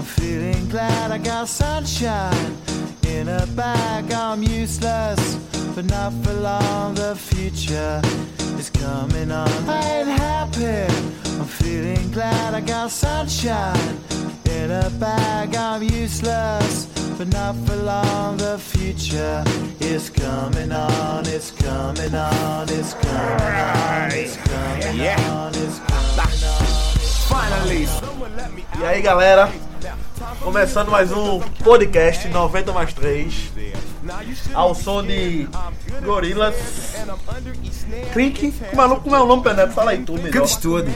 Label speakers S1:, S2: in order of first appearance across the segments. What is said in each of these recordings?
S1: Ain't glad I got sunshine in a bag. I'm useless, but not for long. The future is coming on. I ain't happy. I'm feeling glad I got sunshine in a bag. I'm useless, but not for long. The future is coming on. It's coming on. It's coming on. It's coming
S2: Yeah.
S1: on. It's coming on.
S3: E aí galera, começando mais um podcast 90 mais 3 ao som de Gorilas Clique, maluco, como é o nome, Penedo? Fala aí tu, melhor.
S4: Good Steward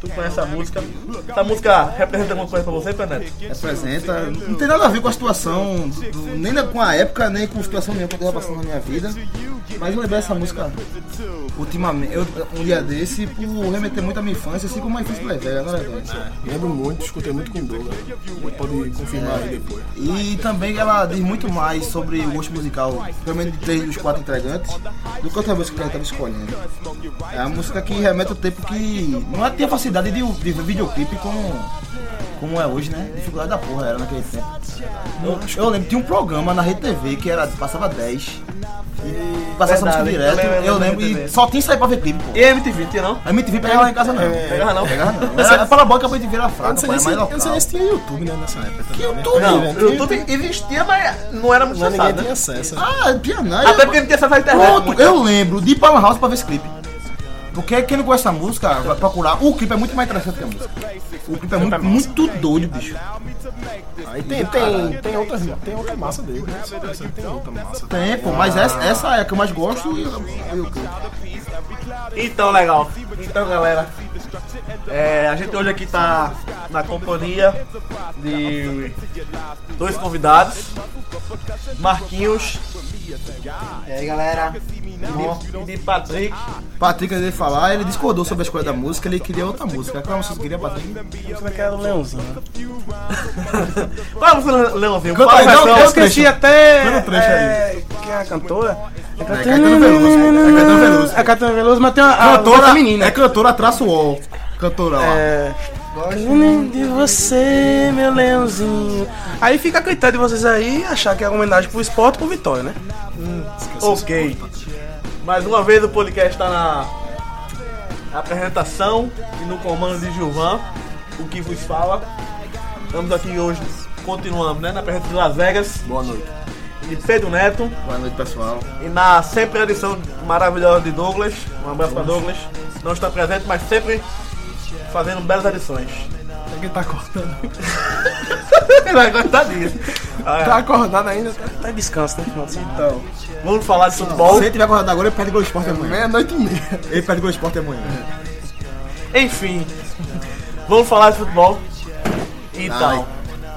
S3: Tu conhece a música? Essa música representa alguma coisa pra você, Penedo?
S4: representa. Não tem nada a ver com a situação, do- nem na- com a época, nem com a situação nenhuma que eu tava passando na minha vida. Mas eu lembrei dessa música ultimamente, eu, um dia desse, por remeter muito à minha infância, assim como a infância mais velha, na verdade.
S5: Lembro muito, escutei muito com Douglas. Ele pode confirmar aí depois.
S4: E também ela diz muito mais sobre o gosto musical, pelo menos de três dos quatro entregantes, do que outra música que a gente tava escolhendo. É uma música que remete ao tempo que não tinha facilidade de, de ver videoclipe como, como é hoje, né? Dificuldade da porra era naquele tempo. Eu, eu lembro, tinha um programa na Rede TV que era, passava 10. E passava essa música
S3: Verdade,
S4: direto,
S3: eu
S4: eu
S3: lembro,
S4: lembro,
S3: eu lembro da
S4: e
S3: RedeTV.
S4: só tinha que sair pra ver clipe, pô.
S3: E a MTV, tinha não?
S4: A MTV pegava lá em casa não.
S5: É,
S3: Pegava não?
S4: Pegava não. Era pela boca pra gente virar
S5: Eu não
S4: fraca,
S5: sei nem
S4: pô, era
S5: se,
S4: mais
S5: eu não sei
S4: local.
S5: nem se tinha YouTube né, nessa época. também, né?
S4: YouTube?
S5: Não,
S3: Não, o YouTube existia, mas não era muito
S5: Mas ninguém
S3: acessado,
S5: tinha
S3: né?
S5: acesso.
S4: Ah, tinha nada.
S3: Até porque não tinha acesso à internet.
S4: Pronto,
S3: muito.
S4: eu lembro de ir pra Lan House pra ver esse clipe. Porque quem não conhece a música vai procurar. O clipe é muito mais interessante que a música. O clipe é muito, muito doido, bicho.
S5: Aí tem, tem, tem, outra, tem outra massa dele. né? Essa- ah, Tem outra massa.
S4: Tem, pô, mas essa, essa é a que eu mais gosto e e o clipe.
S3: Então, legal. Então, galera, é, a gente hoje aqui tá na companhia de dois convidados, Marquinhos
S2: E aí, galera?
S3: e de Patrick.
S4: Patrick, antes de falar, ele discordou sobre a escolha da música, ele queria outra música. Aquela música que queria, Patrick?
S5: Você quer o Leãozinho?
S3: Qual é você, Leãozinho?
S4: Canta
S3: Qual
S4: aí,
S3: a
S4: não,
S3: versão?
S4: não,
S5: Eu esqueci
S4: Põe
S5: até.
S4: no um trecho
S5: é, Quem é a cantora? É
S4: Caetano Veloso, é Caetano Veloso.
S5: É Caetano Veloso, mas tem uma a outra
S4: Cantora,
S5: menina.
S4: é cantora traço O. Cantora, ó.
S5: É. Gosto de você, meu leãozinho. Aí fica coitado de vocês aí achar que é uma homenagem pro esporte pro Vitória, né?
S3: Ok. Mais uma vez o podcast tá na apresentação e no comando de Gilvan, o que vos fala. Estamos aqui hoje, continuamos, né? Na presença de Las Vegas,
S4: Boa noite.
S3: de Pedro Neto.
S4: Boa noite, pessoal.
S3: E na sempre edição maravilhosa de Douglas, um abraço pra Douglas. Não está presente, mas sempre fazendo belas edições.
S5: Quem tá acordando?
S3: Vai gostar disso. Ah,
S5: Tá acordado ainda, tá, tá em descanso, né? Final de semana.
S4: Então,
S3: Vamos falar de futebol.
S4: se ele tiver acordado agora, ele perde Gol Esporte amanhã.
S5: Meia-noite e meia.
S4: Ele perde Gol Esporte amanhã.
S3: Enfim, vamos falar de futebol. Então,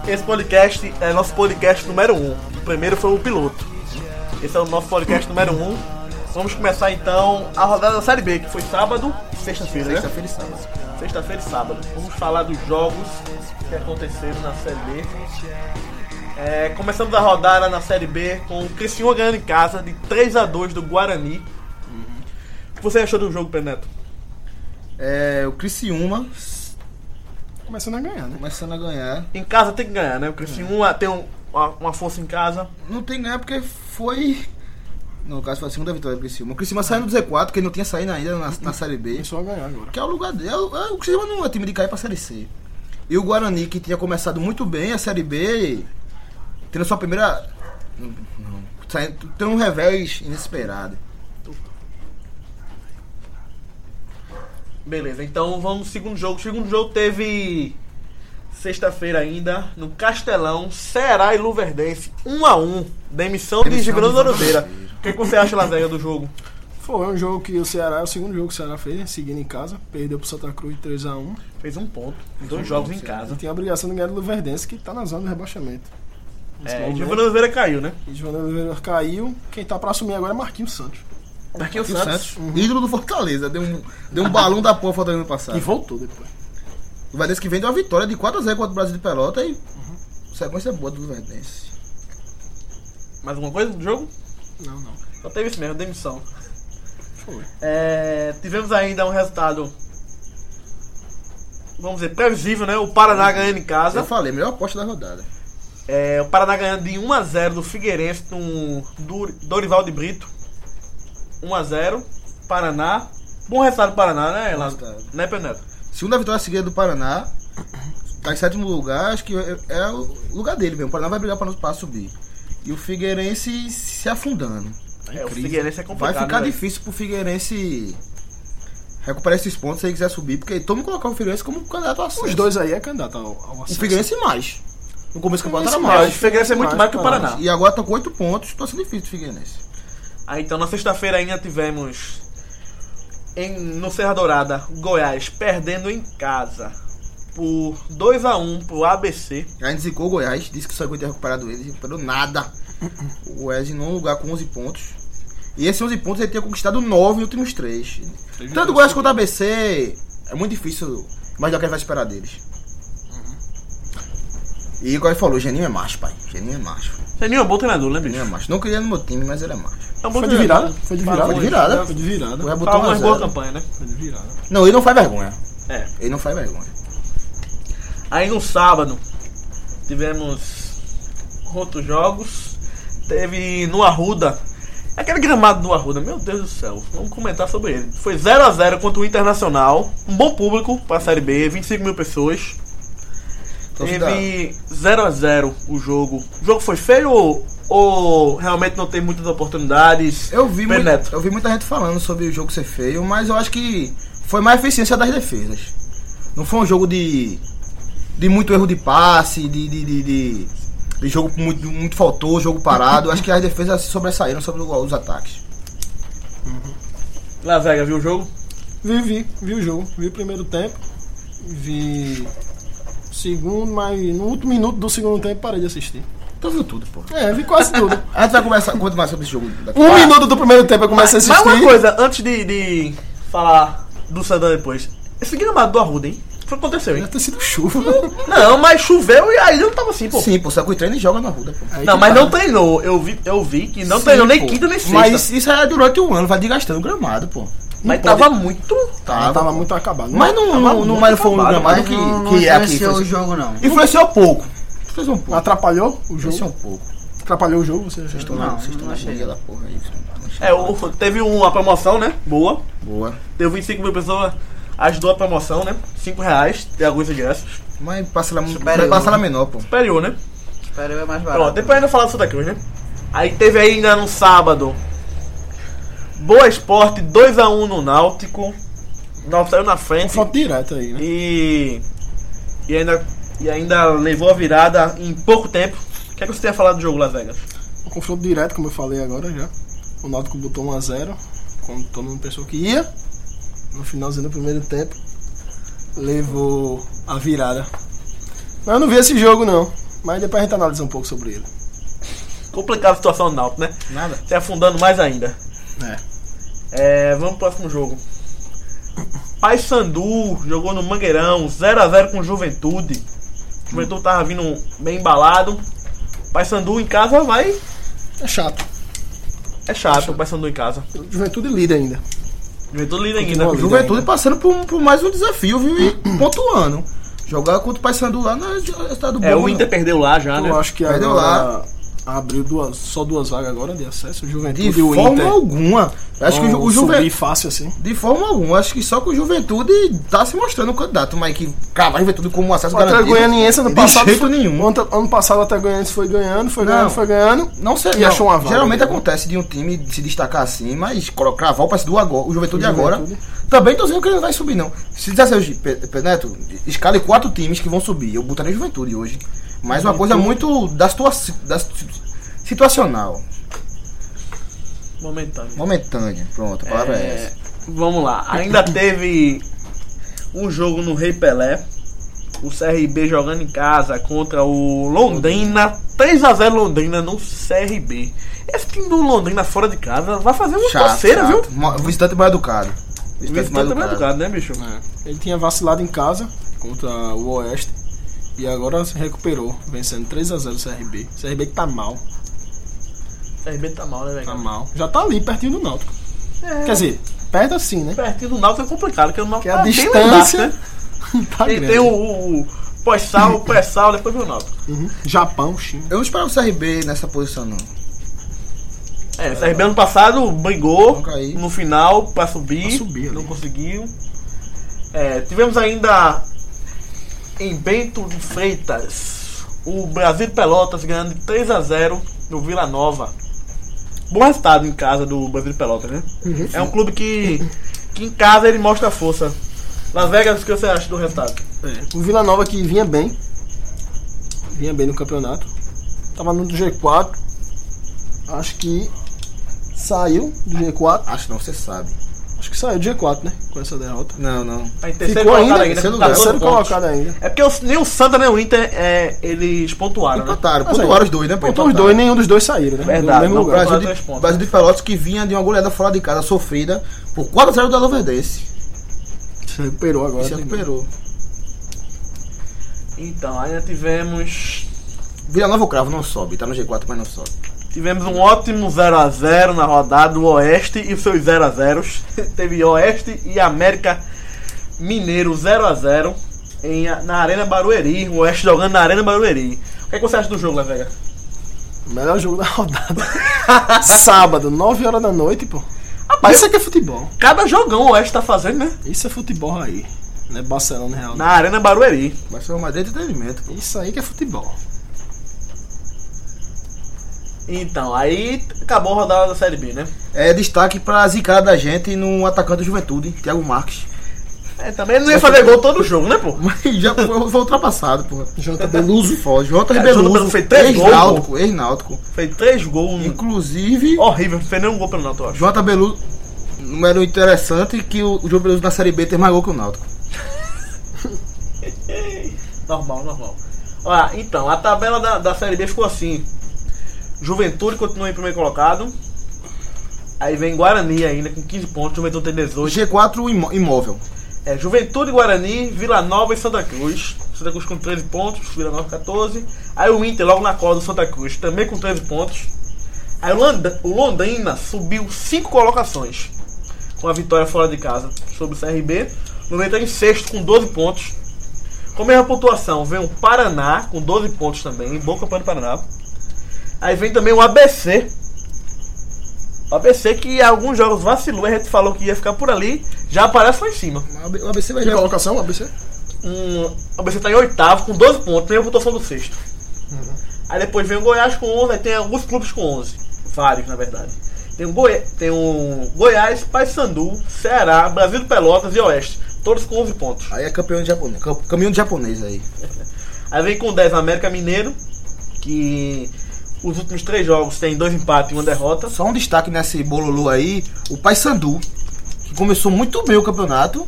S3: esse podcast é nosso podcast número 1. Um. O primeiro foi o piloto. Esse é o nosso podcast número 1. Um. Vamos começar então a rodada da Série B, que foi sábado e sexta-feira, né?
S4: Sexta-feira e sábado.
S3: Sexta-feira e sábado. Vamos falar dos jogos que aconteceram na Série B. É, começamos a rodada na Série B com o Criciúma ganhando em casa de 3 a 2 do Guarani. O que você achou do jogo, Peneto?
S4: É, o Criciúma
S5: Começando a ganhar, né?
S4: começando a ganhar.
S3: Em casa tem que ganhar, né? O Criciúma tem um- uma, uma força em casa.
S4: Não tem ganhar porque foi. No caso, foi a segunda vitória do Criciúma. O Criciúma saiu do Z4, que ele não tinha saído ainda na, na Série B.
S5: Começou a ganhar agora.
S4: Que é o lugar dele. É o- é- O Criciúma não é time de cair pra Série C. E o Guarani, que tinha começado muito bem a Série B, tendo sua primeira. Não, não. Saindo- tendo um revés inesperado.
S3: Beleza, então vamos pro segundo jogo. O segundo jogo teve sexta-feira ainda, no Castelão, Ceará e Luverdense, 1 a 1 Demissão de
S4: Demissão
S3: Gibraldo
S4: de
S3: Dorodeira. O que, que você acha, Lazega, do jogo?
S5: Foi um jogo que o Ceará, o segundo jogo que o Ceará fez, né, seguindo em casa. Perdeu pro Santa Cruz 3x1.
S3: Fez um ponto, dois jogos em casa.
S5: E tem a obrigação de ganhar do Luverdense, que tá na zona do rebaixamento. Nesse
S3: É,
S5: momento.
S3: Gibraldo Oliveira caiu, né?
S5: E Giovanni Oliveira caiu. Quem tá pra assumir agora é Marquinhos Santos.
S3: Daqui o
S4: E o
S3: Santos. uhum.
S4: Santos, ídolo do Fortaleza, deu um, deu um balão da porra do ano
S5: E
S4: passado.
S5: voltou depois.
S4: O Verdense que vem de uma vitória de 4x0 contra o Brasil de Pelota e
S3: Uhum.
S4: sequência boa do Verdense.
S3: Mais alguma coisa do jogo?
S5: Não, não.
S3: Só teve isso mesmo, demissão.
S5: Foi.
S3: É, tivemos ainda um resultado vamos dizer, previsível, né? O Paraná ganhando em
S4: Eu
S3: casa.
S4: falei, melhor aposta da rodada.
S3: É, o Paraná ganhando de 1x0 do Figueirense, do Dur- Dorival de Brito. 1x0, Paraná. Bom resultado do Paraná, né, Lázaro?
S4: resultado.
S3: Né, Penedo?
S4: Segunda vitória seguida do Paraná. Tá em sétimo lugar, acho que é, é o lugar dele mesmo. O Paraná vai brigar para não pra subir. E o Figueirense se afundando.
S3: É, o
S4: Crise.
S3: Figueirense é complicado.
S4: Vai ficar
S3: né, velho?
S4: difícil pro Figueirense recuperar esses pontos se ele quiser subir, porque todo mundo colocar o Figueirense como um candidato a
S2: Os dois aí é candidato ao, ao
S4: O
S2: acesso.
S4: Figueirense mais. No começo do campeonato era
S3: Mas
S2: Figueirense
S4: mais.
S3: o Figueirense é muito mais que o Paraná.
S4: E agora tá com 8 pontos, situação difícil do Figueirense.
S3: Aí, então, na sexta-feira ainda tivemos em, no Serra Dourada, Goiás perdendo em casa por 2x1 pro ABC.
S4: A gente zicou o Goiás, disse que só ia ter recuperado ele, recuperou nada. O Goiás em nono lugar com 11 pontos. E esses 11 pontos ele tinha conquistado 9 nos últimos 3.
S3: um
S4: Tanto o Goiás quanto o ABC, é muito difícil imaginar o que ele vai esperar deles.
S3: Uhum.
S4: E igual ele falou, Geninho é macho, pai. Geninho é macho.
S3: Geninho é um bom treinador, né,
S4: Geninho é
S3: bicho?
S4: macho. Não queria no meu time, mas ele é macho.
S3: É um bom
S2: Foi de virada? Foi de virada.
S4: Foi de virada.
S2: Foi de virada.
S4: O Goiás botou
S3: Tá
S4: um a
S3: uma boa
S4: zero.
S3: campanha, né?
S2: Foi de virada.
S4: Não, ele não faz vergonha.
S3: É.
S4: Ele não faz vergonha.
S3: Aí no sábado tivemos outros jogos. Teve no Arruda. Aquele gramado do Arruda, meu Deus do céu, vamos comentar sobre ele. Foi 0x0 contra o Internacional. Um bom público pra Série B, 25 mil pessoas.
S4: Então,
S3: Teve 0x0 o jogo. O jogo foi feio ou, ou realmente não tem muitas oportunidades?
S4: Eu vi, mui-
S3: Penetra.
S4: eu vi muita gente falando sobre o jogo ser feio, mas eu acho que foi mais eficiência das defesas. Não foi um jogo de, de muito erro de passe, de, de, de, de- de jogo muito, muito faltou, jogo parado. Eu acho que as defesas se sobressaíram sobre o- os ataques.
S3: La Vega viu o jogo?
S2: Vi, vi, vi o jogo. Vi o primeiro tempo. Vi o segundo, mas no último minuto do segundo tempo parei de assistir.
S4: Então viu tudo, pô.
S2: É, vi quase tudo.
S4: A gente vai começar, continuar sobre esse jogo daqui.
S2: Um minuto do primeiro tempo eu
S3: Mas,
S2: comecei a
S3: mas uma
S2: assistir.
S3: coisa, antes de, de falar do Sandão depois. Esse gramado do Arruda, hein? Foi o que aconteceu, hein?
S2: Deve ter sido chuva.
S3: Não, mas choveu e aí eu tava assim, pô.
S4: Sim, pô, só que o treino e joga na rua, pô.
S2: Aí
S3: Não,
S2: que
S3: mas
S2: tá.
S3: não treinou. Eu vi, eu vi que não
S2: Sim,
S3: treinou nem
S2: pô.
S3: quinta nem sexta.
S4: Mas
S3: Mas,
S4: isso é durante um ano, vai desgastando o gramado, pô. Tá.
S3: mas
S4: pode-
S3: tava muito.
S2: Tava, tava muito acabado. né?
S4: Mas não, não, não, mas não foi um
S3: acabado,
S4: gramado que,
S6: não, não
S4: que é aqui.
S6: influenciou o jogo, não.
S4: Influenciou pouco. Influenciou um pouco.
S2: atrapalhou o jogo.
S4: Influenciou um pouco.
S2: Atrapalhou o jogo, você já
S4: Estão
S6: Não,
S4: na, vocês estão
S6: não
S4: na
S6: achei.
S4: agonia da porra aí.
S3: É, o, teve uma promoção, né? Boa.
S4: Boa.
S3: Deu 25 mil pessoas. Ajudou a promoção, né? 5 reais de alguns ingressos.
S4: Mas passa lá,
S6: Superior,
S4: mas passa lá
S6: né?
S4: menor, pô.
S3: Superior, né?
S6: Espera, é mais
S3: Pronto,
S6: barato.
S3: depois ainda falar do Santa Cruz, né? Aí teve ainda no sábado. Boa Esporte 2x1 no Náutico. O Náutico saiu na frente.
S2: Foto direta aí, né?
S3: E. E ainda, e ainda levou a virada em pouco tempo. O que é que você tem a falar do jogo, Las Vegas?
S2: Um confronto direto, como eu falei agora já. O Náutico botou 1x0, quando todo mundo pensou que ia. No finalzinho do primeiro tempo, levou a virada. Mas eu não vi esse jogo, não. Mas depois a gente analisa um pouco sobre ele.
S3: Complicada a situação do Náutico, né?
S4: Nada.
S3: Se afundando mais ainda.
S2: É.
S3: É, vamos pro próximo jogo. Paysandu jogou no Mangueirão, 0x0 com Juventude. Juventude tava vindo bem embalado. Paysandu em casa vai.
S2: É chato.
S3: É chato, o Paysandu em casa.
S2: Juventude líder ainda.
S3: Juventude líder ainda.
S2: Continua líder.
S4: Juventude passando por, por mais um desafio, viu? E pontuando. Jogar contra o Paysandu lá no estado bom.
S3: É, o
S4: não.
S3: Inter perdeu lá já, né?
S2: Eu acho que
S4: Perdeu
S2: agora abriu duas, só duas vagas agora de acesso. Juventude
S4: De
S2: e o
S4: forma
S2: Inter.
S4: alguma. Acho que o,
S2: vão
S4: Ju- o
S2: subir
S4: Juventude.
S2: fácil assim.
S4: De forma alguma, acho que só que o Juventude tá se mostrando um candidato, mas que cava a Juventude como um acesso
S2: O Atlético
S4: garantido.
S2: Goianiense ano
S4: De
S2: passado.
S4: jeito
S2: foi-
S4: nenhum.
S2: Ante- Ano passado o Atlético Goianiense foi ganhando, foi
S4: Não.
S2: ganhando, foi ganhando.
S4: Não sei,
S2: E
S4: não.
S2: achou uma vaga,
S4: Geralmente
S2: né?
S4: acontece de um time se destacar assim, mas colo- cravar o Paysandu agora, o Juventude, agora.
S2: Juventude.
S4: Também tô dizendo que ele não vai subir, não. Se dissesse hoje, Pe- Pe- Neto, escale quatro times que vão subir. Eu botaria Juventude hoje. Mas uma coisa muito da, situa da si- situacional,
S3: Momentâneo.
S4: momentânea. Pronto, a palavra é, essa.
S3: Vamos lá. Ainda teve um jogo no Rei Pelé. O CRB jogando em casa contra o Londrina. 3x0 Londrina no CRB. Esse time do Londrina fora de casa vai fazer uma coceira, viu?
S4: Mo- Visitante mal educado.
S3: O Visitante é mais educado, né, bicho?
S2: Ele tinha vacilado em casa contra o Oeste. E agora se recuperou, vencendo 3x0 o CRB. O CRB que tá mal,
S3: O CRB tá mal, né, velho?
S2: tá mal. Já tá ali, pertinho do Náutico. Quer dizer, perto assim, né?
S3: Pertinho do Náutico é complicado, porque o Náutico
S2: Que a
S3: tá bem lá embaixo,
S2: distância-
S3: né?
S2: Tá
S3: Tem,
S2: grande.
S3: tem o, o, o pós-sal, o pré-sal, depois vem o Náutico.
S2: Uhum. Japão, China.
S4: Eu não esperava o CRB nessa posição, não.
S3: É, o CRB ano passado brigou
S4: Não caí.
S3: no final pra subir,
S2: Pra subir,
S3: não
S2: né?
S3: conseguiu. É, tivemos ainda em Bento de Freitas o Brasil de Pelotas ganhando de 3 a 0 no Vila Nova. Bom resultado em casa do Brasil de Pelotas, né?
S2: Uhum.
S3: É um clube que, que em casa ele mostra força. Las Vegas, o que você acha do resultado?
S2: É. O Vila Nova que vinha bem. Vinha bem no campeonato. Tava no G4. Acho que saiu do G4.
S4: Acho não, você sabe.
S2: Acho que saiu do G4, né? Com essa derrota.
S4: Não, não.
S3: Tá em terceiro
S2: Ficou
S3: colocado Tá
S2: ainda,
S3: ainda, com
S4: terceiro lugar.
S3: 14
S2: terceiro
S3: pontos.
S2: colocado ainda.
S3: É porque os- nem o Santa nem o Inter é, eles pontuaram, né?
S4: Empataram,
S2: Mas aí,
S4: pontuaram os dois, né? pô?
S2: Pontou os
S4: Empataram.
S2: dois, nenhum dos dois saíram, né?
S3: Verdade,
S2: No mesmo
S3: não
S2: lugar.
S3: Agora
S4: Brasil
S3: três
S4: de,
S3: pontos.
S4: Brasil de Pelotas que vinha de uma goleada fora de casa sofrida por 4x0 da Luverdense.
S2: Se recuperou agora.
S4: Se
S2: também.
S4: recuperou.
S3: Então, ainda tivemos
S4: Vila Nova o Cravo não sobe, tá no G4, mas não sobe.
S3: Tivemos um ótimo 0x0 na rodada, o Oeste e os seus 0x0. Teve Oeste e América Mineiro 0x0 na Arena Barueri. O Oeste jogando na Arena Barueri. O que, é que você acha do jogo, Lavega?
S2: Melhor jogo da rodada. Sábado, 9 horas da noite, pô.
S3: Rapaz,
S2: Isso aqui é futebol.
S3: cada jogão o Oeste tá fazendo, né?
S2: Isso é futebol aí. Não é Barcelona Real.
S3: Na Arena Barueri.
S4: Mas foi uma de entretenimento, pô.
S2: Isso aí que é futebol.
S3: Então, aí acabou a rodada da Série B, né?
S4: É destaque pra zicada da gente no atacante da juventude, Thiago Marques.
S3: É, também não ia fazer gol todo jogo, né, pô?
S4: Mas já foi, foi ultrapassado, pô.
S2: Jonathan
S4: Beluso foge. Jota
S3: Cara, Jonathan
S4: Beluso
S3: fez três gols,
S4: ex-náutico, ex-náutico.
S3: Fez três gols. um-
S4: Inclusive,
S3: Horrível, não fez nenhum gol pelo Náutico, eu acho.
S4: Jota Beluso, número interessante que o, o João Beluso na Série B tem mais gol que o Náutico.
S3: Normal, normal. Olha, então, a tabela da, da Série B ficou assim. Juventude continua em primeiro colocado. Aí vem Guarani ainda com 15 pontos. Juventude tem 18.
S4: G4 imó- imóvel.
S3: É, Juventude, Guarani, Vila Nova e Santa Cruz. Santa Cruz com 13 pontos, Vila Nova 14. Aí o Inter logo na cola do Santa Cruz, também com 13 pontos. Aí o Lond- o Londrina subiu 5 colocações com a vitória fora de casa sobre o CRB. O Londrina tá em sexto com 12 pontos. Com a mesma pontuação, vem o Paraná com 12 pontos também, bom campeão do Paraná. Aí vem também o ABC. O ABC que alguns jogos vacilou, a gente falou que ia ficar por ali, já aparece lá em cima.
S4: O ABC vai
S2: Que
S4: jogar.
S2: colocação, ABC?
S3: Um, o ABC tá em oitavo com 12 pontos, mesma pontuação do sexto. Aí depois vem o Goiás com 11, aí tem alguns clubes com 11. Vários, na verdade. Tem o, Goi tem o Goiás, Paysandu, Ceará, Brasil de Pelotas e Oeste. Todos com 11 pontos.
S4: Aí é campeão de japonês. cam- Caminho de japonês aí.
S3: Aí vem com 10 América Mineiro, que os últimos três jogos tem dois empates e uma derrota.
S4: Só um destaque nesse bololô aí, o Paysandu, que começou muito bem o campeonato,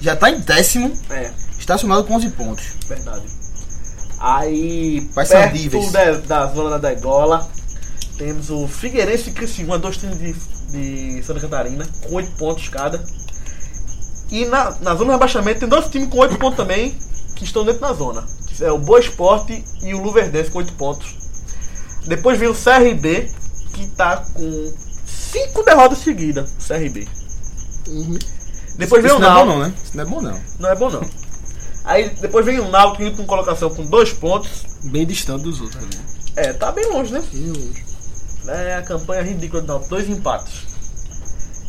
S4: já tá em décimo,
S3: É,
S4: estacionado com 11 pontos.
S3: verdade. Aí,
S4: Vai ser
S3: perto
S4: horríveis.
S3: da, da zona da degola, temos o Figueirense e Criciúma, dois times de, de Santa Catarina, com 8 pontos cada. E na, na zona de rebaixamento tem dois times com 8 pontos também, que estão dentro da zona. Que É o Boa Esporte e o Luverdense com 8 pontos. Depois vem o CRB, que tá com 5 derrotas seguidas, o CRB.
S2: Uhum.
S3: Depois vem
S4: Isso
S3: o
S4: não é bom
S3: Náutico.
S4: não, né? Isso não é bom não.
S3: Não é bom não. Aí depois vem o Náutico indo com colocação com dois pontos.
S2: Bem distante dos outros. Né?
S3: É, tá bem longe, né?
S2: Eu-
S3: É a campanha ridícula do Náutico, dois empates.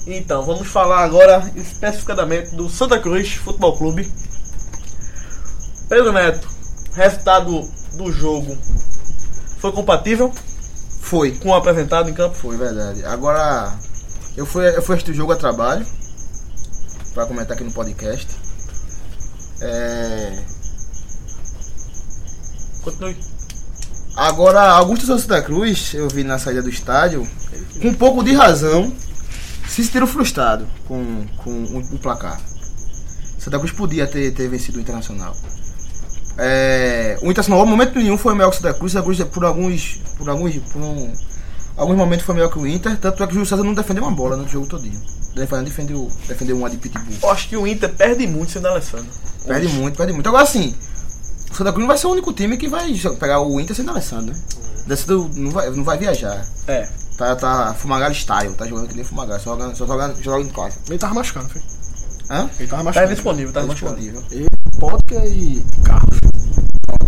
S3: Então, vamos falar agora especificadamente do Santa Cruz Futebol Clube. Pedro Neto, resultado do jogo foi compatível
S4: Foi.
S3: com o apresentado em campo?
S4: Foi verdade. Agora, eu fui, eu fui assistir o jogo a trabalho, pra comentar aqui no podcast. É,
S3: Continue.
S4: Agora, alguns torcedores da Cruz, eu vi na saída do estádio, com um pouco de razão, se sentiram frustrados com, com o, o placar. Santa Cruz podia ter, ter vencido o Internacional. É, o Internacional, em momento nenhum, foi melhor que o Santa Cruz. O Santa Cruz, por alguns, por alguns, por um- alguns momentos, foi melhor que o Inter. Tanto é que o Júlio César não defendeu uma bola no jogo todinho. Ele foi lá e defendeu, defendeu uma de Pitbull.
S3: Eu acho que o Inter perde muito sendo Alessandro.
S4: Perde muito, perde muito. Agora sim, o Santa Cruz não vai ser o único time que vai jo- pegar o Inter sem o Alessandro, né? Dessa do- não, vai, não vai viajar.
S3: É.
S4: Tá, tá Fumagalli style, tá jogando que nem Fumagalli, só joga, só joga, joga em casa.
S2: Ele tava machucando, filho.
S4: Hã?
S2: Ele tava
S3: Tá
S2: machucando.
S3: indisponível, tá
S4: Tá
S3: indisponível.
S4: disponível.
S2: Podca e carro.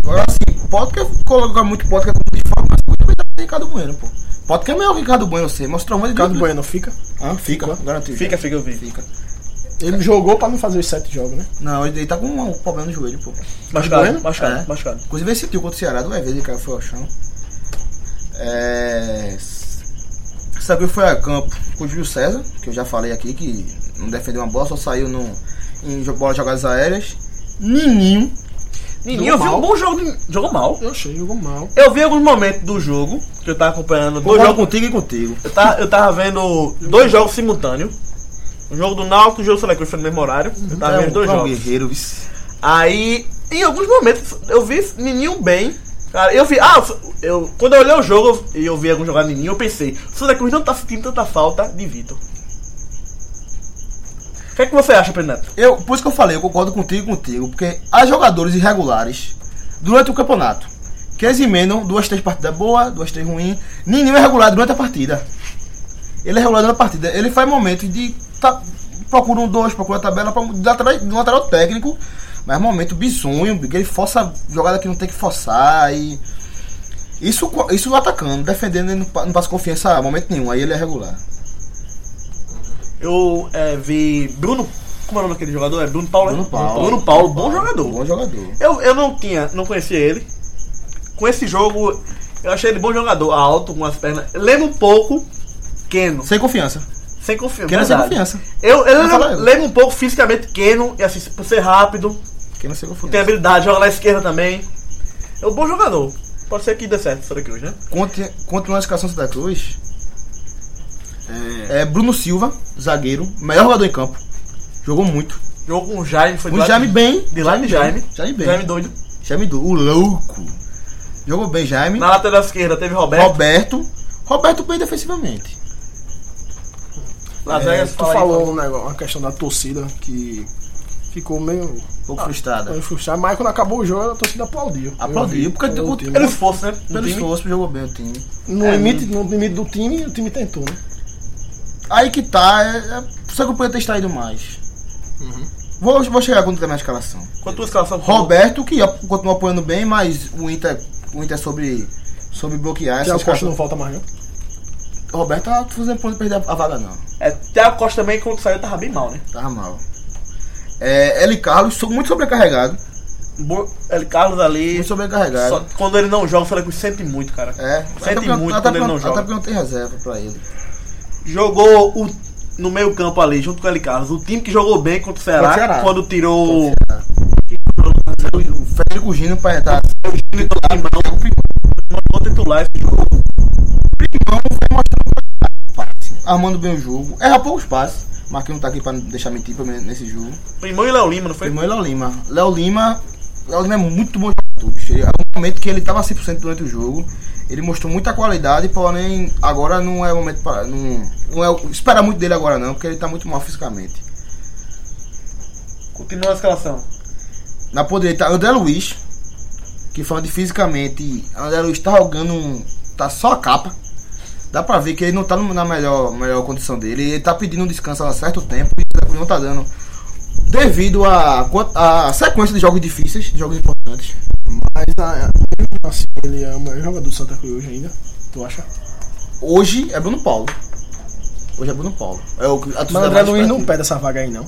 S4: Agora assim, podcast, coloca muito podcast como de forma, mas muito melhor que Ricardo Bueno, pô. Podcast é melhor que Ricardo Bueno, você mostrou muito
S2: Ricardo Bueno fica.
S4: Ah, fica, garantido.
S3: Fica, fica, eu vi.
S4: fica.
S2: Ele jogou pra não fazer os sete jogos, né?
S4: Não, ele tá com um problema no joelho, pô.
S3: Machucado,
S2: Bueno?
S3: machucado,
S4: É.
S3: machucado.
S4: Inclusive esse tio contra o Ceará, duas vezes ele caiu, foi ao chão. É... Sabe foi a campo com o Júlio César, que eu já falei aqui, que não defendeu uma bola, só saiu no, em jo- bola jogadas aéreas. Nininho,
S3: Ninguém eu vi um bom jogo. de- Jogou mal.
S2: Eu achei, jogou mal.
S3: Eu vi alguns momentos do jogo, que eu tava acompanhando dois
S4: concordo
S3: jogos.
S4: contigo e contigo.
S3: Eu tava, eu tava vendo dois jogos simultâneos. O jogo do Náutico e o jogo do Santa Cruz foi no mesmo horário. Eu tava
S4: é
S3: Tá vendo
S4: um-
S3: dois
S4: é um
S3: jogos.
S4: guerreiro, vice.
S3: Aí, em alguns momentos, eu vi Nininho bem. Cara, eu vi. Ah, eu, quando eu olhei o jogo e eu vi algum jogar Nininho, eu pensei: Santa Cruz não tá sentindo tanta falta de Vitor. O que é que você acha, Peneto?
S4: Eu, por isso que eu falei, eu concordo contigo e contigo, porque há jogadores irregulares durante o campeonato que eles emendam duas, três partidas boas, duas, três ruins. Ninguém é regular durante a partida. Ele é regular durante a partida. Ele faz momentos de. Tá, procura um dois, procura a tabela, procura- de lateral, de um lateral técnico, mas é um momento bizonho, porque ele força jogada que não tem que forçar e. Isso, co- isso atacando, defendendo, ele não, pa- não passa confiança a momento nenhum, aí ele é regular.
S3: Eu é, vi Bruno. Como é o nome daquele jogador? É Bruno Paulo? né?
S4: Bruno Paulo.
S3: Bruno Paulo, bom jogador.
S4: Bom jogador.
S3: Eu, eu não tinha, não conhecia ele. Com esse jogo, eu achei ele bom jogador, alto, com as pernas. Lembra um pouco Keno,
S4: Sem confiança.
S3: sem confiança.
S4: Keno é sem
S3: verdade.
S4: confiança.
S3: Eu, eu
S4: Não fala
S3: lembro,
S4: ele.
S3: lembro um pouco fisicamente Keno, e assim, por ser rápido,
S4: Quem não sem
S3: tem
S4: confiança.
S3: habilidade, joga na esquerda também. É um bom jogador. Pode ser que dê certo Santa Cruz, né?
S4: Conte- Continuando a escalação do Santa Cruz. É Bruno Silva, zagueiro, melhor jogador em campo. Jogou muito.
S3: Jogo com o Jaime, foi de
S4: O
S3: lá-
S4: Jaime bem.
S3: De lá de Jaime.
S4: Jaime bem.
S3: Jaime doido.
S4: Jaime do, o louco. Jogou bem, Jaime.
S3: Na lateral esquerda teve Roberto.
S4: Roberto. Roberto bem defensivamente.
S3: Lá
S2: É,
S3: atrás,
S2: tu
S3: fala aí,
S2: falou
S3: fala.
S2: um negócio, uma questão da torcida que ficou meio,
S4: Um pouco frustrado.
S2: meio frustrada, mas quando acabou o jogo a torcida aplaudiu.
S4: Aplaudiu,
S2: Eu vi,
S4: porque
S2: pelo
S4: o-
S2: time.
S3: Pelo esforço, né? Do
S4: Pelo
S3: time.
S4: esforço, jogou bem o time.
S2: no,
S3: é,
S2: limite, no limite do time, o time tentou, né?
S4: Aí que tá. É, é, só que eu podia ter extraído mais. Vou, vou chegar quando terminar a escalação.
S3: Quanto a escalação?
S4: Roberto, que ap- continua apoiando bem, mas o Inter, o Inter é sobre, sobre bloquear essa
S2: Que a Costa
S4: escalação.
S2: não volta mais, não.
S4: Roberto tá fazendo ponto de perder a a vaga, não.
S3: É, Thiago Costa também, quando saiu, tava bem mal, né?
S4: Tava mal. É, L. Carlos, sou muito sobrecarregado.
S3: Bo- El Carlos ali.
S4: Muito sobrecarregado.
S3: só- quando ele não joga, o Santa Cruz sente muito, cara.
S4: É,
S3: Sente
S4: porque-
S3: muito
S4: até
S3: quando ele
S4: porque-
S3: não joga.
S4: Até porque não tem reserva pra ele.
S3: Jogou o- no meio campo ali, junto com o El Carlos. O time que jogou bem contra o Ceará,
S4: Contra o Ceará.
S3: quando tirou o
S4: O Federico Gino pra entrar.
S3: Timão, mandou titular esse jogo.
S4: Armando bem o jogo. Erra poucos passes. Marquinhos não tá aqui pra não deixar mentir pra mim nesse jogo.
S3: Timão e Léo Lima, não foi?
S4: Irmão e Léo Lima. Léo Lima. Léo Lima é muito bom jogador. bicho. Ele- É um momento que ele tava 100% durante o jogo. Ele mostrou muita qualidade, porém agora não é o momento para. Não, não é o- esperar muito dele agora não, porque ele tá muito mal fisicamente.
S3: Continuou a escalação.
S4: Na ponta direita, André Luiz, que falando de fisicamente, André Luiz tá jogando, um- tá só a capa. Dá pra ver que ele não tá no- na melhor, melhor condição dele. Ele tá pedindo um descanso há certo tempo e o Santa Cruz não tá dando. Devido à quant- à sequência de jogos difíceis, de jogos importantes.
S2: Mas ah, mesmo assim, ele é o maior jogador do Santa Cruz hoje ainda, tu acha?
S4: Hoje é Bruno Paulo. Hoje é Bruno Paulo. É o, que- a
S2: Mas
S4: torcida
S2: o André
S4: mais
S2: Luiz tá não
S4: perto.
S2: perde essa vaga aí, não.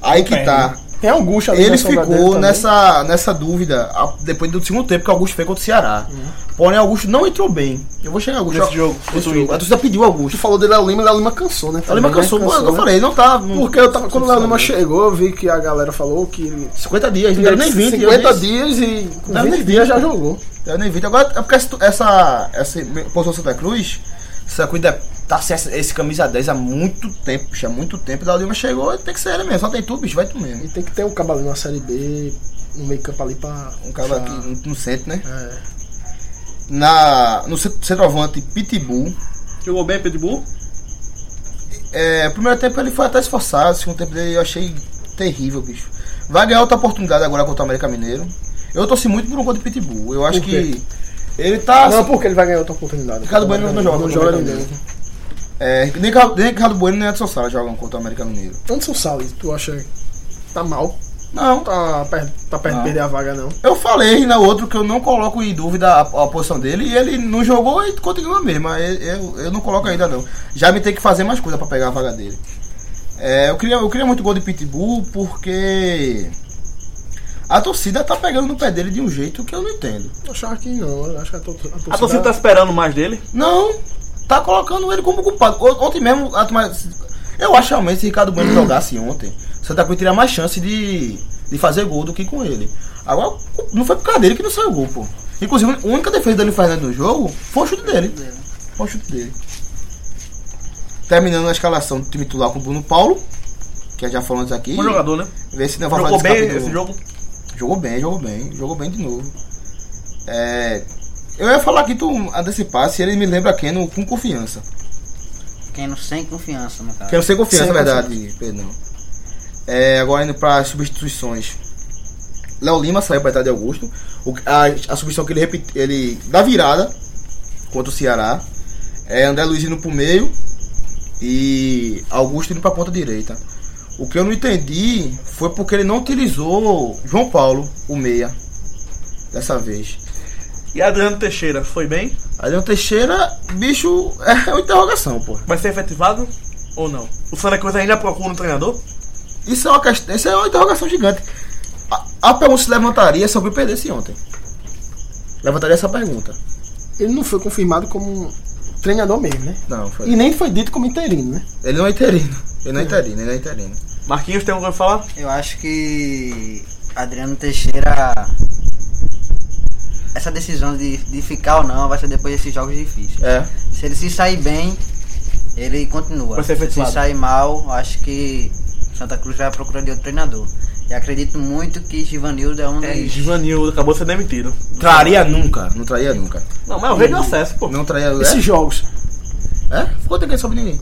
S4: Aí que tá.
S2: Tem Augusto ali
S4: Ele
S2: na sombra dele
S4: ficou
S2: também.
S4: nessa, nessa dúvida a- depois do segundo tempo que o Augusto fez contra o Ceará.
S2: Uhum.
S4: Porém, o Augusto não entrou bem. Eu vou chegar, Augusto.
S3: Nesse jogo,
S4: Nesse
S3: contra o
S4: jogo.
S3: Inter.
S4: A torcida pediu o Augusto.
S2: Tu falou de Léo Lima, Léo Lima cansou, né?
S4: O Lima
S2: Também, né?
S4: cansou, mano, eu
S2: né?
S4: falei, não tá. não-
S2: Porque eu tava, quando o Léo Lima chegou, eu vi que a galera falou que ele
S4: 50 dias, não deram nem 20.
S2: 50
S4: eu disse.
S2: dias e com
S4: Não,
S2: 20
S4: nem
S2: dias já jogou.
S4: Deram nem 20. Agora, é porque essa, essa, essa posição Santa Cruz, Santa Cruz deve- tá sem essa- esse camisa 10 há muito tempo, bicho, há muito tempo. O Léo Lima chegou, tem que ser ele mesmo. Só tem tu, bicho, vai tu mesmo.
S2: E tem que ter um cabo ali na Série B, no meio campo ali pra...
S4: Um cara
S2: pra-
S4: que não, não sente, né?
S2: É.
S4: Na, no centro- centroavante, Pitbull.
S3: Jogou bem, Pitbull?
S4: É, primeiro tempo ele foi até esforçado, segundo tempo dele eu achei terrível, bicho. Vai ganhar outra oportunidade agora contra o América Mineiro. Eu torci muito por um gol de Pitbull. Eu acho
S2: Por quê?
S4: que ele tá.
S2: Não, porque ele vai ganhar outra oportunidade.
S4: Ricardo Bueno não joga
S2: Não
S4: contra o
S2: joga
S4: América
S2: ninguém.
S4: É, nem Ricardo- nem Ricardo Bueno nem Edson Sala jogam contra o América Mineiro.
S2: Anderson Salles, tu acha que tá mal? Não, tá perto, tá perto de
S4: Não.
S2: perder a vaga, não.
S4: Eu falei na outro que eu não coloco em dúvida a, a posição dele e ele não jogou e continua a mesma. Eu, eu, eu não coloco ainda não. Já me tem que fazer mais coisa pra pegar a vaga dele. É, eu, queria, eu queria muito gol de Pitbull porque a torcida tá pegando no pé dele de um jeito que eu não entendo.
S2: Eu achava que não, eu acho que a, to-
S3: A torcida tá esperando mais dele.
S4: Não, tá colocando ele como culpado. O- Ontem mesmo, a turma- eu acho realmente se Ricardo Bueno jogasse ontem, Santa Cruz teria mais chance de, de fazer gol do que com ele. Agora, não foi por causa dele que não saiu gol, pô. Inclusive, a única defesa dele Fernando no jogo foi o chute dele. Foi o chute dele. Terminando a escalação do time titular com o Bruno Paulo, que já falamos aqui.
S3: Bom jogador, né?
S4: Vê se não vai
S3: Jogou
S4: falar
S3: bem
S4: desse
S3: esse
S4: capítulo.
S3: jogo.
S4: Jogou bem, jogou bem, jogou bem de novo. É, eu ia falar aqui do antecipar se ele me lembra quem no- com confiança.
S6: Quem não sem confiança, no caso.
S4: Quero sem confiança,
S2: Sem
S4: na verdade, perdão. É, agora indo para substituições. Léo Lima saiu para entrar de Augusto. O- a, a substituição que ele repete, ele dá virada contra o Ceará. É André Luiz indo pro meio e Augusto indo pra ponta direita. O que eu não entendi foi porque ele não utilizou João Paulo, o meia, dessa vez.
S3: E Adriano Teixeira foi bem?
S4: Adriano Teixeira, bicho, é uma interrogação, pô.
S3: Vai ser efetivado ou não? O Santa Cruz ainda procura um treinador?
S4: Isso é uma questão, isso é uma interrogação gigante. A, a pergunta se levantaria se alguém perdesse ontem. Levantaria essa pergunta.
S2: Ele não foi confirmado como treinador mesmo, né?
S4: Não, foi.
S2: E nem foi dito como interino, né?
S4: Ele não é interino. Ele não é interino, ele não é interino.
S3: Marquinhos tem algo pra falar?
S6: Eu acho que Adriano Teixeira. Essa decisão de, de ficar ou não vai ser depois desses jogos difíceis.
S4: É.
S6: Se ele se sair bem, ele continua.
S3: Vai ser
S6: se
S3: efetivado.
S6: se sair mal, eu acho que Santa Cruz vai à procura de outro treinador. E acredito muito que Givanildo é um
S3: É,
S6: dos.
S3: Givanil acabou sendo demitido.
S4: Traria nunca. Não traria nunca.
S3: Não, mas é o rei do acesso, pô.
S4: Não traria.
S2: Esses jogos.
S4: É? é? Ficou ninguém sobre ninguém.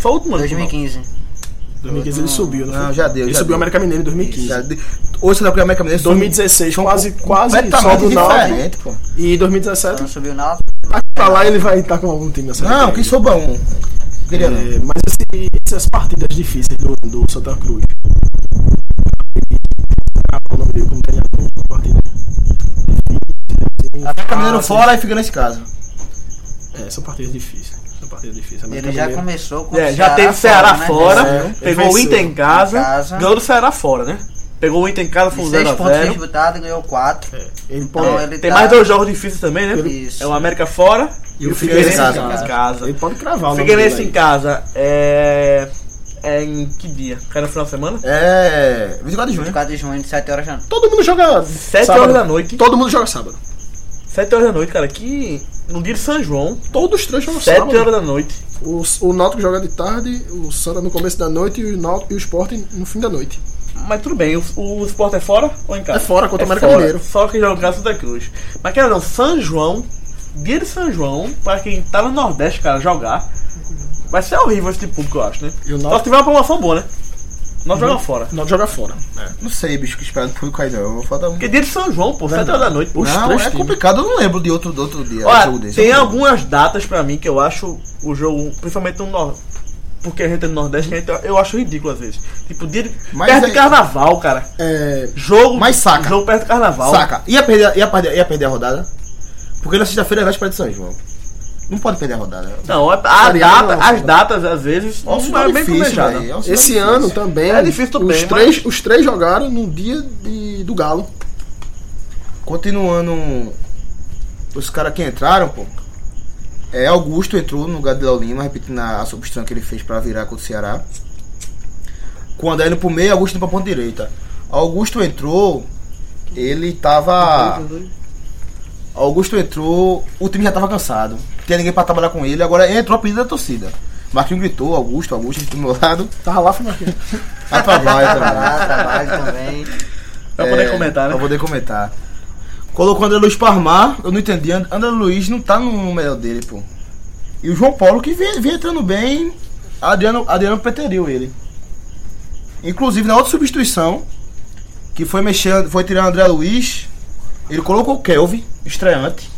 S3: Só o último ano.
S6: 2015.
S2: 2015 ele subiu, não,
S4: Não,
S2: foi?
S4: já deu,
S2: Ele
S4: já
S2: subiu o
S4: deu. é.
S2: América Mineiro em 2015.
S4: Já de- Hoje você dá pra América Mineiro.
S2: 2016, quase, quase só do
S4: completamente
S2: Náutico.
S4: diferente, pô.
S2: E
S6: Então
S2: 2017,
S6: subiu
S3: Tá
S6: na
S2: pra lá ele vai estar com algum time nessa
S4: Não, quem souba um. Queria não.
S2: É, mas esse- essas partidas difíceis do, do Santa Cruz. Ah, o nome dele como treinador, uma partida difícil, assim.
S4: América Mineiro
S2: Ah,
S4: fora e fica nesse caso.
S2: É, são partidas difíceis. São partidas difíceis. América
S6: Ele já
S2: Mineiro.
S6: começou com
S3: É,
S6: o
S3: já
S6: Ceará
S3: teve Ceará
S6: né?
S3: fora,
S2: É.
S3: pegou o
S2: Venceu.
S3: Inter em casa,
S6: Em casa.
S3: ganhou do Ceará fora, né? Pegou o Inter em casa, foi um
S6: De seis pontos
S3: 0x0.
S6: disputados, ganhou quatro.
S2: Ele
S6: Então,
S2: pode,
S6: ele
S3: Tem
S6: tá-
S3: mais dois jogos difíceis também, né?
S6: Isso.
S3: É o América fora e, o Figueirense em casa.
S4: É.
S2: ele pode cravar
S3: O
S2: o nome
S3: Figueirense
S4: assim,
S2: dele
S3: em
S2: aí.
S3: casa é... é em que dia? Cai no final de semana?
S4: É. 24 de
S3: né?
S4: junho.
S6: 24 de junho, de 7 horas da noite.
S2: Todo mundo joga.
S3: Sete
S2: sábado.
S3: horas da noite.
S2: Todo mundo joga sábado.
S3: 7 horas da noite, cara, que no dia de São João,
S2: Todos os três jogam
S3: 7
S2: sábado.
S3: horas da noite.
S2: O, o Náutico joga de tarde, o Santa no começo da noite e o, Náutico, e o Sport no fim da noite.
S3: Mas tudo bem, o, o Sport é fora ou em casa?
S2: É fora, contra o América
S3: fora,
S2: Mineiro.
S3: Só que joga em Santa Cruz. Mas, cara, não, São João, dia de São João, pra quem tá no Nordeste, cara, jogar, vai ser horrível esse tipo de público, eu acho, né?
S2: E
S3: Só
S2: o
S3: se
S2: Náutico,
S3: tiver uma promoção boa, né? Nós
S2: Uhum.
S3: jogamos fora.
S2: o Náutico joga fora.
S4: Não sei, bicho, que esperado foi cair não. Falta um.
S3: Porque dia de São João, pô, 7 horas da noite. Os
S4: não,
S3: três
S4: é
S3: times.
S4: complicado, eu não lembro de outro, de outro dia.
S2: É
S4: jogo
S3: Olha,
S4: desse.
S3: tem
S2: um
S4: Eu não lembro.
S3: algumas datas pra mim que eu acho o jogo, principalmente no Nordeste. Porque a gente é do Nordeste, a gente, eu acho ridículo às vezes. Tipo, dia de,
S4: Mas
S3: perto de
S4: é-
S3: carnaval, cara.
S2: É,
S3: Jogo.
S4: Mas saca.
S3: Jogo perto do carnaval.
S4: Saca, ia perder, ia, perder, ia perder a rodada. Porque na sexta-feira é véspera de São João. Não pode perder a rodada.
S3: Não, a, a
S2: Variado
S3: data-
S2: não,
S3: as datas, às vezes,
S4: É um
S3: não
S4: sinal
S3: é bem
S4: difícil,
S3: planejada.
S4: velho, é um sinal
S2: Esse
S4: difícil.
S2: ano também.
S3: É difícil
S2: os
S3: também,
S2: três, os três jogaram no dia de- do Galo.
S4: Continuando, os caras que entraram, pô. É, Augusto entrou no lugar de Léo Lima, repetindo a, a substituição que ele fez pra virar contra o Ceará. Com o André indo pro meio, Augusto indo pra ponta direita. Augusto entrou, ele tava. Augusto entrou, o time já tava cansado. Não tinha ninguém pra trabalhar com ele, agora entrou a pedida da torcida. Marquinhos gritou, Augusto, Augusto, do meu lado.
S2: Tava lá, foi marcado.
S4: Atrapalha também.
S6: Trabalho, trabalho também.
S4: É,
S3: Pra poder comentar, né?
S4: Pra poder comentar. Colocou o André Luiz pra armar, eu não entendi. And- André Luiz não tá no melhor dele, pô. E o João Paulo que vem, vem entrando bem, Adriano, Adriano preteriu ele. Inclusive na outra substituição, que foi mexendo, foi tirar o André Luiz, ele colocou o Kelvin, estreante.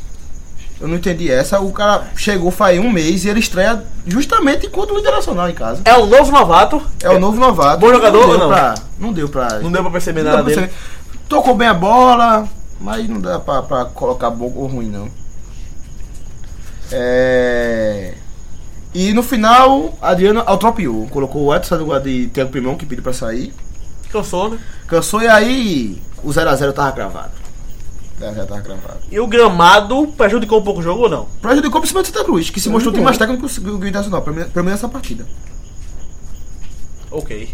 S4: Eu não entendi essa. O cara chegou faz um mês e ele estreia justamente enquanto o líder nacional em casa.
S3: É um novo novato.
S4: É o novo novato.
S3: Bom jogador
S4: não deu
S3: ou não?
S4: Pra, não deu pra.
S3: Não deu pra perceber
S4: não
S3: nada
S4: deu pra
S3: dele.
S4: perceber. Tocou bem a bola, mas não dá pra, pra colocar bom ou ruim, não. É. E no final, Adriano altropiou. Colocou o Edson no lugar de Thiago Primão, que pediu pra sair.
S3: Cansou, né?
S4: Cansou e aí o 0x0 tava cravado. O 0x0 tava cravado.
S3: E o gramado prejudicou um pouco o jogo ou não?
S4: Prejudicou principalmente o Santa Cruz, que se mostrou o time mais técnico que o Internacional, pelo menos essa partida.
S3: Ok.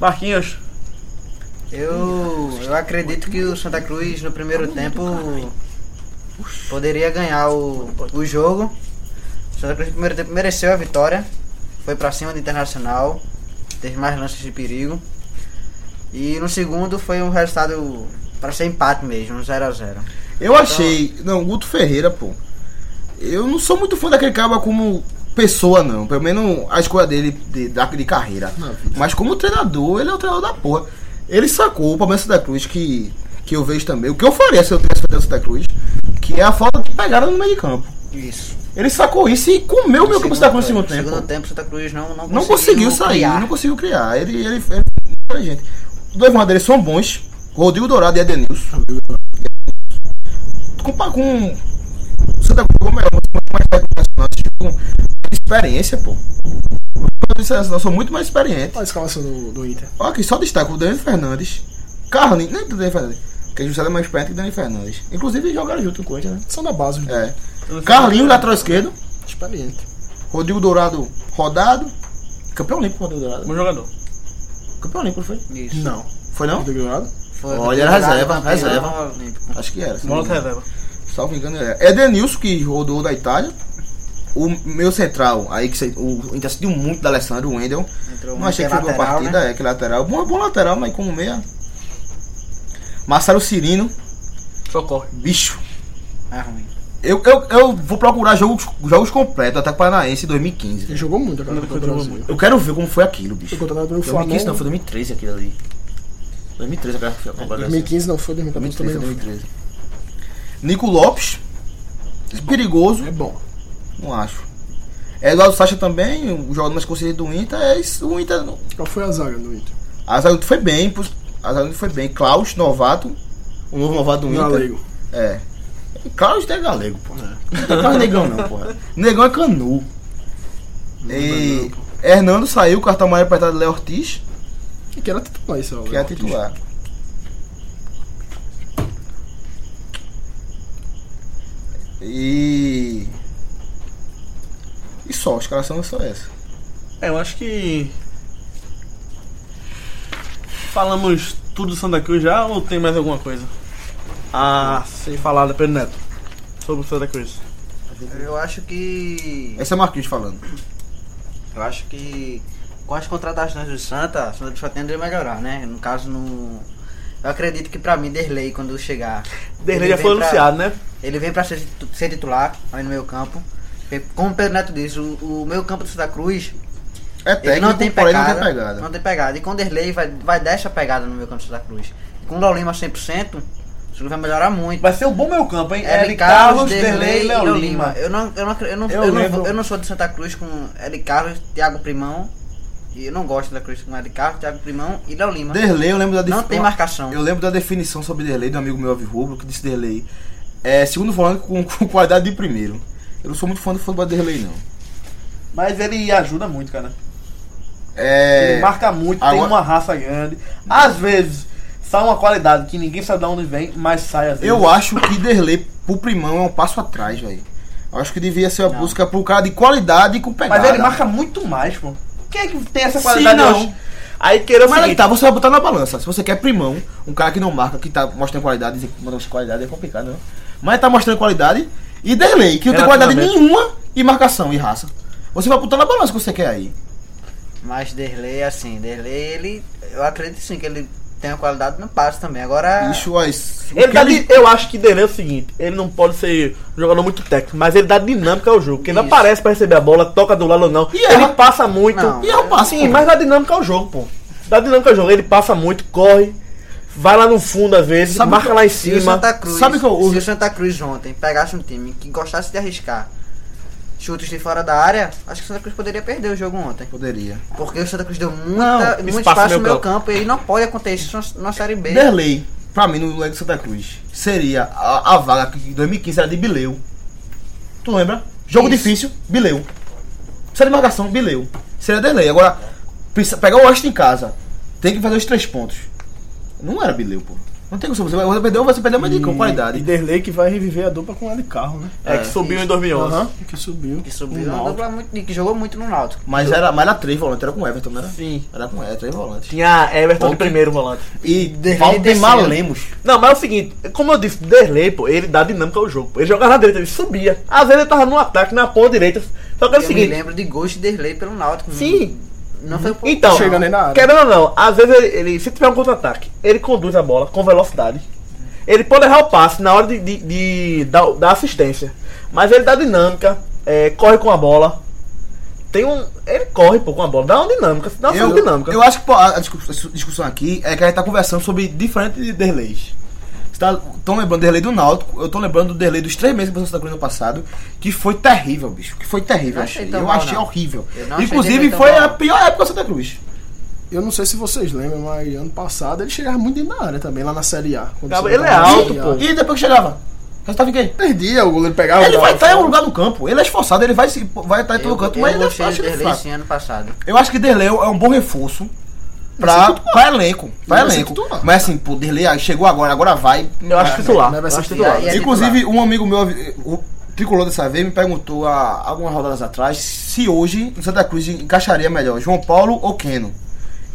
S3: Marquinhos,
S6: Eu, eu acredito que o Santa Cruz no primeiro tempo poderia ganhar o, o jogo. O Santa Cruz no primeiro tempo mereceu a vitória. Foi pra cima do Internacional. Teve mais lances de perigo. E no segundo foi um resultado pra ser empate mesmo, um 0x0.
S4: Eu achei. Não, Guto Ferreira, pô. Eu não sou muito fã daquele cara como pessoa, não. Pelo menos a escolha dele de, da- de carreira. Mas como treinador, ele é o treinador da porra. Ele sacou o Palmeiras Santa Cruz, que, que eu vejo também. O que eu faria se eu tivesse feito Santa Cruz, que é a falta de pegada no meio de campo.
S6: Isso.
S4: Ele sacou isso e comeu tá o meu campo Santa Cruz no segundo
S6: No
S4: tempo.
S6: segundo tempo, Santa Cruz não, não,
S4: Não conseguiu sair,
S6: criar.
S4: não conseguiu criar. Ele, ele, ele foi inteligente. Os dois voadores são bons. Rodrigo Dourado e Edenilson. Com, pa- com o Santa Cruz como é muito mais técnico que nós, tipo, experiência, pô. é Nós somos assim, muito mais experientes.
S2: Olha a escalação do, do Inter.
S4: Ó, aqui só destaco o Daniel Fernandes. Carlinhos, nem o Daniel Fernandes. Porque o José é mais experiente que o Daniel Fernandes. Inclusive jogaram junto com o Corinthians, né?
S2: São da base, os dois.
S4: É. Carlinhos, lateral esquerdo.
S2: Experiente.
S4: Rodrigo Dourado rodado. Campeão olímpico, Rodrigo Dourado.
S3: bom jogador.
S4: Campeão olímpico, não foi?
S6: Isso.
S2: Não.
S4: Foi não?
S2: Rodrigo Dourado?
S6: Foi
S4: Olha, era reserva,
S6: campeão
S4: reserva.
S6: olímpico.
S4: Acho que era. se não
S3: Bola
S4: me
S3: tá
S4: engano.
S3: reserva.
S4: Salvo engano, era. É Denilson que rodou da Itália. O meu central, aí que se- o Inter sentiu muito da Alessandro, o Wendel.
S6: Entrou um
S4: Não achei que foi boa
S6: lateral,
S4: partida, é que lateral. Bom, bom lateral, mas como meia. Marcelo Cirino,
S3: Socorre.
S4: bicho.
S6: Né? É ruim.
S4: Eu, eu, eu vou procurar jogos, jogos completos do Ataque Paranaense 2015.
S2: Ele jogou muito, cara.
S3: Ele
S2: contra o
S3: jogou
S2: Brasil.
S3: muito.
S4: Eu quero ver como foi aquilo, bicho.
S2: Foi contratado pelo
S4: 2015 não,
S2: Flamengo.
S4: foi 2013 aquilo ali. 2013 aquela que foi a Copa do Brasil.
S2: 2015 não foi, 2014 também
S4: 2013,
S2: não.
S4: 2013. é Nico Lopes, perigoso.
S2: É bom.
S4: Não acho. É Eduardo Sacha também, o jogador mais consciente do Inter, é isso, o Inter. não-
S2: Qual foi a zaga do Inter?
S4: A zaga foi bem, pros- a zaga foi bem. Klaus, novato, o novo
S2: um
S4: novato do Inter.
S2: Galego.
S4: É. Klaus não é galego, pô. Não é Klaus negão, não, porra. Negão é canu. E Hernando saiu, cartão amarelo apertado de Léo Ortiz,
S2: Que era titular isso, ó,
S4: que é
S2: Ortiz.
S4: titular. E. E só, a escalação é só essa.
S3: É, eu acho que. Falamos tudo do Santa Cruz já ou tem mais alguma coisa? Ah, sem falar da Pedro Neto. Sobre o Santa Cruz.
S6: Eu acho que.
S4: Esse é Marquinhos falando.
S6: Eu acho que com as contratações do Santa, o Santa só tende a melhorar, né? No caso, no. Eu acredito que pra mim, Derlei, quando chegar.
S3: Derlei
S6: ele
S3: já foi
S6: vem pra-
S3: anunciado, né?
S6: Ele vem pra ser, titu- ser titular ali no meio campo. Porque, Como o Pedro Neto disse, o, o meio campo do Santa Cruz
S4: É
S6: ele
S4: técnico,
S6: não tem
S4: porém
S6: pegada.
S4: não tem pegada.
S6: não tem pegada. E com o Derlei vai, vai dar essa pegada no meio campo do Santa Cruz. E com o Laulima 100%, isso vai melhorar muito.
S3: Vai ser o bom meu campo, hein?
S6: Eric
S3: Eric Carlos,
S6: Derlei
S3: Derlei e Léo Lima.
S6: Eu não, eu não, acre- eu não,
S3: Eu
S6: eu não,
S3: lembro-
S6: eu não sou de Santa Cruz com Eric Carlos, Thiago Primão. E eu não gosto de Santa Cruz com Eric Carlos, Thiago Primão e Léo Lima.
S4: Derlei, eu lembro da
S6: Não tem marcação.
S4: Eu lembro da definição sobre Derlei, do amigo meu Avi Rubro, que disse Derlei. É segundo volante com, com qualidade de primeiro. Eu não sou muito fã do futebol de Derlei, não.
S3: Mas ele ajuda muito, cara.
S4: É.
S3: Ele marca muito, tem
S4: Agora-
S3: uma raça grande. Às vezes, sai uma qualidade que ninguém sabe de onde vem, mas sai às vezes.
S4: Eu acho que Derlei pro primão é um passo atrás, velho. Eu acho que devia ser a busca pro cara de qualidade e com pegada.
S3: Mas ele marca muito mais, pô. Quem é que tem essa
S4: Sim,
S3: qualidade
S4: não.
S3: hoje? Aí queira o
S4: Mas aí
S3: seguinte,
S4: tá, você vai botar na balança. Se você quer primão, um cara que não marca, que tá mostrando qualidade, dizer que mostra qualidade é complicado, né? Mas tá mostrando qualidade e Derlei, que não tem qualidade
S3: Relativamente.
S4: nenhuma e marcação e raça. Você vai botar na balança o que você quer aí.
S6: Mas Derlei, assim, Derlei, ele. Eu acredito sim que ele tem a qualidade no passe também. Agora.
S4: Bicho, aí, se-
S3: É. ele tá
S4: o
S3: dá
S4: que
S3: di- eu acho que Derlei é o seguinte, ele não pode ser um jogador muito técnico, mas ele dá dinâmica ao jogo. Porque ele não
S6: Isso.
S3: aparece pra receber a bola, toca do lado ou não.
S4: E
S3: ele
S4: erra.
S3: passa muito. assim,
S6: Não.
S4: E é o passe,
S3: Sim, mas dá dinâmica ao jogo, pô. Dá dinâmica ao jogo. Ele passa muito, corre, Vai lá no fundo às vezes,
S4: Sabe
S3: marca
S4: que-
S3: lá em
S6: Se o
S3: cima.
S6: Santa Cruz,
S4: Sabe que eu-
S6: se o Santa Cruz ontem pegasse um time que gostasse de arriscar chutes de fora da área, acho que o Santa Cruz poderia perder o jogo ontem.
S4: Poderia.
S6: Porque o Santa Cruz deu muita, muito
S3: espaço
S6: espaço,
S3: no
S6: no
S3: meio
S6: meu campo. e aí não pode acontecer isso na Série B.
S4: Derlei, pra mim, no lugar de Santa Cruz, seria a, a vaga que em 2015 era de Bileu. Tu lembra? Jogo
S6: Isso.
S4: difícil, Bileu. Série de marcação, Bileu. Seria Derlei. Agora, precisa pegar o Oeste em casa, tem que fazer os três pontos. Não era Bileu, pô. Não tem como você, você perdeu, você perdeu mais de campo,
S2: Hum, E
S4: qualidade.
S2: Derlei que vai reviver a dupla com ela de carro, né?
S3: É, que subiu em 2011.
S2: Aham, que subiu.
S6: Que subiu,
S2: Um
S6: É uma
S2: alto.
S6: dupla muito- que jogou muito no Náutico.
S4: Mas era, mas era três volantes, era com o Everton, não era?
S3: Sim.
S4: Era com era três volantes.
S3: Tinha Everton de
S4: Ontem-
S3: primeiro volante.
S4: E
S6: Derlei
S4: Valdemar
S6: desceu.
S4: Lemos.
S3: Não, mas é o seguinte, como eu disse, Derlei, pô, ele dá dinâmica ao jogo. pô. Ele jogava na direita, ele subia. Às vezes ele tava no ataque, na ponta direita. Só que é
S6: Eu
S3: o
S6: me
S3: seguinte,
S6: lembro de Ghost e Derlei pelo Náutico.
S3: Sim.
S6: Não foi por
S3: Então,
S2: Chega nem na área.
S3: querendo ou não, às vezes ele, ele- se tiver um contra-ataque, ele conduz a bola com velocidade. Ele pode errar o passe na hora de, de- de dar, dar assistência. Mas ele dá dinâmica, é, corre com a bola. Tem um. Ele corre pô, com a bola, dá uma dinâmica, dá uma
S4: eu,
S3: Tá dinâmica.
S4: eu acho que pô, a discu- a discussão aqui é que a gente tá conversando sobre diferentes de- derleis. Estão lembrando do derlei do Náutico, eu tô lembrando do derlei dos três meses que passou Santa Cruz no passado, que foi terrível, bicho. Que foi terrível, eu
S6: Não
S4: achei.
S6: achei tão
S4: eu
S6: mal,
S4: achei
S6: não.
S4: horrível.
S6: Eu não achei
S4: Inclusive,
S6: derlei tão
S4: foi a
S6: mal.
S4: pior época da Santa Cruz.
S2: Eu não sei se vocês lembram, mas ano passado ele chegava muito dentro da área também, lá na Série A. quando
S3: Cara,
S2: você
S3: ele é
S2: jogava na
S3: alto,
S2: Série A.
S3: pô. É
S4: E depois que chegava, resultado em quem?
S2: Perdia, o goleiro pegava.
S4: Ele vai estar em
S2: um
S4: um lugar no campo, ele é esforçado, ele vai, se- vai estar em todo
S6: eu,
S4: canto,
S6: eu
S4: mas ele é
S6: gostei do
S4: fácil de
S6: Derlei
S4: fraco.
S6: sim ano passado.
S4: Eu acho que Derlei é um bom reforço pra, pra elenco. Pra
S2: Não vai ser
S4: elenco.
S2: titular.
S4: Mas assim, pô, Derlei ah, chegou agora, agora vai. Ah,
S3: Eu acho titular.
S2: Mas vai
S3: eu
S2: ser
S3: acho
S2: titular.
S3: titular.
S6: E é
S4: Inclusive, um amigo meu, eh, o tricolor dessa vez, me perguntou há algumas rodadas atrás se hoje no Santa Cruz encaixaria melhor João Paulo ou Keno.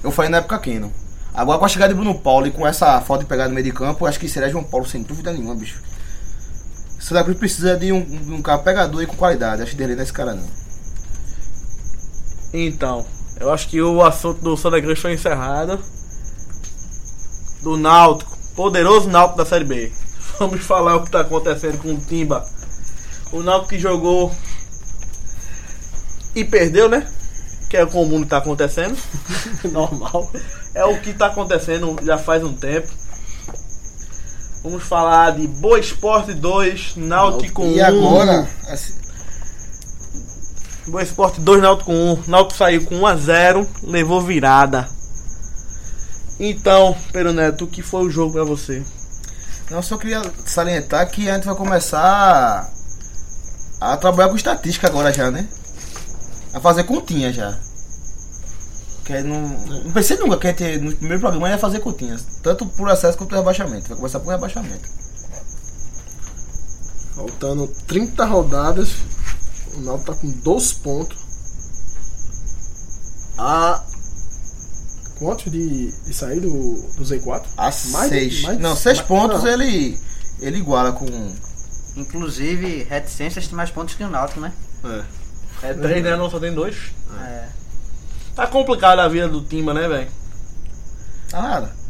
S4: Eu falei na época Keno. Agora com a chegada de Bruno Paulo e com essa falta de pegar no meio de campo, eu acho que seria João Paulo sem dúvida nenhuma, bicho. Santa Cruz precisa de um, de um cara pegador e com qualidade. Acho que Derlei não é esse cara não.
S3: Então, eu acho que o assunto do Santa Cruz foi encerrado. Do Náutico, poderoso Náutico da Série B. Vamos falar o que está acontecendo com o Timba. O Náutico que jogou e perdeu, né? Que é como o mundo está acontecendo.
S2: normal.
S3: É o que está acontecendo já faz um tempo. Vamos falar de Boa Esporte 2, Náutico 1.
S4: E agora, assim,
S3: Boa Esporte 2, Náutico 1. Náutico saiu com 1x0, levou virada. Então, Pero Neto, o que foi o jogo pra você?
S4: Eu só queria salientar que a gente vai começar a trabalhar com estatística agora já, né? A fazer continha já. Que aí não, não pensei nunca que a gente, no primeiro programa ia fazer continhas. Tanto por acesso quanto por rebaixamento. Vai começar por rebaixamento.
S2: Faltando 30 rodadas, o Náutico tá com 12 pontos. A. Quantos de, de sair do, do Z4?
S4: A
S2: Mais de-
S4: seis.
S2: mais de-
S4: não, seis
S2: mais-
S4: pontos
S2: não.
S4: ele. Ele iguala com.
S6: Inclusive, reticências tem mais pontos que o Náutico, né?
S3: É 3, né? Não, só tem 2.
S6: É.
S3: Tá complicada a vida do Timba, né, velho?
S4: Tá nada.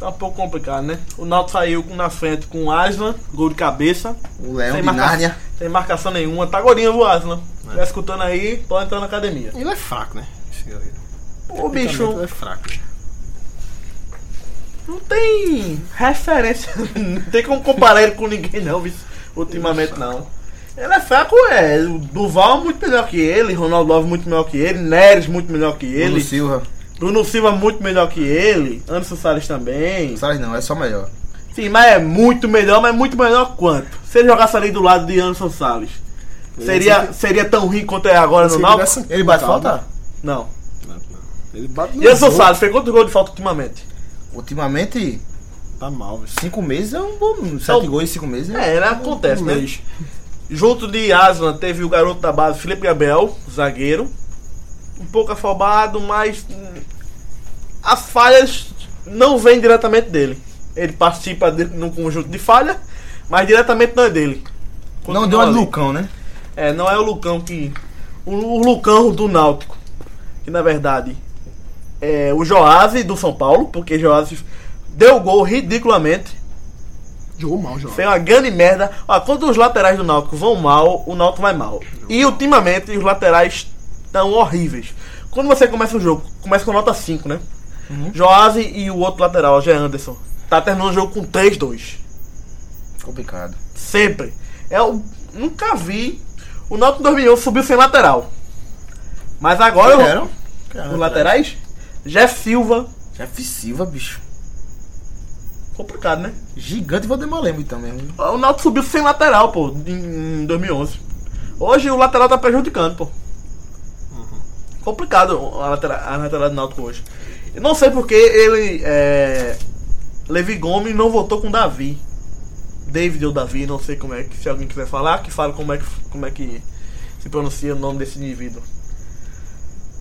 S3: Tá um pouco complicado, né? O Náutico saiu com- na frente com o Aslan, gol de cabeça.
S4: O Leão
S3: Sem
S4: de
S3: marcação.
S4: Nárnia.
S3: Sem marcação nenhuma. Tá gorinho o Aslan. Tá escutando aí, pode entrar na academia.
S2: Ele é fraco, né? Esse goleiro.
S3: O bicho
S2: é fraco.
S3: não tem referência. Não tem como comparar ele com ninguém, não, bicho. Ultimamente, não. Ele é fraco, é. O Duval é muito melhor que ele, Ronaldo Alves muito melhor que ele, Neres muito melhor que
S4: Ele.
S3: ele,
S4: Silva.
S3: Bruno Silva muito melhor que ele, Anderson Salles também.
S4: Salles não, é só melhor.
S3: Sim, mas é muito melhor, mas muito melhor quanto? Se ele jogasse ali do lado de Anderson Salles, seria, seria tão rico quanto é agora no
S2: Se
S3: Náutico?
S2: tivesse-
S4: Ele bate
S2: Coitado.
S4: falta?
S3: Não.
S2: Ele é bate no
S3: Anderson
S2: jogo.
S3: Salles fez quantos gols de falta ultimamente?
S4: Ultimamente,
S2: Tá mal, velho.
S4: cinco meses é um bom. Sete
S3: Então-
S4: gols em cinco meses é.
S3: É, né? acontece, né?
S2: mês.
S3: Junto de Aslan teve o garoto da base, Felipe Gabriel, zagueiro. Um pouco afobado, mas hum, as falhas não vêm diretamente dele. Ele participa de, num conjunto de falha, mas diretamente não é dele.
S4: Não deu uma de
S3: ali.
S4: Lucão, né?
S3: É, não é o Lucão que. O, o Lucão do Náutico. Que na verdade é o Joás do São Paulo, porque Joás deu gol ridiculamente.
S2: Jogou mal, jogou.
S3: Foi uma grande merda. Ó, quando os laterais do Náutico vão mal, o Náutico vai mal. E ultimamente os laterais estão horríveis. Quando você começa o jogo, começa com nota 5, né? Joase e o outro lateral, Jean Anderson, Tá terminando o jogo com 3-2.
S4: Complicado.
S3: Sempre. Eu nunca vi. O Náutico em 2011 subiu sem lateral. Mas agora. eu-
S4: Quero.
S3: Os laterais? Jeff Silva.
S4: Jeff Silva, é bicho.
S3: Complicado, né?
S4: Gigante Valdemar então, Leme também. viu?
S3: O Náutico subiu sem lateral, pô, em 2011. Hoje o lateral tá prejudicando, pô. Complicado a lateral, a lateral do Náutico hoje. Eu não sei porque ele. É, Levi Gomes não votou com Davi. David ou Davi, não sei como é que. Se alguém quiser falar, que fala como é que, como é que se pronuncia o nome desse indivíduo.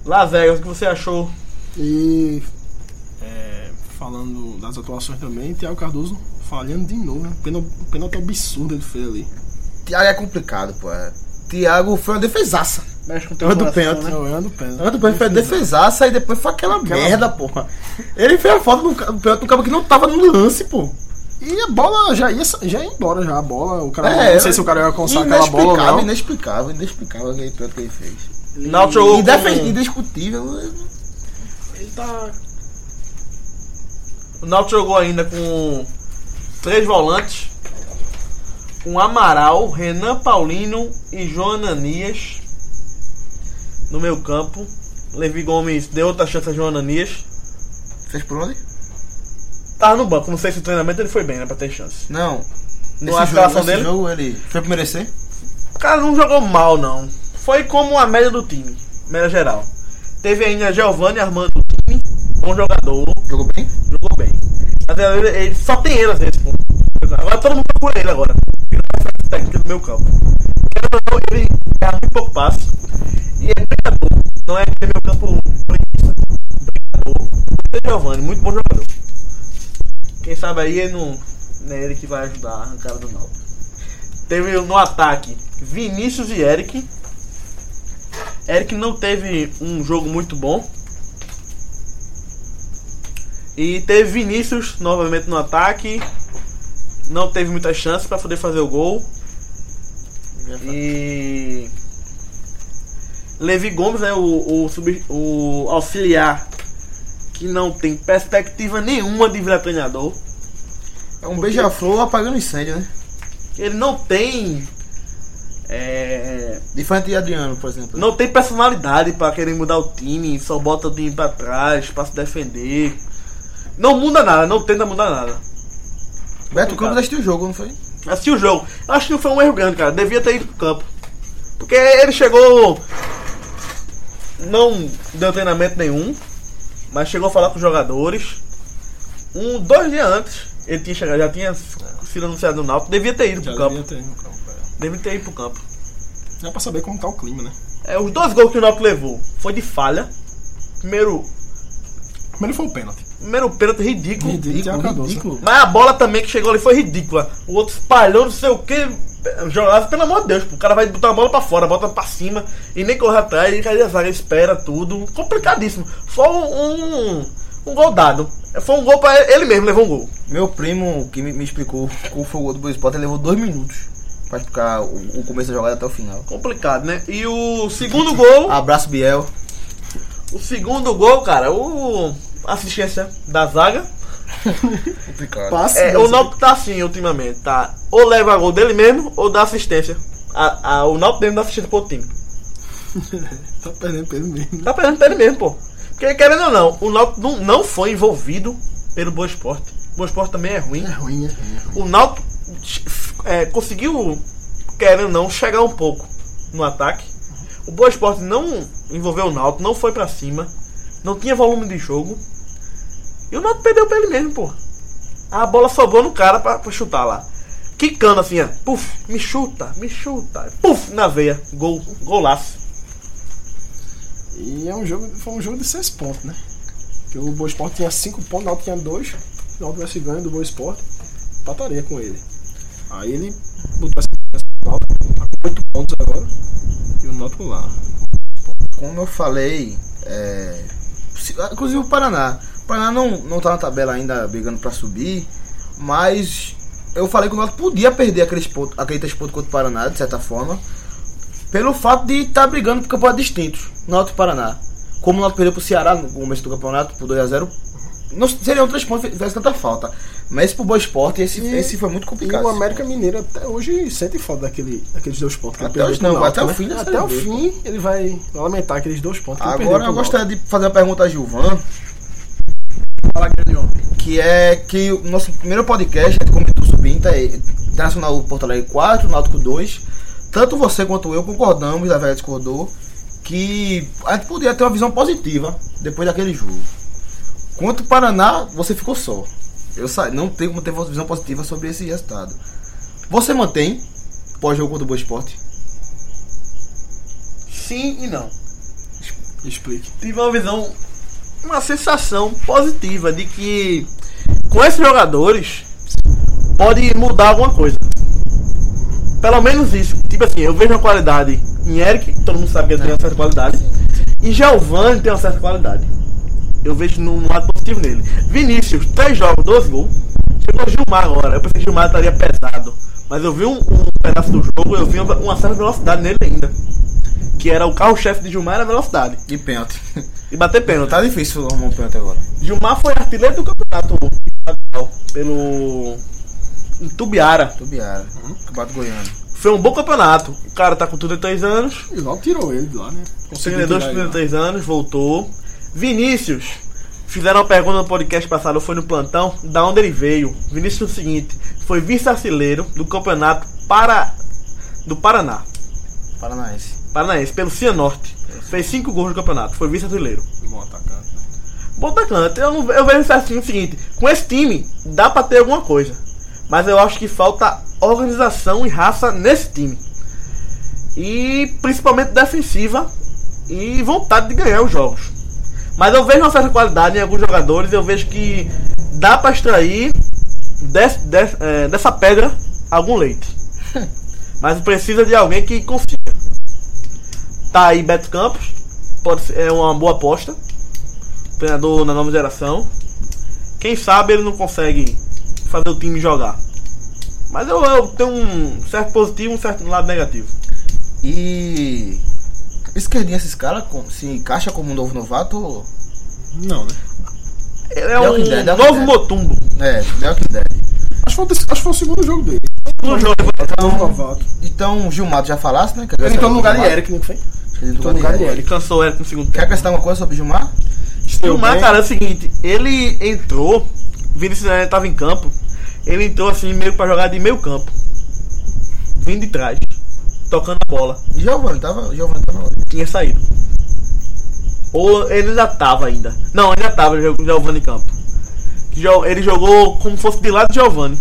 S3: Las Vegas, o que você achou?
S2: E é, falando das atuações também, Thiago Cardoso falhando de novo, né? Penal- Pênalti absurdo ele fez ali.
S4: Thiago é complicado, pô. Thiago foi uma defesaça.
S2: Mexe com
S4: teu Olhando coração, pênalti. né?
S2: Não, olhando o pênalti.
S4: Antes depois foi defesaça e depois foi aquela merda, porra. Ele fez a falta do ca- do pênalti do cabo que não tava no lance, pô.
S2: E a bola já ia, sa- já ia embora já, a bola. O cara,
S4: É,
S2: não sei se o cara ia alcançar aquela bola ou não.
S4: Inexplicável, inexplicável aquele pênalti que ele fez.
S3: Náutico jogou
S4: Indefe-
S3: com-
S4: Indiscutível.
S5: Ele tá.
S3: O Náutico jogou ainda com três volantes. Um Amaral, Renan Paulino e João Ananias no meio campo. Levi Gomes deu outra chance a João Ananias.
S4: Fez por onde?
S3: Tava no banco, não sei se o treinamento ele foi bem, né? Pra ter chance.
S4: Não.
S3: Não
S4: Esse
S3: a escalação
S4: jogo, esse
S3: dele?
S4: jogo ele foi pra merecer?
S3: O cara não jogou mal, não. Foi como a média do time, média geral. Teve ainda Giovanni Armando do time, bom jogador,
S4: Jogou bem?
S3: jogou bem. Mas é, ele, ele- só tem ele às vezes, pô. Agora todo mundo procura ele agora. Ele não é frente técnica do meu campo. Querendo ou não, Ele erra muito pouco passe. E é brigador. Não é aquele meu campo preguiça. Brigador. Tem Giovanni, muito bom jogador. Quem sabe aí é, no, não é ele que vai ajudar a arrancada do Náutico. Teve no ataque Vinícius e Eric. Eric não teve um jogo muito bom. E teve Vinícius novamente no ataque. Não teve muita chance para poder fazer o gol. E. Levi Gomes, né, o, o, sub- o auxiliar que não tem perspectiva nenhuma de virar treinador.
S4: É um beija-flor apagando incêndio, né?
S3: Ele não tem. é,
S4: Diferente de Adriano, por exemplo.
S3: não tem personalidade para querer mudar o time, só bota o time para trás, para se defender. Não muda nada, não tenta mudar nada.
S4: Beto Campos assistiu o jogo, não foi?
S3: Assisti o jogo. Eu acho que não foi um erro grande, cara. Devia ter ido pro campo. Porque ele chegou. Não deu treinamento nenhum. Mas chegou a falar com os jogadores. Um, dois dias antes, ele tinha chegado, já tinha sido anunciado no Náutico. Devia ter ido
S2: Já
S3: pro campo.
S2: devia ter ido no campo, é.
S3: Devia ter ido pro campo.
S2: Já pra saber como tá o clima, né?
S3: É, os dois gols que o Náutico levou foi de falha. Primeiro,
S2: Primeiro foi o pênalti.
S3: primeiro pênalti ridículo.
S2: Ridículo, Thiago Cardoso.
S3: Mas a bola também que chegou ali foi ridícula. O outro espalhou, não sei o que. Jogava, pelo amor de Deus, pô. o cara vai botar a bola pra fora, bota pra cima e nem corre atrás, e cai a zaga, espera tudo. Complicadíssimo. Foi um, um, um gol dado. Foi um gol pra ele, ele mesmo, levou um gol.
S4: Meu primo, que me, me explicou como foi o gol do Boa Esporte, ele levou dois minutos pra explicar o, o começo da jogada até o final.
S3: Complicado, né? E o segundo gol,
S4: Abraço, Biel.
S3: o segundo gol, cara, o a assistência da zaga.
S4: Complicado.
S2: Passe.
S3: É, o Náutico tá assim ultimamente, tá? Ou leva gol dele mesmo, ou dá assistência. A, a, o Náutico mesmo dá assistência pro outro time.
S2: Tá perdendo pelo mesmo.
S3: Tá perdendo pra ele mesmo, pô. Porque, querendo ou não, o Náutico não, não foi envolvido pelo Boa Esporte. O Boa Esporte também é ruim.
S2: É ruim, é ruim. é ruim.
S3: O Náutico é, conseguiu, querendo ou não, chegar um pouco no ataque. O Boa Esporte não envolveu o Náutico, não foi pra cima. Não tinha volume de jogo. E o Náutico perdeu pra ele mesmo, pô. A bola sobrou no cara pra, pra chutar lá. Quicando assim, ó. Puf, me chuta, me chuta. Puf, na veia. Gol, golaço.
S2: E é um jogo, foi um jogo de seis pontos, né? Porque o Boa Esporte tinha cinco pontos, o Náutico tinha dois. O Náutico tivesse ganho do Boa Esporte, empataria com ele. Aí ele botou essa diferença pro Náutico, tá com oito pontos agora. E o Náutico lá.
S4: Como eu falei, é, se- inclusive o Paraná. O Paraná não, não tá na tabela ainda brigando pra subir, mas eu falei que o Náutico podia perder aqueles pontos, aquele três pontos contra o Paraná, de certa forma, pelo fato de estar brigando por campeonatos distintos, Náutico e Paraná. Como o Náutico perdeu pro Ceará no começo do campeonato, por 2x0, Não seriam três pontos se fizesse tanta falta. Mas pro Boa Esporte, esse,
S2: E-
S4: esse foi muito
S2: E
S4: complicado.
S2: o América Mineiro até hoje sente falta daquele, daqueles dois pontos que ele
S4: Até
S2: perdeu
S4: hoje
S2: pro
S4: não,
S2: Náutico,
S4: até o
S2: né?
S4: fim da
S2: Até
S4: Série
S2: o
S4: B,
S2: fim ele vai lamentar aqueles dois pontos que ele perdeu
S4: Agora
S2: pro
S4: eu
S2: Náutico.
S4: gostaria de fazer uma pergunta a Gilvan,
S2: Fala, grande homem.
S4: que é que o nosso primeiro podcast, a gente comentou sobre Inter, é Internacional Porto Alegre 4, Náutico 2. Tanto você quanto eu concordamos, a velha discordou, que a gente poderia ter uma visão positiva depois daquele jogo. Quanto ao Paraná, você ficou só. Eu sa- não tenho como ter uma visão positiva sobre esse resultado. Você mantém pós-jogo contra o Boa Esporte?
S3: Sim e não.
S2: Explique.
S3: Tive uma visão, uma sensação positiva de que com esses jogadores pode mudar alguma coisa. Pelo menos isso. Tipo assim, eu vejo uma qualidade em Eric, todo mundo sabe que ele tem uma certa qualidade. E Giovanni tem uma certa qualidade. Eu vejo num num lado positivo nele. Vinícius, três jogos, 12 gols. Chegou Gilmar agora. Eu pensei que Gilmar estaria pesado. Mas eu vi um, um pedaço do jogo, eu vi uma, uma certa velocidade nele ainda. Que era o carro-chefe de Gilmar, era a velocidade.
S4: De pênalti.
S3: E bater pênalti.
S4: tá difícil arrumar um pênalti agora.
S3: Gilmar foi artilheiro do campeonato estadual pelo Tubiara.
S4: Tubiara,
S2: Uhum.
S4: Campeonato Goiano.
S3: Foi um bom campeonato. O cara tá com 33 anos,
S2: E logo tirou ele de lá, né? Conseguiu
S3: 32,
S2: tirar ele lá.
S3: 33 anos, voltou. Vinícius, fizeram uma pergunta no podcast passado, foi no plantão, da onde ele veio. Vinícius é o seguinte, foi vice-artilheiro do campeonato para do Paraná.
S4: Paranaense.
S3: Paranaense, pelo Cianorte. Fez 5 gols no campeonato, foi vice-artilheiro.
S2: Bom um atacante. né?
S3: Bom atacante. Eu, não, eu vejo isso assim, o seguinte: com esse time, dá pra ter alguma coisa. Mas eu acho que falta organização e raça nesse time. E principalmente defensiva e vontade de ganhar os jogos. Mas eu vejo uma certa qualidade em alguns jogadores. Eu vejo que dá pra extrair des- des- eh, dessa pedra algum leite. Mas precisa de alguém que consiga. Tá aí Beto Campos. Pode ser, é uma boa aposta treinador na nova geração. Quem sabe ele não consegue fazer o time jogar. Mas eu, eu tenho um certo positivo e um certo lado negativo.
S4: E esquerdinha se escala, com- se encaixa como um novo novato?
S2: Não, né?
S3: Ele é
S4: Dá o
S3: um
S4: que der, dá o que
S3: novo
S4: der.
S3: Motumbo.
S4: É, é o que der.
S2: Acho que foi, o terceiro- acho que foi o segundo jogo dele.
S3: No jogo,
S2: Então, novato.
S4: Então, Gilmar já falasse, né? Que
S2: Ele entrou no lugar de Eric, não foi?
S4: Ele entrou
S2: Entrou no lugar de Eric.
S3: ele cansou o Eric no segundo
S4: Quer
S3: tempo.
S4: acrescentar alguma coisa sobre Gilmar?
S2: Esteu
S3: O Mar,
S2: bem.
S3: cara, é o seguinte, ele entrou, Vinícius Júnior tava em campo, ele entrou assim meio pra jogar de meio campo. Vindo de trás, tocando a bola.
S4: Giovanni tava, Giovanni tava onde?
S3: tinha saído. Ou ele ainda tava ainda. Não, ainda tava ele jogou com o Giovanni em campo. Jo- Ele jogou como fosse de lado de Giovanni.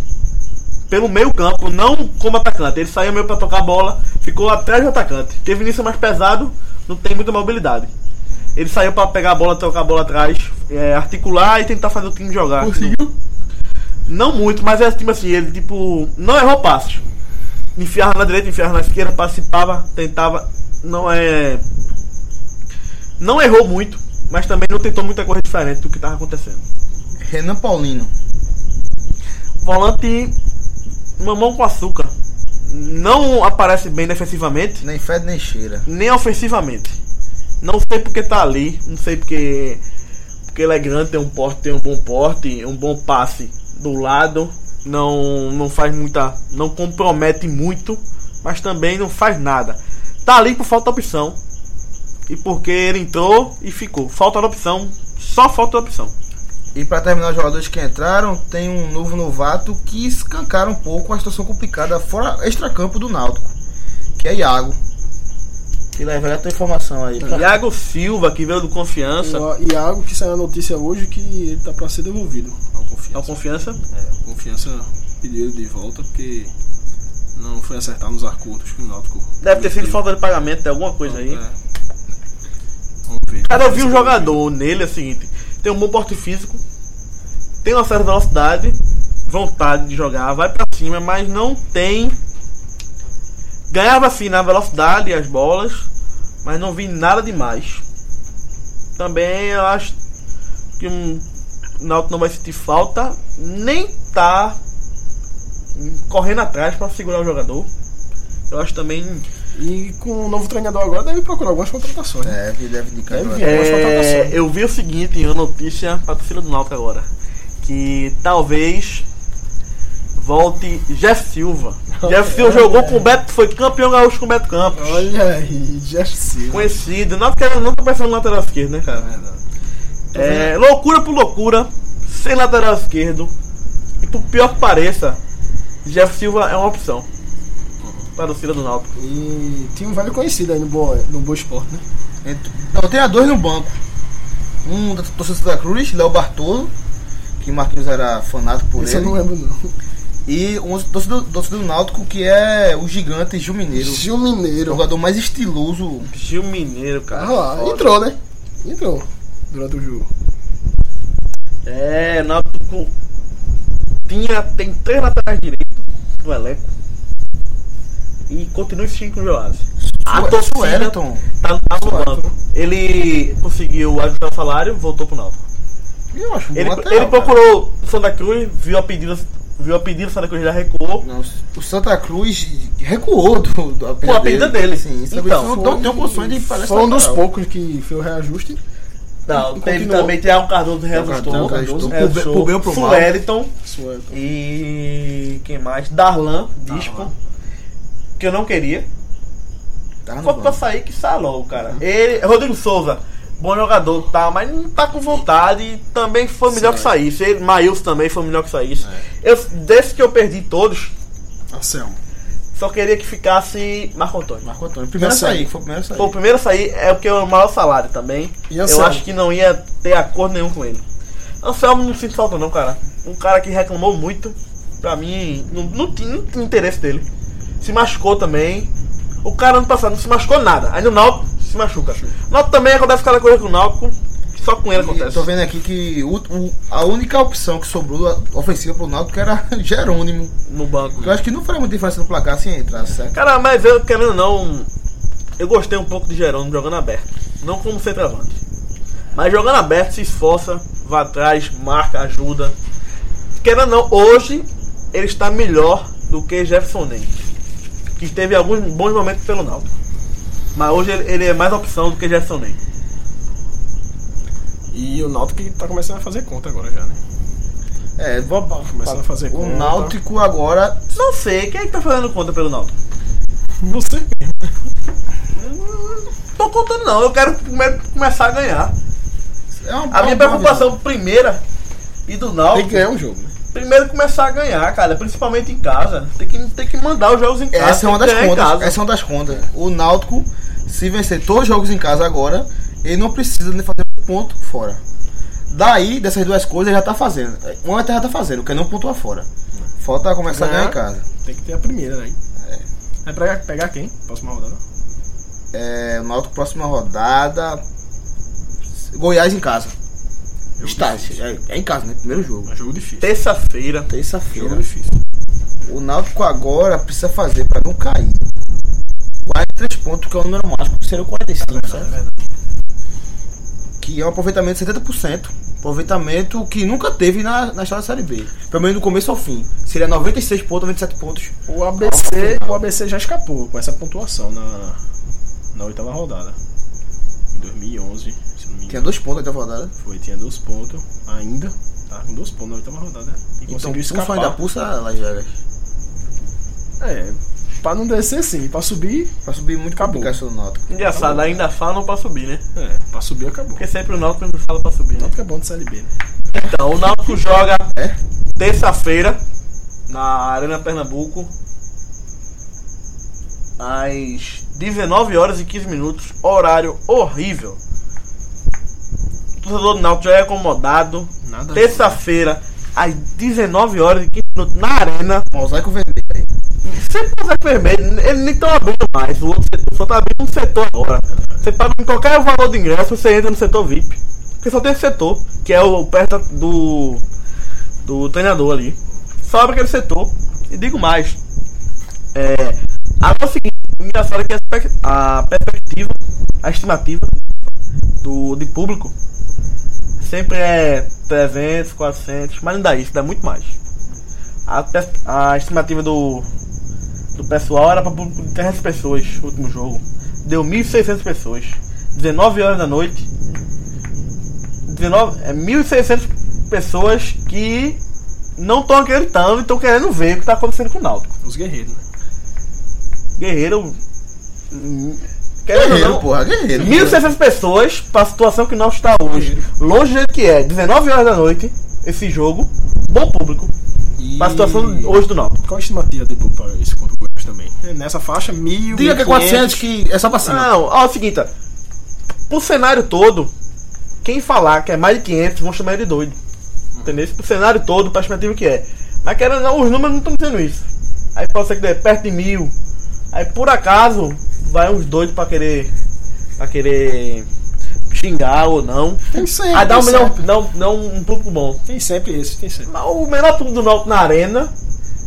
S3: Pelo meio campo, não como atacante. Ele saiu meio pra tocar a bola, ficou atrás do atacante. Teve início mais pesado, não tem muita mobilidade. Ele saiu pra pegar a bola, tocar a bola atrás, é, articular e tentar fazer o time jogar.
S2: Conseguiu?
S3: Não muito, mas é tipo assim, ele tipo. Não errou passos. Enfiava na direita, enfiava na esquerda, participava, tentava. Não é. Não errou muito, mas também não tentou muita coisa diferente do que estava acontecendo.
S4: Renan Paulino.
S3: Volante mamão com açúcar. Não aparece bem defensivamente,
S4: Nem fede, nem cheira.
S3: nem ofensivamente. Não sei porque tá ali, não sei porque. Porque ele é grande, tem um porte, tem um bom porte, um bom passe do lado. Não, não faz muita. Não compromete muito, mas também não faz nada. Tá ali por falta de opção. E porque ele entrou e ficou. Falta de opção. Só falta de opção.
S4: E pra terminar, os jogadores que entraram, tem um novo novato que escancara um pouco a situação complicada fora extracampo do Náutico, que é Iago. Que leva a tua informação aí. pra-
S3: Iago Silva, que veio do Confiança.
S2: E Iago, que saiu a notícia hoje que ele tá pra ser devolvido ao
S3: É o
S2: Confiança.
S3: Confiança.
S2: A Confiança pediu ele de volta porque não foi acertar nos acordos que o Náutico...
S3: Deve ter sido
S2: meteu.
S3: falta de pagamento, tem alguma coisa aí.
S2: É. Vamos ver.
S3: Cara, eu vi um jogador nele, é o seguinte, tem um bom porte físico, tem uma certa velocidade, vontade de jogar, vai pra cima, mas não tem. Ganhava assim na velocidade e as bolas, mas não vi nada demais. Também eu acho que um, o Náutico não vai sentir falta, nem tá hum, correndo atrás pra segurar o jogador. Eu acho também
S2: E com o novo treinador agora deve procurar algumas contratações. né?
S4: É, que deve indicar.
S2: Deve
S4: né?
S2: vir. Algumas contratações.
S3: É, eu vi o seguinte em uma notícia pra torcida do Náutico agora. Que talvez volte Jeff Silva. Jeff Silva jogou com o Beto, foi campeão gaúcho com o Beto Campos.
S2: Olha aí, Jeff Silva.
S3: Conhecido, não quero não tá pensando no lateral esquerdo, né, cara?
S2: verdade.
S3: É, loucura por loucura, sem lateral esquerdo. E por pior que pareça, Jeff Silva é uma opção. Para o Cira do Náutico.
S2: E tinha um velho conhecido aí no Boa, no Boa Esporte, né?
S4: Entre- Não, Então, tem a dois no banco. Um da torcida Santa Cruz, Léo Bartolo, que Marquinhos era fanático por
S2: Esse eu
S4: ele.
S2: não lembro, não.
S4: E um torcedor, torcedor do Náutico, que é o gigante Gil Mineiro.
S2: Gil
S4: O
S2: Mineiro.
S4: jogador mais estiloso.
S3: Gil Mineiro, cara.
S2: Ah lá, entrou, né? Entrou durante o jogo.
S3: É, Náutico tinha, tem três laterais direitos no elenco. E continua insistindo com o Joás. A torcida tá,
S4: Sueleton.
S3: tá no banco. Ele conseguiu ajustar o salário, voltou pro Náutico.
S4: Eu acho um
S3: Ele,
S4: lateral,
S3: ele
S4: cara.
S3: procurou o Santa Cruz, viu a pedida, viu a pedida, o Santa Cruz já recuou.
S4: Não, o Santa Cruz recuou do, do apelido,
S3: Com a perda dele.
S4: Sim, isso
S3: Então,
S4: então, não tem condições de fazer
S2: Foi um dos
S4: lateral.
S2: poucos que fez o reajuste.
S3: Não, teve
S2: Continuou.
S3: também Thiago Cardoso É,
S4: Thiago
S3: reajustou.
S4: Cardoso,
S3: reajustou,
S4: pro bem- pro bem ou pro mal.
S3: Sueliton
S2: Isso é.
S3: e quem mais? Darlan, Disco. Que eu não queria.
S4: Tá no
S3: Só pra
S4: banco.
S3: sair que sai logo, cara. Ele, Rodrigo Souza, bom jogador, tá, mas não tá com vontade. e Também foi melhor que saísse. Ele, Maílson também foi melhor que saísse. Eu, desde que eu perdi todos,
S2: Anselmo.
S3: só queria que ficasse Marco Antônio.
S4: Marco Antônio. Primeiro a
S2: Anselmo.
S4: sair, foi o primeiro a sair.
S3: Pô, o primeiro a sair é porque é o maior salário também.
S2: E
S3: eu
S2: Anselmo?
S3: acho que não ia ter acordo nenhum com ele. Anselmo não sinto falta não, cara. Um cara que reclamou muito. Pra mim, não, não, tinha, não tinha interesse dele. Se machucou também. O cara ano passado não se machucou nada. Aí no Náutico se machuca. O Náutico também acontece cada coisa com o Náutico. que Só com ele
S4: E
S3: acontece.
S4: Tô vendo aqui que o- o- a única opção que sobrou ofensiva pro Náutico era Jerônimo.
S3: No banco.
S4: Eu acho que não faria muita diferença no placar se entrar, certo?
S3: Cara, mas eu querendo ou não. Eu gostei um pouco de Jerônimo jogando aberto. Não como centroavante. Mas jogando aberto, se esforça, vai atrás, marca, ajuda. Querendo ou não, hoje ele está melhor do que Jefferson Ney. Que teve alguns bons momentos pelo Náutico. Mas hoje ele, ele é mais opção do que Jefferson Ney.
S2: E o Náutico que tá começando a fazer conta agora já, né? tá
S4: É, vou- vou-
S2: Começando a fazer
S4: o
S2: conta.
S4: Náutico agora.
S3: Não sei, quem é que tá fazendo conta pelo Náutico?
S2: Não sei.
S3: Tô contando não, eu quero come- começar a ganhar.
S4: É uma,
S3: A minha
S4: uma boa
S3: preocupação é primeira e do Náutico.
S2: Tem que ganhar um jogo, né?
S3: Primeiro começar a ganhar, cara, principalmente em casa. Tem que, tem que mandar os jogos em
S4: visão.
S3: casa.
S4: Essa é uma
S3: tem
S4: das
S3: que ganhar em
S4: contas.
S3: casa.
S4: Essa é uma das contas. O Náutico, se vencer todos os jogos em casa agora, ele não precisa nem fazer um ponto fora. Daí, dessas duas coisas, ele já tá fazendo. Uma até já tá fazendo, que é não pontuar fora. Falta começar
S3: Né?
S4: a ganhar em casa.
S2: Tem que ter a primeira, né? É. É pra pegar quem? Próxima rodada.
S4: É, o Náutico, próxima rodada. Goiás em casa. Estágio. É, é em casa, né? Primeiro jogo.
S2: É um jogo difícil. É.
S3: Terça-feira.
S2: Jogo
S4: Terça-feira.
S2: difícil.
S4: O Náutico agora precisa fazer pra não cair. 43 pontos, que é o número mágico, que seria o 45, certo? Que é um aproveitamento de 70%. Aproveitamento que nunca teve na, na história da Série B. Pelo menos do começo ao fim. Seria 96 pontos, 97 pontos.
S2: O ABC, o ABC já escapou com essa pontuação na, na oitava rodada. Em 2011, se não me
S4: Tinha
S2: engano.
S4: dois pontos até a rodada.
S2: Foi, tinha dois pontos ainda. Tava com dois pontos na oitava rodada. E
S4: Então,
S2: conseguiu
S4: pulsa ainda
S2: escapar.
S4: pulsa, Lajegas.
S2: É, pra não descer sim, pra subir.
S4: Pra subir muito
S2: Acabou.
S4: complicado do Náutico.
S3: Engraçado, ainda falam pra subir, né?
S2: É, pra subir acabou.
S3: Porque sempre o Náutico não fala pra subir, né?
S2: Tanto que é bom de Série B, né?
S3: Então, o Náutico joga
S4: É?
S3: terça-feira na Arena Pernambuco. Às 19 horas e 15 minutos. Horário horrível. O torcedor do Náutico já é acomodado.
S2: Nada.
S3: Terça-feira, às 19 horas e 15 minutos na Arena.
S4: Mosaico vermelho.
S3: Sempre Mosaico Vermelho, eles nem estão abrindo mais o outro setor, só tá abrindo um setor agora. Você paga em qualquer valor de ingresso, você entra no setor VIP. Porque só tem esse setor, que é o perto do. do treinador ali. Só abre aquele setor. E digo mais. É. Agora é o seguinte, engraçado é que a espe- a perspectiva, a estimativa do, de público sempre é 300, 400, mas não dá isso, dá muito mais. A, pers- a estimativa do do pessoal era para público de 300 pessoas, o último jogo. Deu 1.600 pessoas. 19 horas da noite. 19, é 1.600 pessoas que não estão acreditando e estão querendo ver o que está acontecendo com o Náutico.
S2: Os guerreiros, né?
S3: Guerreiro. hum, Querendo ou
S4: Guerreiro,
S3: não,
S4: porra, guerreiro.
S3: 1.600 pessoas pra situação que o Náutico está hoje. Longe do jeito que é, 19 horas da noite, esse jogo. Bom público.
S2: E...
S3: Pra situação hoje do Náutico.
S2: Qual a estimativa de público para esse contra o Goiás também? É, Nessa faixa, mil. Ah,
S4: Diga que é 400 que é só pra cima.
S3: Não, ó, é o seguinte, ó. pro cenário todo, quem falar que é mais de 500 vão chamar ele de doido. Entendeu? Pro cenário todo, pra estimativa que é. Mas querendo ou não, os números não estão dizendo isso. Aí pode ser que dê perto de mil. Aí por acaso, vai uns doidos pra querer. pra querer xingar ou não.
S2: Tem sempre.
S3: Aí dá um,
S2: tem
S3: não,
S2: sempre.
S3: não, não, um público bom.
S2: Tem sempre esse, tem sempre.
S3: Mas o menor público do Náutico na arena,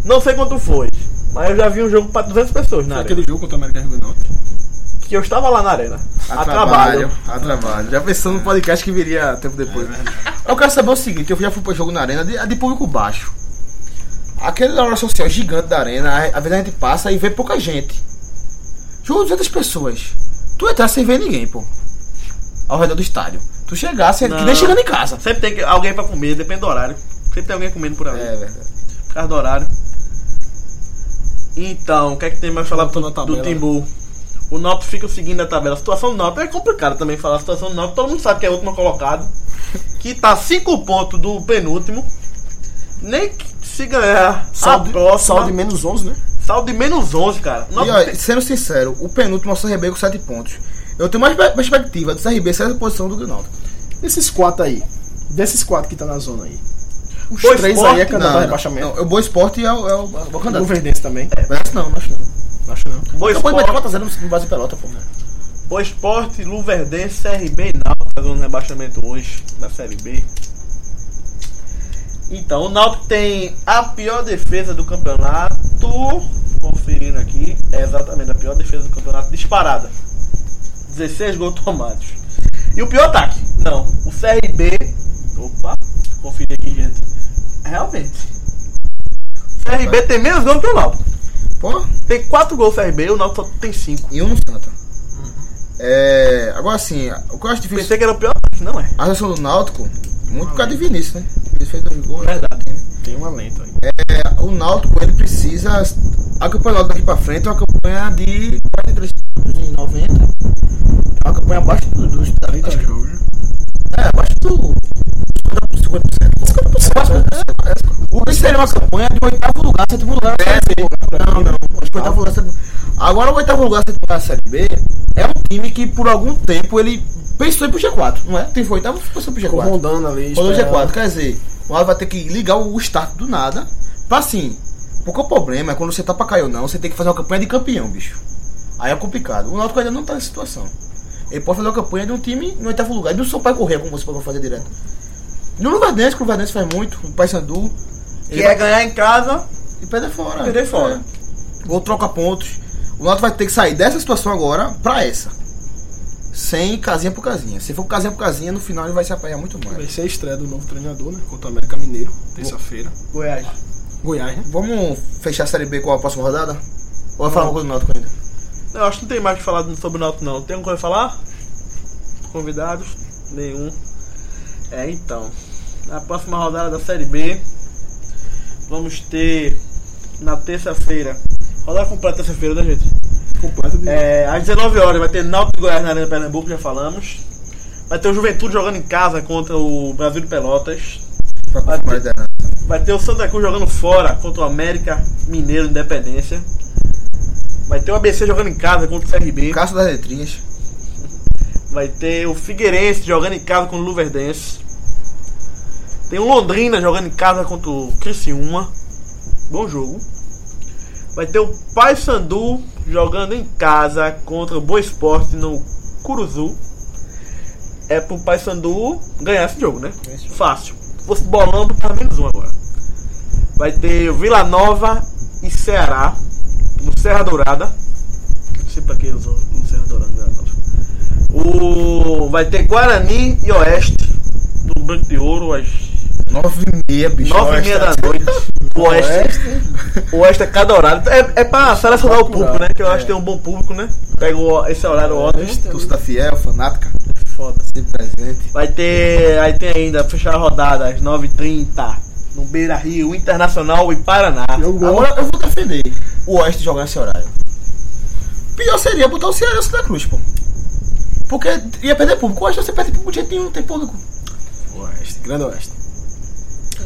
S3: não sei quanto foi. Mas eu já vi um jogo pra 200 pessoas na
S2: Foi
S3: arena.
S2: aquele jogo contra o América Rigonaut.
S3: Que eu estava lá na arena. A, trabalho.
S4: A trabalho. Já pensando no podcast que viria tempo depois. eu quero saber o seguinte, eu já fui pro jogo na arena de, de público baixo. Aquele da hora social gigante da arena, a- às vezes a gente passa e vê pouca gente. Jogo 200 pessoas. Tu entrar sem ver ninguém, pô. Ao redor do estádio. Tu chegar, sem, que
S3: Não.
S4: nem chegando em casa.
S3: Sempre tem que- alguém pra comer, depende do horário. Sempre tem alguém comendo por ali,
S4: É, verdade.
S3: por causa do horário. Então, o que é que tem mais pra falar
S2: Voltando
S3: do,
S2: à
S3: do
S2: tabela,
S3: Timbu? O Náutico fica seguindo a tabela. A situação do Náutico é complicada também falar a situação do Náutico. Todo mundo sabe que é o último colocado. Que tá 5 pontos do penúltimo. Nem que se ganhar a próxima.
S2: Sal de menos 11, né?
S3: saldo de menos 11, cara. O
S4: E
S3: Náutico
S4: olha,
S3: tem-
S4: sendo sincero, o penúltimo é o CRB com 7 pontos. Eu tenho mais pe- perspectiva do CRB sair da posição do Grinaldo.
S2: Esses quatro aí. Desses quatro que tá na zona aí. Os
S3: Boa
S2: três
S3: Esporte,
S2: aí é candidato ao
S4: Não,
S2: rebaixamento.
S4: é o Boa Esporte e é o, é o, é o
S2: O
S4: candidato.
S2: Verdense também.
S4: Mas não, acho não.
S2: Acho não.
S3: Boa
S4: Só pode meter
S3: Esporte,
S4: 4x0 no Brasil Pelota, pô. né?
S3: Boa Esporte, Luverdense, CRB e Náutico fazendo um rebaixamento hoje na Série B. Então, o Náutico tem a pior defesa do campeonato. Conferindo aqui, é exatamente a pior defesa do campeonato disparada. 16 gols tomados. E o pior ataque? Não, o CRB. Opa, conferi aqui, gente. Realmente. O CRB tem menos gols que o Náutico.
S4: Pô,
S3: Tem 4 gols o CRB, o Náutico só tem 5.
S4: e um no Santa. É, agora sim, o que eu acho difícil.
S3: Pensei que era o pior ataque, não é.
S4: A reação do Náutico, muito por causa de Vinícius, né? Ele fez um gol.
S3: Verdade.
S2: Tem uma lenta aí.
S4: É, o Náutico, ele precisa. A campanha do Náutico daqui pra frente é uma campanha de 43 pontos em 90. É uma campanha abaixo do- dos 30
S2: Tá jogo, né?
S4: É, abaixo do 50%. 50%. O que seria uma campanha de oitavo lugar, sétimo lugar. né? Tá. Sétimo lugar. É, Não, não. Acho que oitavo lugar, sétimo Agora o oitavo lugar, sétimo lugar da Série B é um time que por algum tempo ele pensou em ir pro G4, não é? Tem foi oitavo, pensou pro
S2: Ficou
S4: G4.
S2: rondando ali.
S4: Foi no
S2: esperando.
S4: G4, quer dizer, o Alves vai ter que ligar o start do nada pra assim. Porque o problema é quando você tá pra cair ou não, você tem que fazer uma campanha de campeão, bicho. Aí é complicado. O Náutico ainda não tá nessa situação. Ele pode fazer uma campanha de um time no oitavo lugar. E do seu pai correr, como você pode fazer direto. No Lugardense, que o Lugardense faz muito, o Paysandu.
S3: Que é ganhar em casa.
S4: E perder fora.
S3: Perder fora.
S4: É. Ou troca pontos. O Náutico vai ter que sair dessa situação agora pra essa. Sem casinha por casinha. Se for casinha por casinha, no final ele vai se apanhar muito mais.
S2: Vai ser a estreia do novo treinador, né? Contra o América Mineiro, terça-feira.
S3: Goiás.
S2: Goiás, né?
S4: Vamos fechar a Série B com a próxima rodada? Ou vai falar uma coisa do Náutico ainda?
S3: Não, acho que não tem mais o que falar sobre o Náutico, não. Tem alguma coisa a falar? Convidados? Nenhum. É, então. Na próxima rodada da Série B, vamos ter na terça-feira. Rodada completa terça-feira, né, gente?
S2: Completa de.
S3: É, às 19 horas vai ter Náutico e Goiás na Arena Pernambuco, já falamos. Vai ter o Juventude jogando em casa contra o Brasil de Pelotas.
S4: Pra
S3: Vai
S4: confirmar a
S3: ter-
S4: liderança.
S3: Vai ter o Santa Cruz jogando fora contra o América Mineiro Independência. Vai ter o ABC jogando em casa contra o CRB.
S4: Caso das letrinhas.
S3: Vai ter o Figueirense jogando em casa contra o Luverdense. Tem o Londrina jogando em casa contra o Criciúma. Bom jogo. Vai ter o Paysandu jogando em casa contra o Boa Esporte no Curuzu. É pro Paysandu ganhar esse jogo, né? Fácil. Se fosse bolão, tá menos um agora. Vai ter o Vila Nova e Ceará no Serra Dourada. Não sei pra que usou no Serra Dourada, né, Vila Nova. O... Vai ter Guarani e Oeste do Banco de Ouro às
S4: 9 e meia, bicho.
S3: 9 e meia da noite. O é assim. Oeste. O Oeste é cada horário. É, é pra selecionar o público, né? Que o Oeste tem um bom público, né? Pega o- esse horário ótimo.
S4: Torcida fiel, fanática,
S3: Foda.
S4: sempre presente.
S3: Vai ter. Aí tem ainda, fechar a rodada às 9h30. No Beira Rio, Internacional e Paraná.
S4: Agora eu vou defender o Oeste jogar esse horário. Pior seria botar o Ceará e o Santa Cruz, pô. Porque ia perder público. O Oeste você perde público de jeito nenhum, tem público.
S2: Oeste, Grande Oeste.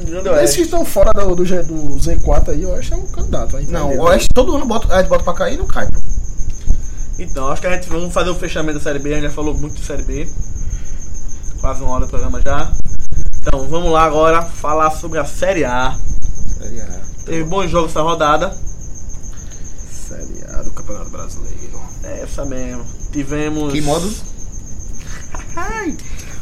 S3: Grande
S2: Esses que estão fora do, do, G- do Z4 aí, o Oeste é um candidato. aí,
S4: Não,
S2: entendeu?
S4: o Oeste todo ano bota, a gente bota pra cair e não cai, pô.
S3: Então, acho que a gente vamos fazer o fechamento da série B, a gente já falou muito de série B. Quase uma hora do programa já. Então vamos lá agora falar sobre a série A.
S2: Série A.
S4: Tá
S3: Teve bons jogos essa rodada.
S2: Série A do Campeonato Brasileiro.
S3: É essa mesmo. Tivemos.
S4: Que modo?
S3: Ai.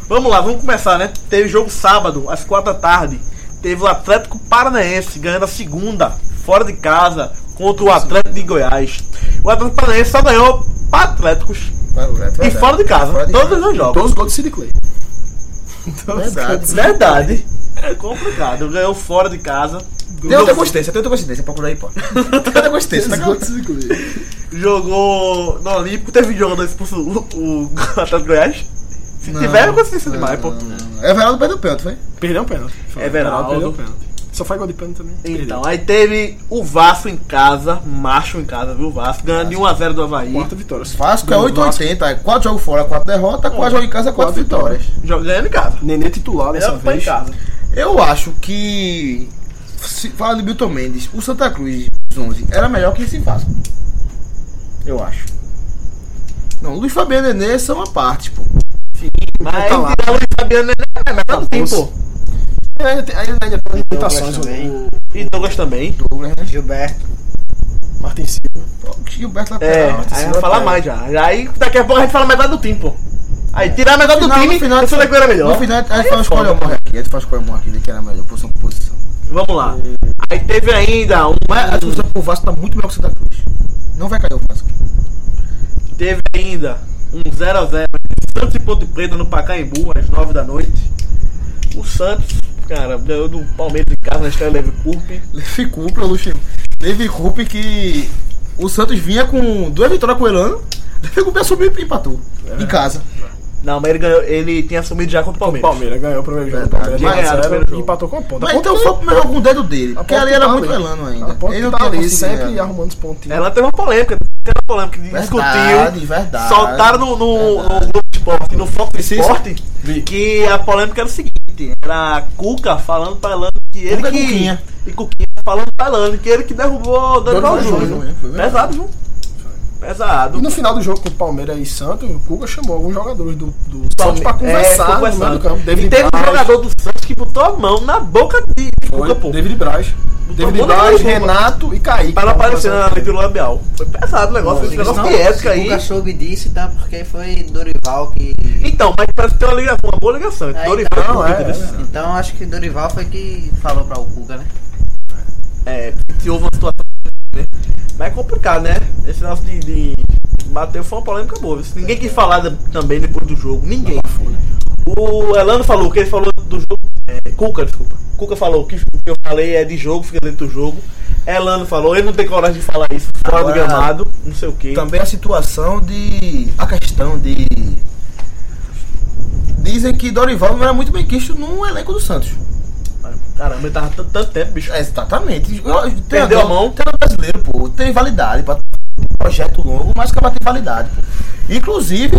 S3: Vamos lá, vamos começar, né? Teve jogo sábado, às quatro da tarde. Teve o Atlético Paranaense ganhando a segunda, fora de casa, contra o Atlético de Goiás. O Atlético Paranaense só ganhou para Atléticos e fora de casa.
S4: Fora de
S3: todos
S4: casa.
S3: os dois jogos.
S2: Todos os gols do Sid Clay.
S4: Verdade.
S3: Verdade. É complicado. Ganhou fora de casa.
S4: Tem outra coincidência, tem outra coincidência, procura aí, pô. Tem outra coincidência,
S2: Todos
S4: tá
S2: os gols do Sid Clay.
S3: Jogou no Olímpico. Teve jogador expulso o, o Atlético Goiás. Se
S4: Não,
S3: tiver, eu consigo demais, pô.
S4: É Everaldo perdeu o pênalti, foi?
S2: Perdeu um pênalti. Foi.
S3: Everaldo.
S2: Perdeu um pênalti. Só faz gol de pênalti também.
S3: Então, aí teve o Vasco em casa, macho em casa, viu? O Vasco ganhando de 1x0 do Havaí.
S2: Quarta vitória.
S4: Vasco é
S2: Ganhou
S4: 880, 4 jogos fora, 4 derrotas, 4 jogos em casa, 4
S2: Quatro
S4: vitórias.
S3: Joga- Ganhando em casa.
S2: Nenê é titular dessa
S3: Melhor que foi em
S2: vez.
S3: casa.
S4: Eu acho que. Se fala de Milton Mendes, o Santa Cruz 11 era melhor que esse Vasco. Eu acho. Não, Luiz Fabiano e Nenê são a parte, pô.
S3: Mas
S2: tá lá.
S3: tirar o Luiz Fabiano né? é melhor do time, pô.
S2: Ainda tem- Ainda ainda tem limitações. né?
S6: também.
S2: O
S3: E Douglas também.
S4: Douglas, né?
S6: Gilberto.
S2: Martin Silva.
S4: Gilberto
S3: É,
S4: lateral.
S3: aí vai falar mais já. Aí daqui a pouco a gente fala metade do time, pô. Aí tirar a metade do
S4: Final,
S3: time,
S4: no final,
S3: o Santa Cruz era
S4: No
S3: melhor. é
S4: final, a gente faz escolha o morre aqui. A gente faz escolha o morre aqui, de que era melhor, posição por posição.
S3: Vamos lá. Aí teve ainda um.
S4: Mas a discussão com o Vasco tá muito melhor que o Santa Cruz. Não vai cair o Vasco.
S3: Teve ainda um 0x0 entre Santos e Ponte Preta no Pacaembu, às 9 da noite. O Santos, cara, ganhou do Palmeiras de casa na Estrela Leve Curpe.
S4: Levi Cooper, Luxemburgo. Levi Cooper que o Santos vinha com duas vitórias com o Elano. Levi Cooper assumiu e empatou.
S2: É.
S4: Em casa.
S3: Não, mas ele, ganhou, ele tinha assumido já contra o Palmeiras.
S2: Palmeiras ganhou o primeiro jogo.
S4: Verdade.
S3: Ganharam o
S2: Palmeiras 1 a 0,
S3: primeiro jogo.
S2: Empatou com a ponta.
S4: Mas
S2: A
S4: então
S2: ponta-
S4: foi pro melhor com o dedo dele. Porque
S2: ponta
S4: ali era
S2: tá
S4: muito
S2: ali.
S4: Elano
S2: A
S4: ainda.
S2: ponta
S4: Ele não
S2: tá
S4: tinha
S2: ali,
S4: conseguido
S2: sempre
S4: ganhar.
S2: arrumando os pontinhos.
S3: Ela teve uma polêmica, né? teve uma polêmica que
S4: Verdade,
S3: discutiu.
S4: verdade.
S3: Soltaram no, no, no Globo Esporte, no Fox Esporte,
S2: Vi.
S3: que a polêmica era o seguinte: era a Cuca falando pra Elane que ele
S4: Cuca e
S3: que.
S4: Cuquinha.
S3: E Cuquinha falando pra Elane que ele que derrubou o Dorival
S2: Dorival
S3: Júnior.
S4: né?
S2: Júnior, foi verdade.
S3: Pesado, viu? Pesado.
S2: E no final do jogo com o Palmeiras e Santos, o Cuca chamou alguns jogadores do, do Santos pra
S3: É, foi
S2: conversar no meio
S3: conversando.
S2: do campo.
S3: E
S2: David
S3: teve um
S2: Braz,
S3: jogador do Santos que botou a mão na boca de
S2: foi,
S3: Cuca, pô.
S2: David Braz. David
S3: todo mundo
S2: Braz,
S3: na mesma.
S2: Renato e Kaique.
S3: Pra não aparecer na leitura labial. Foi pesado o negócio, esse negócio de ética
S2: um
S3: aí.
S6: Nunca soube disso, tá? Porque foi Dorival que.
S3: Então, mas parece que tem uma ligação, uma boa ligação. entre
S6: É,
S3: Dorival
S2: Não,
S3: e né?
S2: é,
S3: Cuca, entendeu?
S2: é.
S6: Então acho que Dorival foi que falou pra o Cuca, né?
S3: É, se houve uma situação. né? Mas é complicado, né? Esse negócio de, de bater foi uma polêmica boa. Se Ninguém quis falar da- também depois do jogo. Ninguém. O Elano falou, o que ele falou do jogo. É, Cuca, desculpa. Cuca falou que o que eu falei é de jogo, fica dentro do jogo. Elano falou, ele não tem coragem de falar isso fora do
S4: Agora-
S3: gramado, não sei o que.
S4: Também a situação de. A questão de. Dizem que Dorival não era muito bem quisto no elenco do Santos.
S3: Caramba, ele tava tanto, tanto tempo, bicho.
S4: É, tá Exatamente. Eu- eu-
S3: Perdeu a mão.
S4: Treinador um brasileiro, pô, tem validade pra um projeto longo, mas acaba tem validade. pô. Inclusive,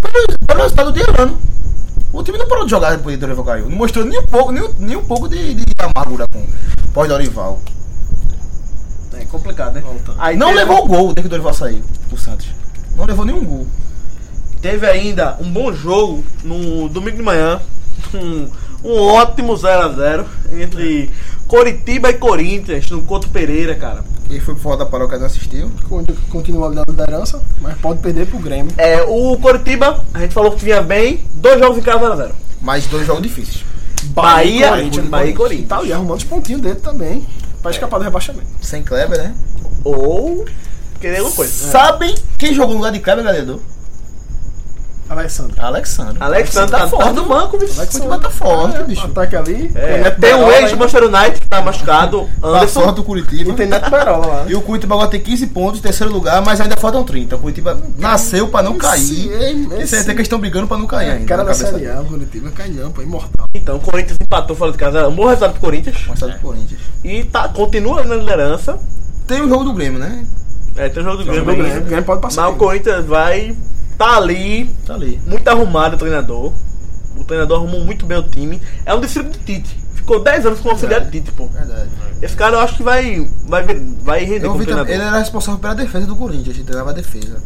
S4: pelo, pelo resultado de Elano. O time não parou de jogar depois que Dorival caiu. Não mostrou nem um pouco, nem, um- nem um pouco de, de amargura com pós-Dorival.
S3: É complicado, né? Aí
S4: Não
S3: teve-
S4: levou o gol desde que Dorival saiu, o Santos. Não levou nenhum gol.
S3: Teve ainda um bom jogo no domingo de manhã. Um, um ótimo 0x0 entre Coritiba e Corinthians no Couto Pereira, cara.
S4: Quem foi por fora da paróquia não assistiu.
S2: Continua a liderança, mas pode perder pro Grêmio.
S3: É, o Coritiba, a gente falou que vinha bem, dois jogos em casa 0x0.
S4: Mas dois jogos difíceis.
S3: Bahia,
S2: Corinthians,
S3: Bahia e
S2: E tá
S3: Corinthians.
S2: ali arrumando os pontinhos dele também. Pra escapar do rebaixamento.
S4: Sem Kleber, né?
S2: É
S3: Ou querer alguma coisa. né?
S2: né?
S4: Sabem quem jogou no lugar de Kleber, galera?
S2: Abel Alexandre.
S4: Alexandre.
S3: Alexandre tá fora do banco, bicho.
S4: Alexandre tá forte, bicho.
S2: Ataque ali.
S3: É, tem o ex do Manchester United que tá machucado,
S4: Tá fora
S3: Anderson.
S4: do Curitiba.
S2: E tem Neto Perola lá.
S4: E o Curitiba agora tem 15 pontos, terceiro lugar, mas ainda faltam 30. O Curitiba nasceu pra não cair. Isso aí tem que estão brigando pra não cair ainda.
S2: é Cara
S4: na
S2: da
S4: cabeça
S2: Série
S4: dele.
S2: A, o Curitiba, canhão, pô, é imortal.
S3: Então, o Corinthians empatou fora de casa. Um bom resultado pro Corinthians.
S4: Passado do Corinthians.
S3: E tá, continua na liderança.
S4: Tem o jogo do Grêmio, né?
S3: É, tem o jogo do
S2: O
S3: Grêmio.
S2: Grêmio o
S3: ainda.
S2: Grêmio pode
S3: Mas
S2: passar.
S3: o Corinthians vai. Tá ali,
S4: Tá ali.
S3: muito arrumado o treinador. O treinador arrumou muito bem o time. É um discípulo de Tite. Ficou 10 anos como auxiliar de Tite, pô.
S4: Verdade.
S3: Esse cara eu acho que vai, vai, vai render
S4: É. Eu
S3: como
S4: vi também,
S3: treinador.
S4: ele é era responsável pela defesa do Corinthians, ele treinava a defesa.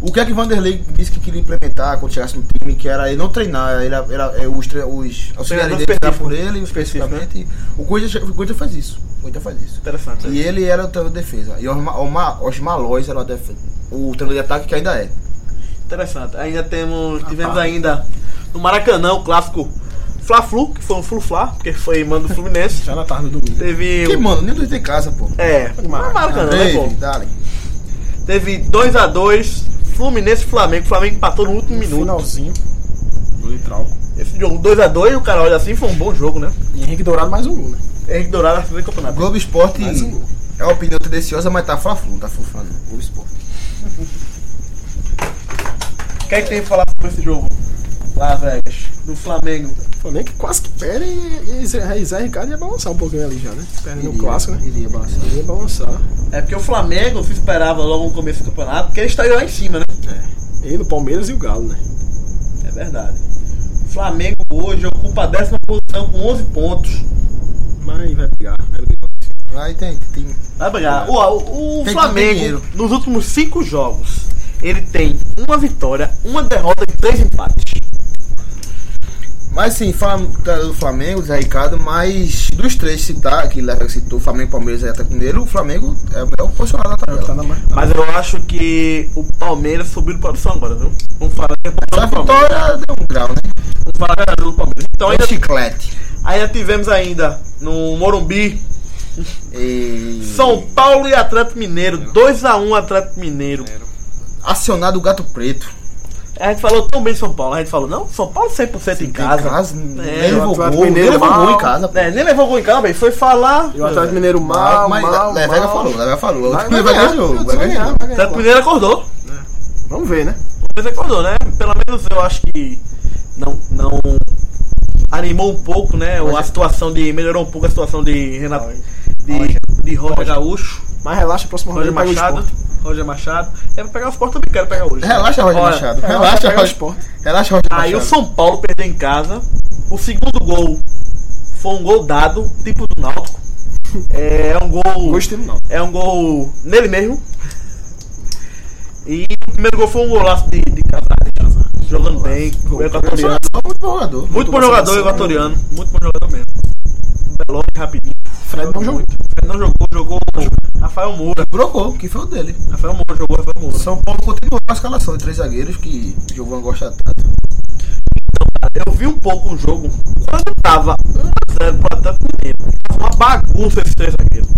S4: O que é que Vanderlei disse que queria implementar quando chegasse no time, que era ele não treinar, ele, era, é, os, tre- os auxiliares dele treinavam por ele, especificamente. O Corinthians, o Corinthians faz isso. O Corinthians faz isso.
S3: Interessante.
S4: E ele era o treinador de defesa. E Osma- Osma- Osmar Lois era o, defe- o treinador de ataque que ainda é.
S3: Interessante. Ainda temos. Tivemos ainda no Maracanã o clássico Fla-Flu, que foi um Flu-Fla, porque foi mando do Fluminense.
S2: Já na tarde do domingo.
S3: Teve. um-
S4: Que mano, nem dois de casa, pô.
S3: É, no Maracanã, né, pô?
S4: Dave, dale.
S3: Teve 2x2, Fluminense e Flamengo. O Flamengo empatou no
S2: Um
S3: último minuto.
S2: Finalzinho do Litral.
S3: Esse jogo 2x2, o cara olha assim, foi um bom jogo, né?
S2: E Henrique Dourado mais um gol, né?
S3: Henrique Dourado artilheiro do campeonato.
S4: Globo Esporte
S2: Mais um gol.
S4: é uma opinião tendenciosa, mas tá fla-flu, não tá fufando. Globo Esporte.
S3: O que é que tem pra falar sobre esse jogo? Lá, Vegas. Do Flamengo.
S2: Flamengo que quase que perde e, e Zé e Zé Ricardo ia balançar um pouquinho ali já, né? Perde no clássico, né?
S4: Iria balançar.
S2: Ia balançar.
S3: É porque o Flamengo se esperava logo no começo do campeonato, porque ele estaria lá em cima, né?
S2: Ele, o Palmeiras e o Galo, né?
S3: É verdade. O Flamengo hoje ocupa a décima posição com 11 pontos.
S2: Mas vai pegar. Vai brigar.
S4: Vai, tem, tem.
S3: Vai brigar. O, o- o
S4: É. Tem que ter
S3: Flamengo,
S4: dinheiro.
S3: nos últimos cinco jogos, ele tem uma vitória, uma derrota e três empates.
S4: Mas sim, fala tá, do Flamengo, Zé Ricardo, mas dos três citar, que Leva citou, Flamengo, Palmeiras e Atlético Mineiro, o Flamengo é o melhor posicionado na tabela.
S2: Tá na mais.
S3: Mas eu acho que o Palmeiras subiu de produção agora, viu? Vamos falar que é
S4: Só a
S2: Tá,
S3: posição do Palmeiras.
S4: vitória deu um grau, né?
S3: Vamos falar que é do Palmeiras. Então ainda,
S4: Um chiclete.
S3: ainda tivemos ainda no Morumbi,
S4: E...
S3: São Paulo e Atlético Mineiro. 2x1 Atlético Mineiro.
S4: Acionado o Gato Preto.
S3: A gente falou tão bem de São Paulo. A gente falou, não, São Paulo 100% em casa.
S4: nem
S3: É,
S4: levou
S2: o Atlético
S4: gol, nem
S2: Mineiro
S4: levou
S2: mal.
S4: gol em casa. né, pô.
S3: É, nem levou gol em casa, bem. Foi falar.
S2: E o Atlético Mineiro mal,
S4: mas
S2: mal,
S4: Le- Levega
S2: mal.
S4: falou, Levega falou.
S2: Vai, vai
S4: Levega
S2: ganhar,
S4: ganhou,
S2: vai
S4: Levega
S2: ganhar,
S4: ganhou.
S2: vai
S3: Atlético
S2: ganhar.
S3: Mineiro acordou.
S2: Vamos ver, né?
S3: Mas acordou, né? Pelo menos eu acho que não, não animou um pouco, né? O- A situação de. Melhorou um pouco a situação de Renato. De, de Roger Gaúcho,
S2: Mas relaxa, próximo
S3: Roger
S2: rodada pega o
S3: Machado.
S2: Sport.
S3: Roger Machado. É pra pegar o Sport também, quero pegar hoje.
S4: Relaxa, Roger
S3: Olha,
S4: Machado.
S2: Relaxa,
S4: Relaxa,
S2: pega o
S4: Roger
S2: Sport.
S4: Relaxa, Roger
S3: Aí o
S4: Machado.
S3: São Paulo perdeu em casa. O segundo gol foi um gol dado, tipo do Náutico. É um gol.
S2: Gostei não.
S3: É um gol nele mesmo. E o primeiro gol foi um golaço de, de Casares. Jogando bem. O equatoriano.
S4: Muito um bom jogador.
S3: Muito bom jogador equatoriano. Muito bom jogador mesmo. Belone, rapidinho.
S2: Fred não jogou.
S3: Ele não jogou, jogou Rafael Moura.
S4: Brocou, que foi o dele.
S3: Rafael Moura jogou Rafael Moura.
S4: São Paulo continuou com a escalação de três zagueiros que o Giovanni gosta tanto.
S3: Eu vi um pouco o jogo. Quando tava 1x0 pro Atlético Mineiro, tava uma bagunça esses três zagueiros.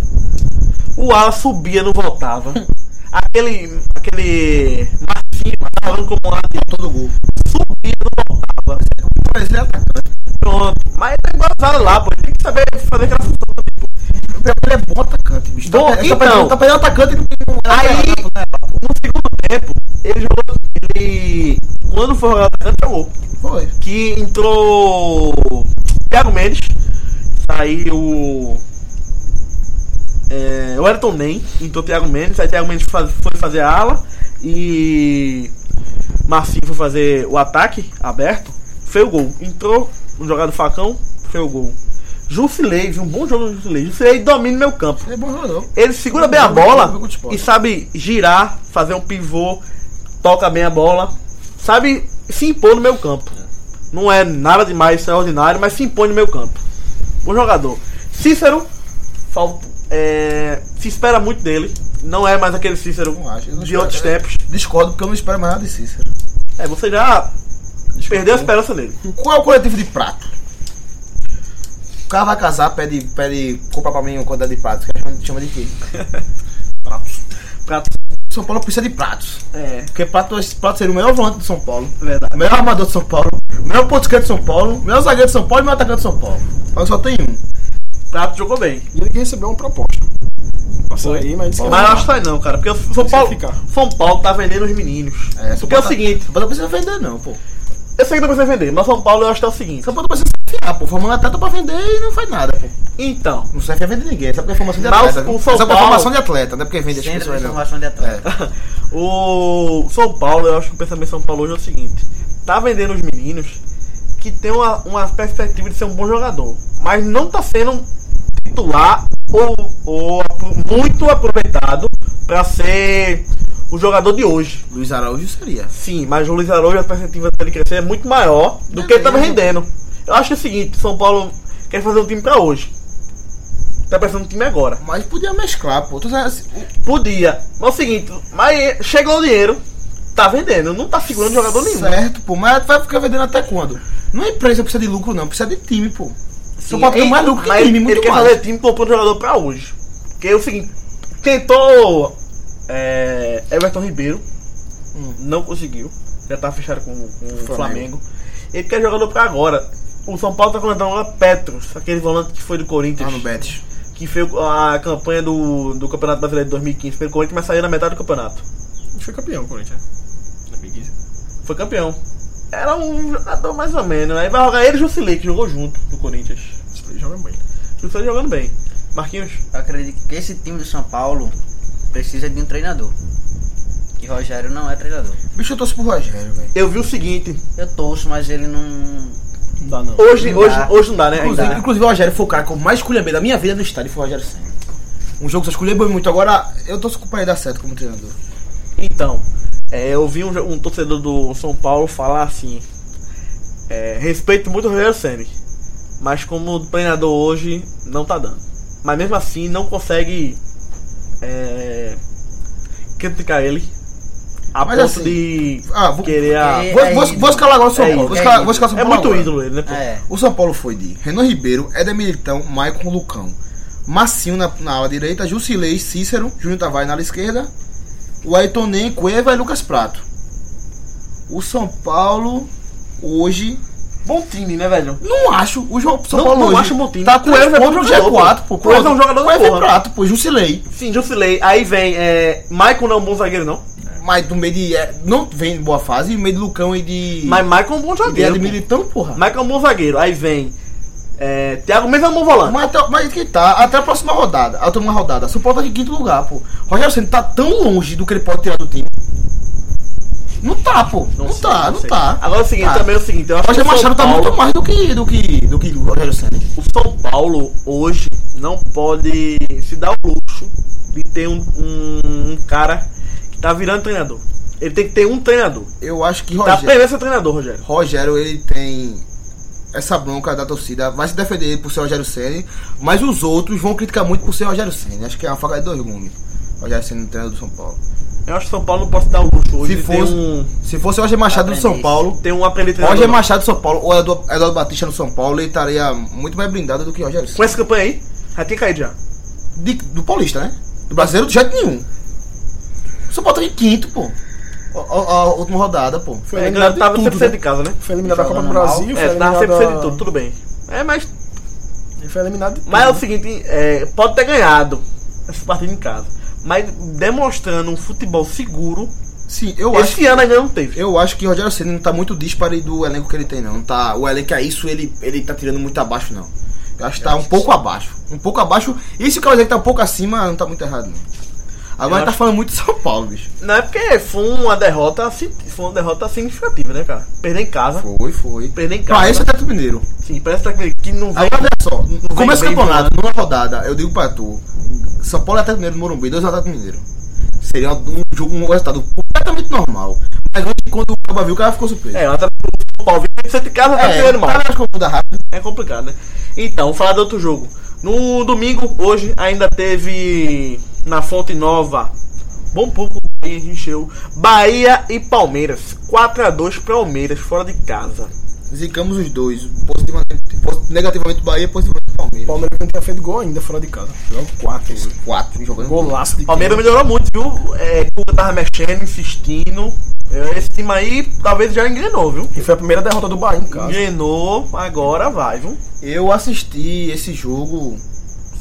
S3: O Ala subia, não voltava. Aquele. Aquele. Marcinho, tava jogando como ala de
S4: Todo gol.
S3: subia, não voltava.
S4: Parece atacante.
S3: Pronto. Mas tá igualzado lá, pô. Tem que saber fazer aquela função.
S4: Ele é bom atacante, bicho.
S3: Bom,
S4: tá,
S3: então.
S4: tá perdendo, tá perdendo atacante e não tem um-
S3: Aí, no segundo tempo, ele jogou. Ele. Quando foi jogar atacante, jogou.
S4: Foi.
S3: Que entrou. Thiago Mendes. Saiu. É, o Ayrton Nem. Entrou Thiago Mendes. Aí Thiago Mendes faz- foi fazer a ala. E. Marcinho foi fazer o ataque aberto. Foi o gol. Entrou um jogado facão. Foi o gol. Jusilei, viu? Um bom jogo do Jusilei. Jusilei domina o meu campo.
S4: Ele é bom jogador.
S3: Ele segura bem a bola e sabe girar, fazer um pivô, toca bem a bola, sabe se impor no meu campo. Não é nada demais extraordinário, mas se impõe no meu campo. Bom jogador. Cícero, fal- é, se espera muito dele. Não é mais aquele Cícero
S4: Não acho, eu não
S3: de
S4: espero. né?
S3: outros tempos.
S4: Discordo porque eu não espero mais nada de Cícero.
S3: É, você já perdeu a esperança nele.
S4: Qual é o coletivo de prato? O cara vai casar, pede, pede compra pra mim uma quantidade de prato. Que a gente chama de quê?
S3: Prato
S4: São Paulo precisa de Pratos.
S5: É.
S4: Porque Prato, esse Prato seria o melhor volante do São Paulo.
S5: Verdade.
S4: O melhor armador de São Paulo. O melhor ponto esquerdo de São Paulo. O melhor zagueiro de São Paulo e o melhor atacante de São Paulo. Mas só tem um.
S3: Prato jogou bem.
S2: E ele que recebeu uma proposta. Passou aí, mas disse que
S3: Mas eu
S2: não.
S3: acho que tá aí não, cara. Porque o São Paulo,
S2: ficar.
S3: São Paulo tá vendendo os meninos.
S4: É, São
S3: porque é o
S4: Paulo tá-
S3: seguinte,
S4: São Paulo não precisa vender, não, pô.
S3: eu sei que não precisa vender, mas São Paulo eu acho que é o seguinte.
S4: São Paulo precisa se enfiar, pô. Formando atleta pra vender e não faz nada, pô.
S3: Então,
S4: Não serve pra vender ninguém, só porque é formação de
S3: Mas
S4: atleta.
S3: o São
S4: né? só porque é
S3: Paulo-
S4: formação de atleta, não é porque vende as
S6: Centro de
S4: pessoas, não.
S6: formação de
S4: É.
S6: atleta.
S3: o São Paulo, eu acho que o pensamento de São Paulo hoje é o seguinte. Tá vendendo os meninos que tem uma, uma perspectiva de ser um bom jogador. Mas não tá sendo titular ou, ou apro- muito aproveitado pra ser o jogador de hoje.
S4: Luiz Araújo seria.
S3: Sim, mas o Luiz Araújo, a perspectiva dele crescer é muito maior do que ele tava rendendo. Eu acho que é o seguinte, São Paulo quer fazer um time pra hoje. Tá pensando um time agora.
S4: Mas podia mesclar, pô. Tu sabe, assim, o-
S3: Podia. Mas é o seguinte, mas chegou o dinheiro, tá vendendo, não tá segurando jogador nenhum.
S4: Certo, pô. Mas vai ficar vendendo até quando? Não é empresa que precisa de lucro, não. Precisa de time, pô. São Paulo tem mais lucro um que
S3: Mas
S4: time,
S3: ele
S4: muito
S3: quer
S4: mais.
S3: fazer time comprando jogador pra hoje. Porque é o seguinte, tentou é, Everton Ribeiro,
S4: Hum.
S3: não conseguiu. Já tá fechado com, com o Flamengo. Ele quer jogador pra agora. O São Paulo tá contratando agora Petros, aquele volante que foi do Corinthians.
S4: Lá Tá no Betis.
S3: que fez a campanha do, do Campeonato Brasileiro de 2015 pelo Corinthians, mas saiu na metade do campeonato.
S2: Foi campeão, Corinthians. É Na Big Easy.
S3: Foi campeão. Era um jogador mais ou menos. né? Aí vai jogar ele e Jusilei, que jogou junto do Corinthians.
S2: Isso aí joga bem.
S3: Jusilei jogando bem. Marquinhos,
S6: Eu acredito que esse time do São Paulo precisa de um treinador. E Rogério não é treinador.
S4: Bicho, eu torço pro Rogério, velho.
S3: eu vi o seguinte.
S6: Eu torço, mas ele não.
S2: Não dá não.
S3: Hoje,
S6: Não
S3: hoje,
S6: dá.
S3: hoje não dá, né?
S4: Inclusive,
S3: Ainda.
S4: inclusive, o Rogério foi o cara que eu mais esculhambei da minha vida no estádio. Foi o Rogério Senna. Um jogo que eu escolheu muito. Agora, eu torço pro pai dar certo como treinador.
S3: Então, é, eu vi um, jo- um torcedor do São Paulo falar assim. é, respeito muito o Rogério Senni, mas como treinador hoje não tá dando. Mas mesmo assim não consegue é, criticar ele a
S4: Mas
S3: ponto
S4: assim,
S3: de
S4: ah, vou-
S3: querer a.
S6: É,
S4: Vou, vou-
S6: ídolo.
S4: vou escalar agora o São
S6: É
S4: Paulo.
S6: ídolo.
S4: Vou escalar,
S6: É
S4: vou escalar o São
S3: É
S4: Paulo
S3: muito
S4: agora.
S3: ídolo ele, né? pô?
S6: É.
S4: O São Paulo foi de Renan Ribeiro, Éder Militão, Maicon Lucão. Massinho na, na ala direita, Jusilei, Cícero, Júnior Tavares na ala esquerda, o Ayrton Nem, Cueva e Lucas Prato. O São Paulo hoje.
S3: Bom time, né, velho?
S4: Não acho. O João São
S3: Não-
S4: Paulo
S3: não
S4: hoje.
S3: acho bom time.
S4: Tá com o
S3: Cueva é bom
S4: no
S3: jogador,
S4: G4,
S3: pô.
S4: pô.
S3: Cueva é um jogador da
S4: Cueva
S3: porra.
S4: é Prato, pô. Jusilei.
S3: Sim, Jusilei. Aí vem é, Michael não é um bom zagueiro, não.
S4: Mas no meio de. é, Não vem em boa fase, no meio de Lucão e de.
S3: Mas Michael é um bom
S4: e de
S3: zagueiro.
S4: Éder
S3: pô.
S4: Militão, porra.
S3: Michael é um bom zagueiro. Aí vem é, Thiago mesmo é um bom volante.
S4: Mas, até, mas que tá, até a próxima rodada. A última rodada. São Paulo tá em quinto lugar, pô. Rogério Senna tá tão longe do que ele pode tirar do time. Não tá, pô. Não,
S3: sei,
S4: tá, não,
S3: sei.
S4: tá.
S3: Agora é o seguinte,
S4: Tá.
S3: também é o seguinte, eu acho que
S4: Roger
S3: o São
S4: Machado tá
S3: Paulo-
S4: muito mais do que do que do que o Rogério Senna.
S3: o São Paulo hoje não pode se dar o luxo de ter um, um- um cara que tá virando treinador. Ele tem que ter um treinador.
S4: Eu acho que
S3: Tá
S4: Rogério,
S3: perdendo esse treinador, Rogério.
S4: Rogério ele tem essa bronca da torcida. Vai se defender ele por ser Rogério Senna, mas os outros vão criticar muito por ser Rogério Senna. Acho que é uma faca de dois gumes. Rogério Senna treinador do São Paulo.
S3: Eu acho que o São Paulo não pode se dar o luxo hoje
S4: Se
S3: de ter
S4: fosse-
S3: um,
S4: Se fosse o Roger Machado
S3: Tá
S4: do São
S6: Aprendiz.
S4: Paulo,
S3: ter um aprendiz treinador.
S4: Roger
S3: não.
S4: Machado do São Paulo ou Eduardo, Eduardo Batista no São Paulo, ele estaria muito mais blindado do que o Rogério
S3: Com
S4: Senna.
S3: essa campanha aí, já tinha caído já.
S4: De- Do Paulista, né? Do brasileiro, de jeito nenhum. O São Paulo tá em quinto, pô. A, a- a última rodada, pô.
S2: Foi
S3: É, ganhando,
S2: eliminado de
S3: tava
S2: tudo,
S3: 100%
S2: né?
S3: de casa, né?
S2: Foi eliminado da Copa do
S6: Jogando mal.
S2: Brasil, foi
S3: É, tava 100% de
S2: eliminado
S3: tudo,
S2: da...
S3: tudo bem. É, mas,
S2: Ele foi eliminado de tudo.
S3: mas é o seguinte, é, pode ter ganhado essa partida em casa. Mas demonstrando um futebol seguro,
S4: Sim, eu acho,
S3: esse ano ainda não teve.
S4: eu acho que o Rogério Senna não tá muito dispare do elenco que ele tem, não. Tá, o elenco é isso, ele, ele tá tirando muito abaixo, não. Eu acho que tá um pouco abaixo. Um pouco abaixo. E se o Cavaleiro tá um pouco acima, não tá muito errado, não. Agora
S3: Eu
S4: tá falando muito de São Paulo, bicho.
S3: Não é porque foi uma derrota, si- foi uma derrota significativa, né, cara? Perder em casa.
S4: Foi, foi.
S3: Perder em casa. né?
S4: Pra esse é Teto Mineiro.
S3: Sim, parece que- que não vai.
S4: Agora olha só, no começo do
S3: bem,
S4: campeonato, numa rodada, eu digo pra tu, São Paulo é Atlético Mineiro no Morumbi, 2 Atlético Mineiro. Seria um jogo, um resultado completamente normal. Mas hoje, quando o Caba viu, o cara ficou surpreso. É,
S3: É, ela tá o Paulo vem de casa, tá perdendo
S4: o
S3: mal.
S4: cara acha que eu vou mudar rápido.
S3: É complicado, né? Então, vou falar de outro jogo. No domingo, hoje, ainda teve na Fonte Nova. Bom pouco o Bahia encheu. Bahia e Palmeiras. 4x2 Palmeiras, fora de casa.
S4: Zicamos os dois, positivamente, pos- negativamente o Bahia, positivamente o
S2: O
S4: Palmeiras.
S2: Palmeiras não tinha feito gol ainda fora de casa.
S4: Jogo 4, 4, jogando.
S2: Golaço de
S3: Palmeiras melhorou muito, viu? É, Cuca tava mexendo, insistindo. É, Esse time aí talvez já engrenou, viu?
S2: E foi a primeira derrota do Bahia em casa.
S3: Engrenou, agora vai, viu?
S4: Eu assisti esse jogo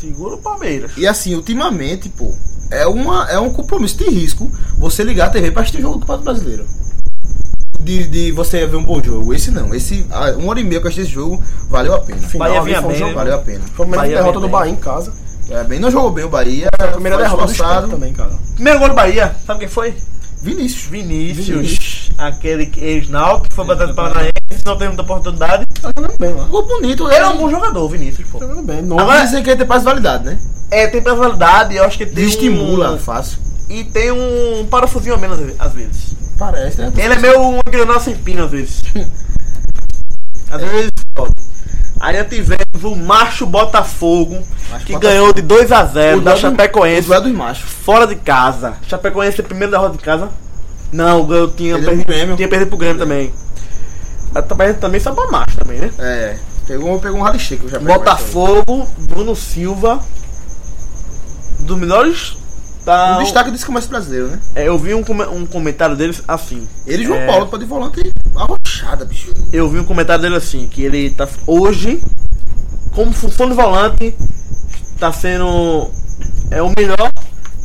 S3: Segura o Palmeiras.
S4: e assim, ultimamente, pô, é, uma, é um compromisso de risco você ligar a TV pra assistir o jogo do Campeonato Brasileiro. De, de você ver um bom jogo. Esse não. Esse, ah, uma hora e meia que eu assisti esse jogo, valeu a pena.
S2: Final,
S3: Bahia
S2: ali
S3: vinha
S2: foi um
S3: bem,
S2: jogo-
S3: né?
S4: Valeu a pena.
S2: Foi a primeira
S3: Bahia
S2: derrota
S3: vem
S2: do
S3: bem. É,
S2: Bahia em casa.
S4: É, bem, não jogou bem o Bahia.
S2: Foi a primeira
S4: foi
S2: derrota do
S4: expulsado.
S2: Estado também, cara.
S3: Primeiro gol do Bahia, sabe quem foi?
S4: Vinícius.
S3: Vinícius.
S2: Vinícius.
S3: Aquele que- ex-Náutico que foi batendo Paranaense, não teve muita oportunidade.
S2: Tá jogando bem lá.
S4: Ficou bonito, né?
S3: Ele é um bom jogador, o Vinícius, pô.
S2: Tá jogando bem. Novo.
S3: Agora-
S4: Agora dizem que ele tem personalidade, né?
S3: É, tem personalidade, eu acho que tem. um-
S4: Desestimula fácil.
S3: E tem um parafusinho a menos às vezes.
S4: Parece, né?
S3: Ele é meio um granal sem pino, às vezes. Às vezes, ó. Aí nós tivemos o Macho Botafogo,
S4: Macho
S3: que
S4: Botafogo.
S3: ganhou de 2 a 0
S4: O
S3: da
S4: duelo-
S3: Chapecoense,
S4: Isso é dos machos.
S3: fora de casa. Chapecoense é primeiro da roda de casa? Não, ganhou, tinha
S4: Perdeu
S3: perdido
S4: é pro Grêmio.
S3: Tinha perdido pro Grêmio também. Mas tá perdendo também só pra Macho também, né?
S4: É. Pegou, pegou um rally shake, eu já peguei.
S3: Botafogo, Bruno Silva, dos melhores da...
S4: O Um destaque desse começo brasileiro, né?
S3: É, eu vi um, come- um comentário deles assim.
S4: Ele e João
S3: É.
S4: Paulo, pode volante arrochada, bicho.
S3: Eu vi um comentário dele assim, que ele tá. Hoje, como função de volante, tá sendo. É o melhor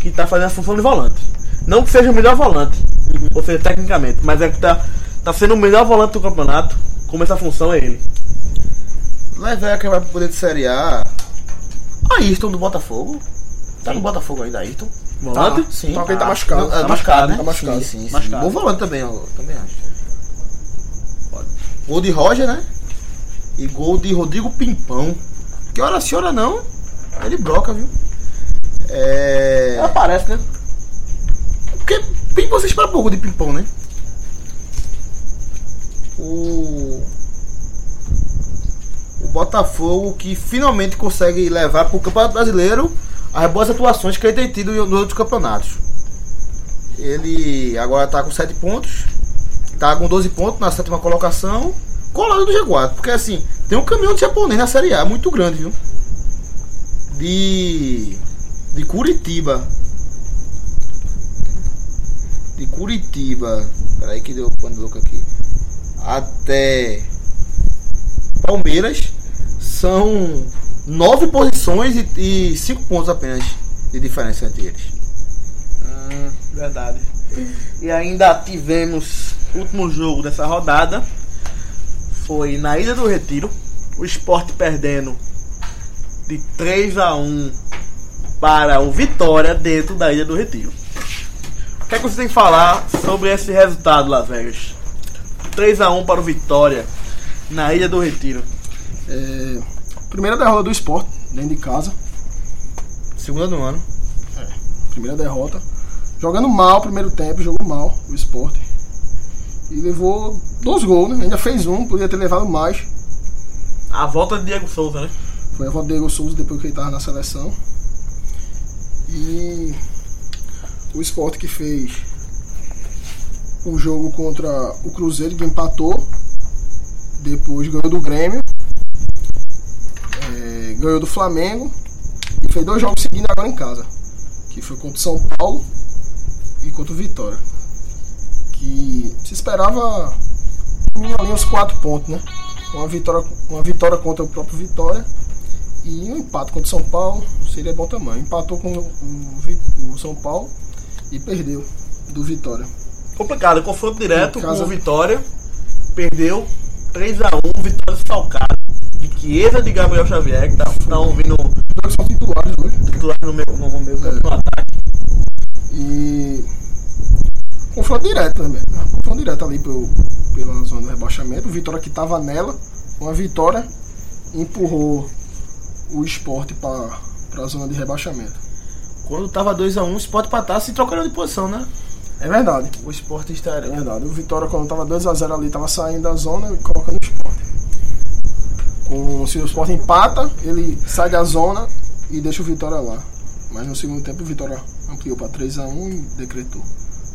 S3: que tá fazendo a função de volante. Não que seja o melhor volante,
S4: Uhum.
S3: ou seja, tecnicamente, mas é que tá, tá sendo o melhor volante do campeonato. Como essa função é ele.
S4: Leveca que vai poder de Série A. Ayrton do Botafogo. Tá no Botafogo ainda, Ayrton.
S3: Volante?
S4: Sim.
S2: Só que ele tá machucado.
S4: Não, é,
S2: Tá
S4: machucado, né?
S2: Tá machucado.
S4: Sim, sim, sim.
S3: Machucado.
S4: Bom volante também, eu também acho. Gol de Roger, né? E gol de Rodrigo Pimpão. Que hora a senhora não, ele broca, viu? É.
S3: Aparece, né?
S4: Porque Pimpão, você espera pouco de Pimpão, né? O. O Botafogo que finalmente consegue levar pro Campeonato Brasileiro as boas atuações que ele tem tido nos outros campeonatos. Ele agora tá com 7 pontos, tá com 12 pontos na sétima colocação, colado do G4, porque assim, tem um caminhão de japonês na Série A muito grande, viu? De. De Curitiba de Curitiba, peraí que deu o pano louco aqui, até Palmeiras, são nove posições e, e cinco pontos apenas de diferença entre eles.
S3: Hum, verdade. E ainda tivemos o último jogo dessa rodada. Foi na Ilha do Retiro. O esporte perdendo de 3 a 1 para o Vitória dentro da Ilha do Retiro. O que, é que você tem que falar sobre esse resultado, Las Vegas? 3 a 1 para o Vitória na Ilha do Retiro.
S2: É, Primeira derrota do esporte, dentro de casa. É,
S4: Segunda do ano.
S2: Primeira derrota. Jogando mal o primeiro tempo, jogou mal o esporte. E levou dois gols, né? Ainda fez um, podia ter levado mais.
S3: A volta de Diego Souza, né?
S2: Foi Rodrigo Souza depois que ele estava na seleção. E o esporte que fez um jogo contra o Cruzeiro que empatou. Depois ganhou do Grêmio. eh, ganhou do Flamengo. E fez dois jogos seguindo agora em casa. Que foi contra o São Paulo e contra o Vitória. Que se esperava em linha ali uns quatro pontos, né? Uma vitória, uma vitória contra o próprio Vitória e um empate contra o São Paulo seria bom tamanho. Empatou com o, Vi- o São Paulo e perdeu do Vitória.
S3: Complicado, é confronto direto
S2: Em casa.
S3: com o Vitória. Perdeu 3x1, Vitória salcada. De Chiesa de Gabriel Xavier, que tá, tá ouvindo o
S2: Os dois são titulares né? hoje.
S3: titular no meu, no
S4: É.
S3: meu campo no ataque.
S2: E. Confronto direto também. Confronto direto ali pelo, pela zona do rebaixamento. O Vitória que estava nela, uma vitória, empurrou o esporte para a zona de rebaixamento.
S4: Quando tava 2x1, um, o Sport patasse e trocaram de posição, né?
S2: É verdade.
S4: O Sport
S2: É
S4: estaria.
S2: verdade. O Vitória, quando estava 2x0 ali, estava saindo da zona e colocando o esporte. Com, se o esporte empata, ele sai da zona e deixa o Vitória lá. Mas no segundo tempo, o Vitória ampliou para 3x1 e decretou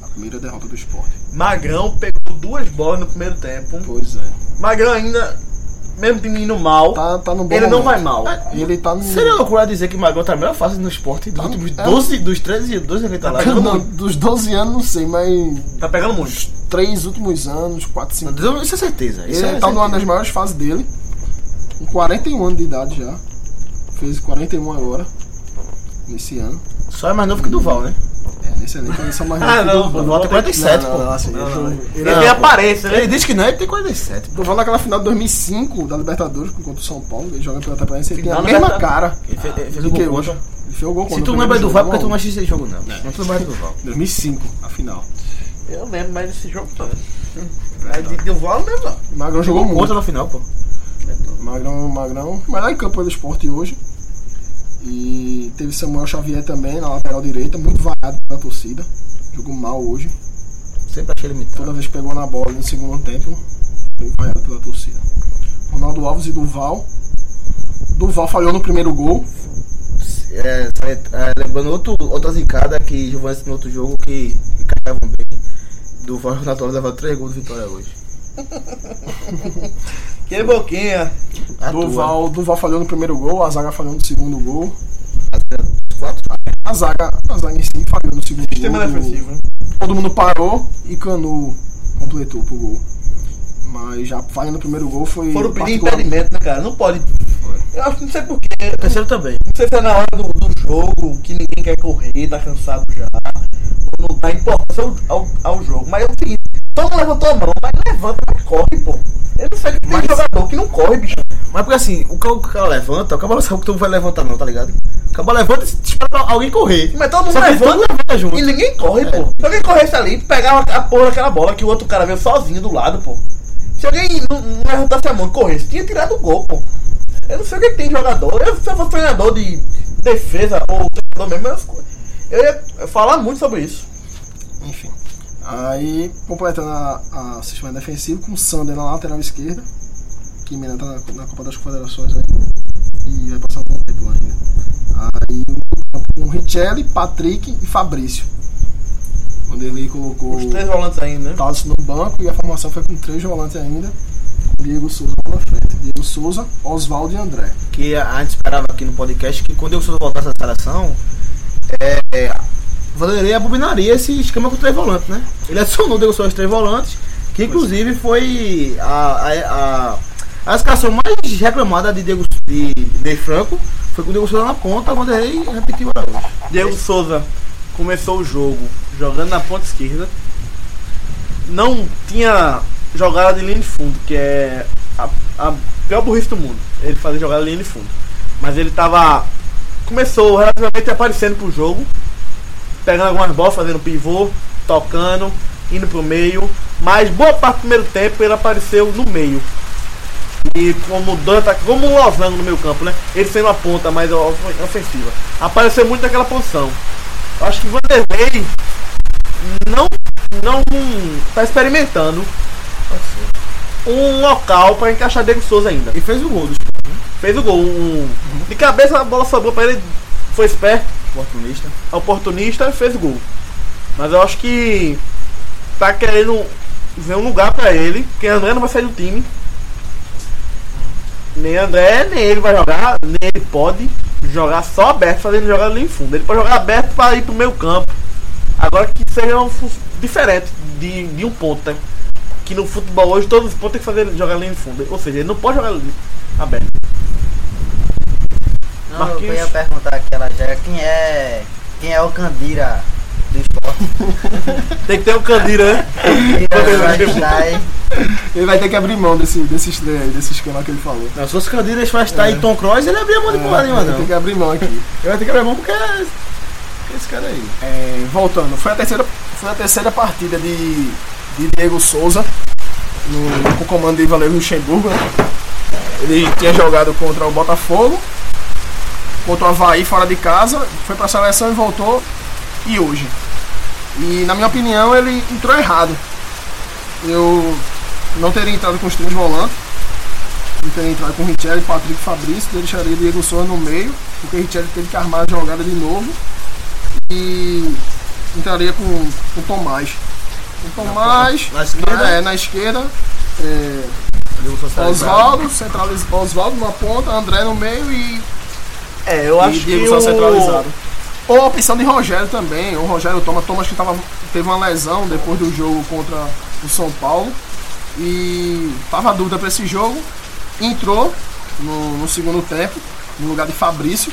S2: a primeira derrota do esporte.
S3: Magrão pegou duas bolas no primeiro tempo.
S2: Pois é.
S3: Magrão ainda mesmo time indo mal,
S2: Tá, tá no bom
S3: ele não
S2: momento.
S3: vai mal.
S2: Ele tá no.
S4: Seria É loucura dizer que Magrão tá na melhor fase no esporte dos
S2: Tá no-
S4: últimos
S2: é.
S4: 12, dos 13 e 12 que ele tá lá. jogando
S2: Não,
S4: muito.
S2: dos 12 anos, não sei, mas
S3: Tá pegando muito.
S2: os 3 últimos anos, 4, 5.
S4: Isso é certeza. Isso
S2: Ele
S4: é
S2: tá numa das
S4: certeza.
S2: maiores fases dele. Com 41 anos de idade já. Fez 41 agora. Nesse ano.
S4: Só é mais novo que Duval, né?
S2: É, nesse ano ele só mais
S3: Ah, não,
S2: novo que o Duval.
S3: Duval
S4: Duval tem 47,
S2: Não, não,
S4: pô.
S2: assim, eu tô-
S3: Ele
S2: não,
S3: tem
S2: pô.
S3: aparência, né?
S5: É.
S4: Ele diz que não, ele tem 47. pô.
S2: Duval naquela final de 2005 da Libertadores contra o São Paulo, ele joga pela Tapaense, ele tem a
S3: Final
S2: mesma
S3: Liberta-
S2: cara
S4: Ele fe- ele fez
S2: de
S4: o
S2: que
S4: gol
S2: hoje.
S4: contra.
S2: Ele fez o gol
S4: Se
S2: contra
S4: tu
S2: o
S4: não lembra
S2: primeiro
S4: do Val,
S2: jogo,
S4: porque tu não
S2: um a um.
S4: assiste esse jogo, não. Não tu lembra do Val.
S2: 2005, a final.
S3: Eu lembro mais desse jogo
S4: tá-
S3: todo. É, de, de voar eu não lembro não.
S2: O Magrão jogou muito.
S4: Outra na final, pô.
S2: Magrão, Magrão, melhor em campo do esporte hoje. E teve Samuel Xavier também na lateral direita, muito vaiado pela torcida. Jogou mal hoje.
S4: Sempre achei
S2: Toda
S4: limitado.
S2: vez que pegou na bola no segundo tempo, foi vaiado pela torcida. Ronaldo Alves e Duval. Duval falhou no primeiro gol.
S4: É, sabe, é, lembrando outro, outra zicada que Giovanni no outro jogo que encaixavam bem. Duval e Ronaldo levava 3 gols de vitória hoje.
S3: Que boquinha.
S4: A
S2: Duval, Duval falhou no primeiro gol, a zaga falhou no segundo gol.
S4: tua, quatro.
S2: A zaga, a zaga em si falhou no segundo
S3: Sistema
S4: Uh.
S2: gol.
S3: defensivo, né?
S2: Todo mundo parou e Canu completou pro gol. Mas já falhando no primeiro gol foi.
S3: Foram pedir
S2: particular-
S3: impedimento, né, cara? Não pode. Eu acho que não sei porquê.
S4: Terceiro também.
S3: Não sei se é na hora do, do jogo que ninguém quer correr, tá cansado já. Ou não dá importância ao, ao, ao jogo. Mas é o seguinte, todo mundo levantou a mão, mas levanta, mas corre, pô. Eu não sei que tem
S4: Mas-
S3: jogador que não corre, bicho.
S4: Mas porque assim, o cara, o cara levanta, o cara não sabe que tu vai levantar não, tá ligado? O cara levanta e espera pra alguém correr.
S3: Mas todo mundo
S4: Só que todo
S3: levanta.
S4: mundo levanta junto.
S3: E ninguém corre,
S4: É.
S3: pô. Se alguém corresse ali, pegava a porra daquela bola que o outro cara veio sozinho do lado, pô. Se alguém não, não levantasse a mão e corresse, tinha tirado o gol, pô. Eu não sei o que tem jogador. Eu, se eu fosse treinador de defesa ou treinador mesmo, eu, eu ia falar muito sobre isso.
S2: Enfim. Aí, completando a, a sistema defensivo com o Sander na lateral esquerda, que ainda tá na, na Copa das Confederações ainda. E vai passar um bom tempo lá ainda. Aí o campo com Richelli, Patrick e Fabrício. Quando ele colocou
S3: Os três volantes ainda, né?
S2: Tasso no banco e a formação foi com três volantes ainda. Diego Souza lá na frente. Diego Souza, Oswaldo e André.
S4: que a gente esperava aqui no podcast que quando eu Souza voltasse à seleção, é, Vanderlei abominaria esse esquema com três volantes, né? Ele adicionou o Diego Souza aos três volantes,
S2: é.
S4: que inclusive foi a, a, a, a escalação mais reclamada de Diego de, de Franco. Foi com o Diego Souza na ponta, o Vanderlei repetiu para hoje.
S3: Diego Souza começou o jogo jogando na ponta esquerda. Não tinha jogada de linha de fundo, que é a, a pior burrice do mundo. Ele fazer jogada de linha de fundo. Mas ele tava. Começou relativamente aparecendo pro jogo. Pegando algumas bolas, fazendo pivô, tocando, indo pro meio. Mas boa parte do primeiro tempo ele apareceu no meio. E como Danta, como um losango no meu campo, né? Ele sendo a ponta mais of- ofensiva. Apareceu muito naquela posição. Eu acho que Vanderlei não não tá experimentando um local para encaixar Diego Souza ainda.
S4: E fez o gol do
S3: Fez o gol. um- de cabeça a bola sobrou para ele, foi esperto,
S4: oportunista.
S3: oportunista e fez o gol. Mas eu acho que tá querendo ver um lugar para ele, porque André não vai sair do time. Nem André, nem ele vai jogar, nem ele pode jogar só aberto, fazendo jogada ali em fundo. Ele pode jogar aberto para ir pro meio campo. Agora que seja um fu- diferente de, de um ponta. Que no futebol hoje todos os pontos têm que fazer jogar ali em fundo. Ou seja, ele não pode jogar ali aberto.
S6: Não,
S3: Marquinhos?
S6: eu ia perguntar aquela já quem é. Quem é o Candira do esporte?
S3: Tem que ter um Candira, né?
S6: Candira Schwarzenstein.
S2: Ele vai ter que abrir mão desse, desses três aí, desse esquema que ele falou. É,
S4: Não, se fosse Candida, Schwarzenstein e Tom Cross, ele abria a mão de porra nenhuma,
S2: Vai
S4: não.
S2: ter
S4: Ele
S2: que abrir mão aqui.
S4: vai ter que abrir a mão porque é esse cara aí.
S2: É, voltando, foi a terceira, foi a terceira partida de, de Diego Souza no, com o comando de Valeu Luxemburgo. né? Ele tinha jogado contra o Botafogo, contra o Havaí fora de casa, foi para a seleção e voltou e hoje. E na minha opinião ele entrou errado. Eu não teria entrado com os três volantes. Não teria entrado com o Richelli, Patrick e Fabrício, deixaria Diego Souza no meio, porque o Richelli teve que armar a jogada de novo e entraria com com o Tomás. O Tomás
S4: Na esquerda?
S2: é, na esquerda é,
S4: Jogo socializado.
S2: Oswaldo, centraliz... Oswaldo na ponta, André no meio e,
S3: É, eu
S2: e
S3: acho que
S2: Diego só
S3: o...
S2: centralizado. Ou a opção de Rogério também. O Rogério Thomas, Thomas que tava, teve uma lesão depois do jogo contra o São Paulo. E tava a dúvida para esse jogo. Entrou no, no segundo tempo, no lugar de Fabrício.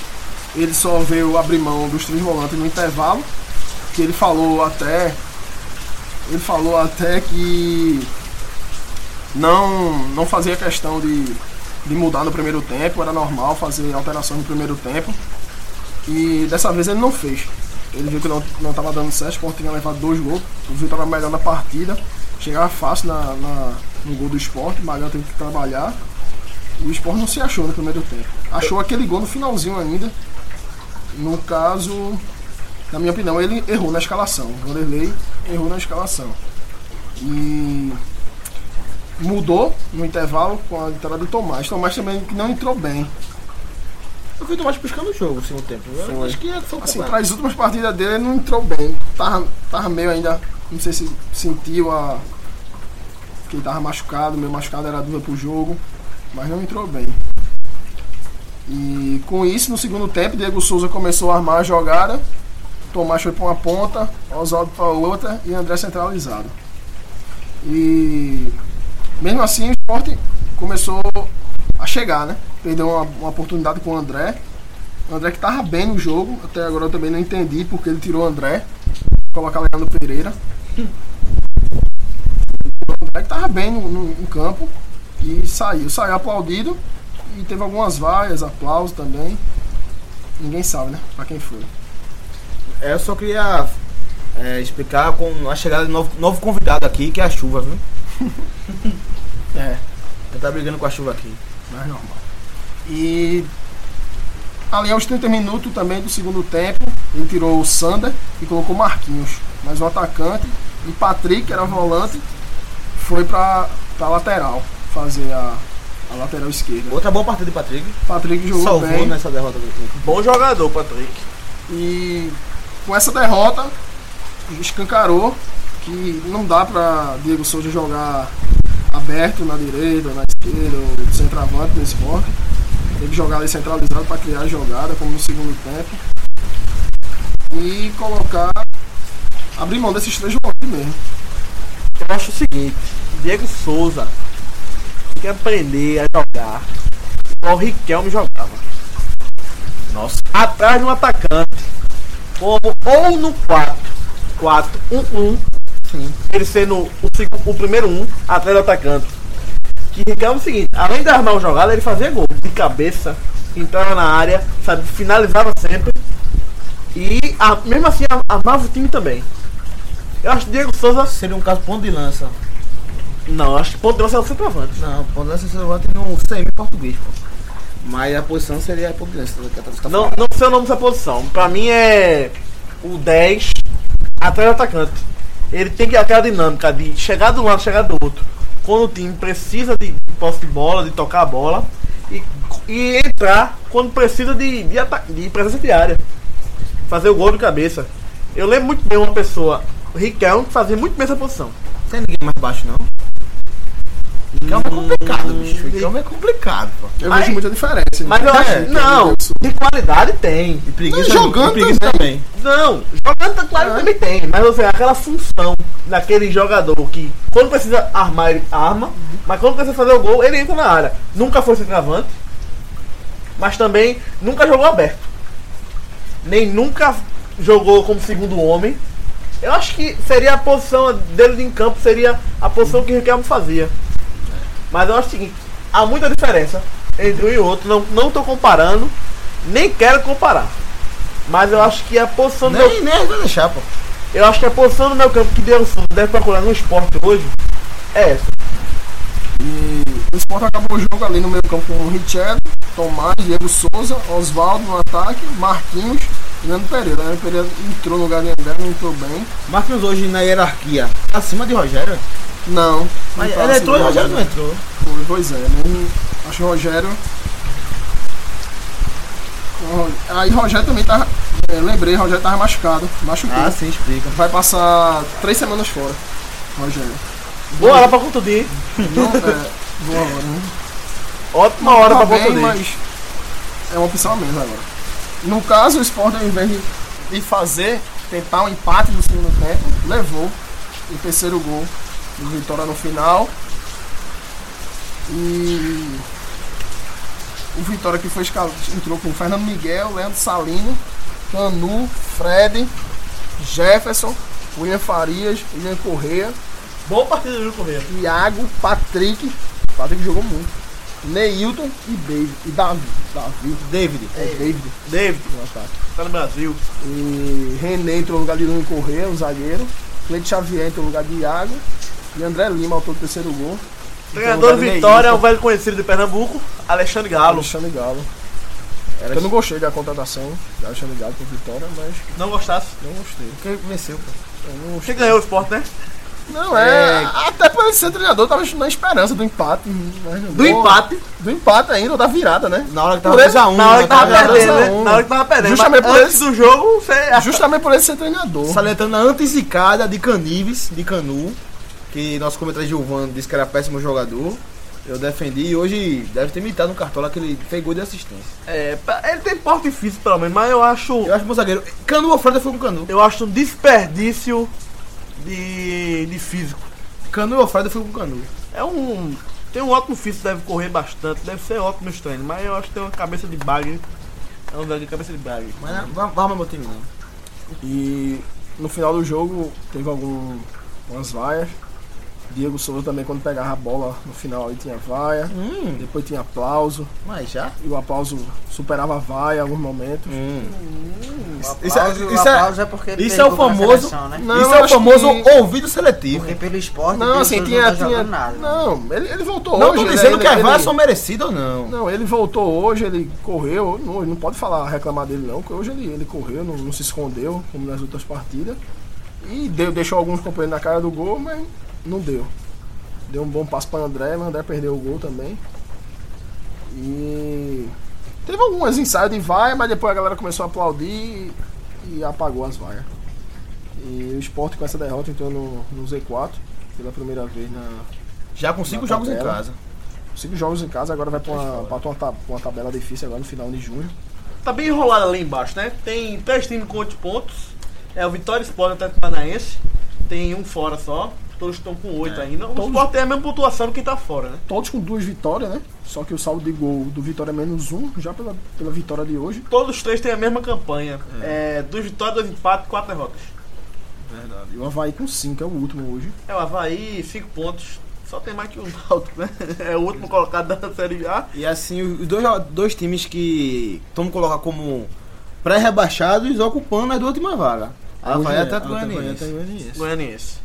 S2: Ele só veio abrir mão dos três volantes no intervalo. Que ele falou até. Ele falou até que não, não fazia questão de, de mudar no primeiro tempo, era normal fazer alterações no primeiro tempo. E dessa vez ele não fez. Ele viu que não, não tava dando certo, o Sport tinha levado dois gols, o Vitor estava melhor na partida, chegava fácil na, na- no gol do Sport, o Magal teve que trabalhar. E o Sport não se achou no primeiro tempo. Achou aquele gol no finalzinho ainda. No caso, na minha opinião, ele errou na escalação. O Vanderlei errou na escalação. E mudou no intervalo com a entrada do Tomás. Tomás também que não entrou bem.
S4: Eu vi o Tomás piscando o jogo no segundo tempo. Eu
S2: Foi.
S4: acho que é- foi
S2: Assim,
S4: culpa.
S2: para as últimas partidas dele, ele não entrou bem. Tava, tava meio ainda. Não sei se sentiu a. que ele tava machucado, meio machucado, era dura pro jogo. Mas não entrou bem. E com isso, no segundo tempo, Diego Souza começou a armar a jogada. Tomás foi para uma ponta, Oswaldo para outra e André centralizado. E mesmo assim, o Sport começou a chegar, né? Perdeu uma, uma oportunidade com o André. O André que tava bem no jogo, até agora eu também não entendi porque ele tirou o André. Colocar Leandro Pereira. O André que tava bem no, no- no campo e saiu. Saiu aplaudido e teve algumas vaias, aplausos também. Ninguém sabe, né? Pra quem foi.
S4: É, eu só queria é, explicar com a chegada de novo, novo convidado aqui, que é a chuva, viu?
S2: É,
S4: Eu tá brigando com a chuva aqui.
S2: mas normal. E ali aos 30 minutos também do segundo tempo, ele tirou o Sander e colocou Marquinhos, mais um atacante. E Patrick, que era volante, foi pra, pra lateral, fazer a, a lateral esquerda.
S4: Outra boa partida de Patrick.
S2: Patrick jogou
S4: Salvou né?
S2: bem
S4: nessa é derrota do Atlético.
S3: Bom jogador, Patrick.
S2: e com essa derrota escancarou que não dá pra Diego Souza jogar aberto na direita, na esquerda, ou de centroavante no esporte. Tem que jogar ali centralizado para criar a jogada, como no segundo tempo. E colocar. abrir mão desses três volantes mesmo.
S3: Eu acho o seguinte, Diego Souza tem que aprender a jogar igual o Riquelme jogava.
S4: Nossa.
S3: Atrás de um atacante. Como ou no 4, 4, 1, 1. Ele sendo o, seg- o primeiro um atrás do atacante. Que Riquelme é o seguinte, além de armar uma jogada, ele fazia gol de cabeça, entrava na área, sabe, finalizava sempre. E a- mesmo assim a- armava o time também. Eu acho que Diego Souza
S4: Seria um caso ponto de lança.
S3: não, acho que ponto de lança é o centroavante.
S4: Não, ponto de lança você levanta em um semi português, pô. Mas a posição seria a ponto de lança. que a Tati tá
S3: Não,
S4: falando.
S3: não sei o nome dessa posição. Pra mim é o 10 atrás do atacante. Ele tem que ter aquela dinâmica de chegar de um lado, chegar do outro. Quando o time precisa de posse de bola, de tocar a bola. E, e entrar quando precisa de, de, ata- de presença de área. Fazer o gol de cabeça. Eu lembro muito bem uma pessoa, o Riquelme, que fazia muito bem essa posição.
S4: Tem ninguém mais baixo, não. Calma é complicado, bicho. Calma é complicado, pô.
S2: Eu
S3: Mas-
S2: vejo muita diferença.
S3: Mas eu acho.
S2: É,
S3: não, de qualidade tem.
S4: E preguiça,
S2: Não, jogando
S4: e preguiça Tá também.
S3: Não, jogando claro também tem, mas você aquela função daquele jogador que quando precisa armar, ele arma, mas quando precisa fazer o gol, ele entra na área. Nunca foi centroavante, mas também nunca jogou aberto. Nem nunca jogou como segundo homem. Eu acho que seria a posição dele em campo, seria a posição que o Riquelme fazia. Mas eu acho o seguinte, há muita diferença entre um e outro, não, não tô comparando, nem quero comparar. Mas eu acho que a posição do meu
S4: Nem, nem vai deixar, pô.
S3: eu acho que a posição do meu campo que Diego Souza deve procurar no esporte hoje é essa.
S2: E o Sport acabou o jogo ali no meio campo com o Richard, Tomás, Diego Souza, Oswaldo no ataque, Marquinhos e Leandro Pereira. Leandro Pereira entrou no lugar de André, não entrou bem.
S4: Marquinhos hoje na hierarquia Tá acima de Rogério.
S2: Não. não
S4: Mas
S2: tá
S4: ele
S2: assim,
S4: entrou e Rogério não entrou.
S2: Foi, Pois é, né? Acho que o Rogério. o- Aí Rogério também tá. é, lembrei, Rogério tava machucado. Machucou.
S4: Ah, sim, explica.
S2: Vai passar três semanas fora. Rogério.
S3: Bora pra contundir.
S2: Não, é, Boa hora, né?
S3: Ótima hora
S2: Tá
S3: pra
S2: bem,
S3: Porto
S2: mas é uma opção a menos agora. No caso, o Sport, ao invés de- de fazer, tentar um empate no segundo tempo, levou o terceiro gol do Vitória no final. E o Vitória que foi escalado, entrou com Fernando Miguel, Leandro Salino, Canu, Fred, Jefferson, William Farias, William Correia,
S3: Bom partido do Júlio Correia.
S2: Iago, Patrick. Patrick jogou muito. Neilton e David. E Davi. Davi.
S4: David.
S2: É David
S3: David,
S2: no ataque.
S3: tá no Brasil.
S2: Então, E René entrou no lugar de Luiz Correia, um zagueiro. Cleide Xavier entrou no lugar de Iago. E André Lima, autor do terceiro gol.
S3: Treinador
S2: Então,
S3: Vitória,
S2: Neilton.
S3: um velho conhecido de Pernambuco, Alexandre Galo.
S2: Alexandre Galo. Eu não gostei da contratação de Alexandre Galo com Vitória, mas
S3: Não gostasse.
S2: não gostei.
S4: Quem venceu, pô?
S2: Eu não
S3: Você
S2: gostei.
S3: ganhou o esporte, né?
S2: Não, é. Até por ele ser treinador, tava na esperança do empate. mas não
S3: Do
S2: deu.
S3: empate.
S2: Do empate ainda, ou da virada, né?
S4: Na hora que tava
S2: Por ele-
S4: 2x1.
S3: Na hora que tava
S2: tava
S3: perdendo,
S2: dois a
S3: né?
S2: um.
S3: Na hora que tava perdendo.
S2: Justamente
S3: Mas
S2: por
S3: antes do jogo, você.
S2: Justamente por ele ser treinador.
S4: Salientando a antesicada de Canives, de Canu, que nosso comentarista Giovanni disse que era péssimo jogador. Eu defendi e hoje deve ter imitado no cartola que ele fez gol de assistência.
S3: É, pra- ele tem porte físico, pelo menos, mas eu acho.
S4: Eu acho bom zagueiro. Canu ou Freda foi com Canu.
S3: Eu acho um desperdício de, de físico.
S4: Canu ou Freda foi com Canu.
S3: É um. Tem um ótimo físico, deve correr bastante, deve ser ótimo nos treinos, mas eu acho que tem uma cabeça de bagre. É um velho de cabeça de bagre.
S4: Mas não, vá- vá armar meu time não.
S2: E no final do jogo teve algumas vaias. Diego Souza também quando pegava a bola no final aí tinha vaia.
S4: Hum,
S2: Depois tinha aplauso.
S4: mas já? Hum.
S2: E o aplauso superava a vaia em alguns momentos.
S4: Isso é-
S6: Aplauso,
S4: isso é-
S6: aplauso é porque ele
S4: isso
S6: perdeu
S4: é o
S6: contra a
S4: famoso-
S6: seleção, né?
S2: Não,
S4: Isso é o
S2: acho
S4: famoso
S2: que-
S4: ouvido seletivo.
S6: Porque pelo esporte,
S2: Não, assim,
S6: Pedro não
S2: tinha.
S6: tá jogando
S2: tinha
S6: nada.
S2: não, ele, ele voltou
S4: Não
S2: hoje.
S4: tô
S2: ele-
S4: dizendo
S2: ele-
S4: que é as
S2: ele-
S4: vaias são merecidas ou não.
S2: Não, ele voltou hoje, ele correu. Não, não pode falar, reclamar dele não, porque hoje ele, ele correu, não, não se escondeu, como nas outras partidas. E deu, deixou alguns companheiros na cara do gol, mas não deu. Deu um bom passo para André, mas André perdeu o gol também. E teve algumas ensaios de vaia, mas depois a galera começou a aplaudir e, e apagou as vaias. E o Sport com essa derrota entrou no, no Z4 pela primeira vez na,
S4: Já com cinco
S2: Na
S4: jogos em
S2: tabela.
S4: casa.
S2: Cinco jogos em casa, agora vai pra uma, pra uma, ta- uma tabela difícil agora no final de junho.
S3: Tá bem enrolado ali embaixo, né? Tem três times com oito pontos. É o Vitória Sport até o Paranaense. Tem um fora só. Todos estão com oito ainda. O
S2: todos-
S3: Sport tem a mesma pontuação do que tá fora, né?
S2: Todos com duas vitórias, né? Só que o saldo de gol do Vitória é menos um, já pela, pela vitória de hoje.
S3: Todos os três têm a mesma campanha. É, duas vitórias, dois empates, quatro derrotas.
S2: E o Havaí com cinco, é o último hoje.
S3: É o Havaí, cinco pontos. Só tem mais que o Náutico, né? É o último colocado da Série A.
S4: E assim, os dois, dois times que vamos colocar como pré-rebaixados ocupando é as duas últimas vagas.
S2: Hoje
S4: Havaí
S2: é,
S4: até
S2: Atlético Goianiense.
S4: Goianiense.
S3: Goianiense.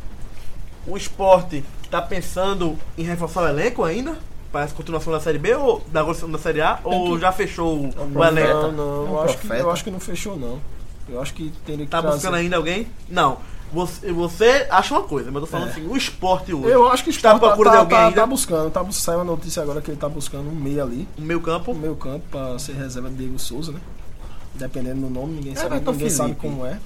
S3: O esporte tá pensando em reforçar o elenco ainda? Parece continuação da Série B ou da evolução da Série A? Ou já fechou
S2: Tá
S3: o, o elenco?
S2: Não, não,
S4: É um
S2: eu, acho que,
S4: profeta.
S2: eu acho que não fechou, não. Eu acho que teria que
S3: Tá
S2: trazer-
S3: buscando ainda alguém? Não. Você, você acha uma coisa, mas eu tô falando assim, o esporte hoje.
S2: Eu acho que o
S3: Está à
S2: Sport tá,
S3: procura de
S2: tá,
S3: alguém
S2: tá,
S3: ainda?
S2: tá buscando. Tá, bus- saiu a notícia agora que ele tá buscando um meia ali,
S3: O meio
S2: um
S3: campo.
S2: meio campo, pra ser reserva de Diego Souza, né? Dependendo do nome,
S3: É,
S2: ninguém, sabe,
S4: Everton
S2: ninguém sabe
S4: Felipe.
S2: como é.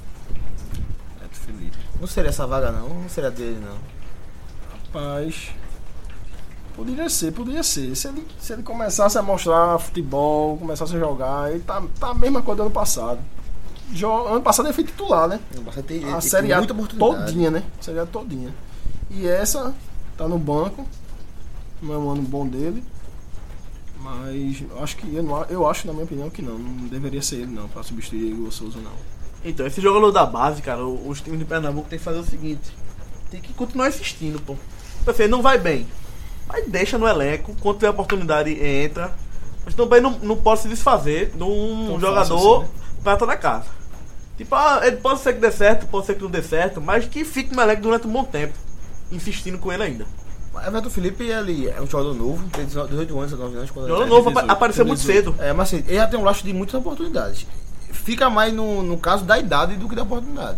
S4: Não seria essa vaga não, não seria dele não.
S2: Rapaz. Poderia ser, poderia ser. Se ele, se ele começasse a mostrar futebol, começasse a jogar, ele tá, tá a mesma coisa do ano passado. Jo- ano passado ele foi titular, né?
S4: Você tem,
S2: A Série A todinha, né? A Série A todinha. E essa tá no banco. Não é um ano bom dele. Mas eu acho que eu, não, a- eu acho, na minha opinião, que não. Não deveria ser ele não, pra substituir Igor Souza, não.
S3: Então, esse jogador da base, cara, o- os times de Pernambuco tem que fazer o seguinte: tem que continuar insistindo, pô. Você não vai bem. Mas deixa no elenco, quando tiver oportunidade, entra. Mas também não, não pode se desfazer de um
S2: Tão
S3: jogador
S2: fácil
S3: pra estar na casa. Tipo, ah, ele pode ser que dê certo, pode ser que não dê certo, mas que fique no elenco durante um bom tempo, insistindo com ele ainda.
S4: Everton Felipe ele é um jogador novo, tem 18 anos, 19 anos. quando
S3: Jogador
S4: ele-
S3: novo
S4: 18,
S3: apa- apareceu muito
S4: 18.
S3: cedo.
S4: É, mas assim, ele já tem um laço de muitas oportunidades. Fica mais no, no caso da idade do que da oportunidade.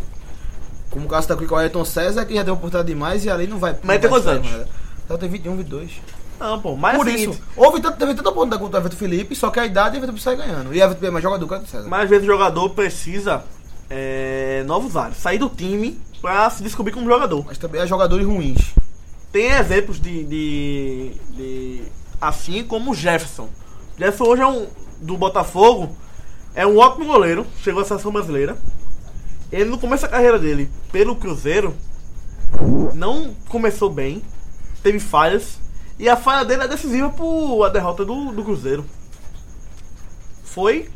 S4: Como o caso da Clica Ayrton César, que já deu oportunidade demais e ali não vai. não
S3: tem
S4: vai
S3: quantos
S4: sair
S3: anos?
S4: mais. Ela tem 21, 22.
S3: Não, pô, mas
S4: Por
S3: é o seguinte,
S4: isso, houve tanto, teve tanta oportunidade contra o Everton Felipe, só que a idade o Everton sai ganhando. E o Everton é mais jogador que o Everton César.
S3: Mas às vezes o jogador precisa é, novos ares, sair do time pra se descobrir como jogador.
S4: Mas também há jogadores ruins.
S3: Tem exemplos de, de, de- Assim como o Jefferson. Jefferson hoje é um. Do Botafogo. É um ótimo goleiro. Chegou à seleção brasileira. Ele no começo da carreira dele, pelo Cruzeiro, não começou bem. Teve falhas. E a falha dele é decisiva por a derrota do, do Cruzeiro. Foi.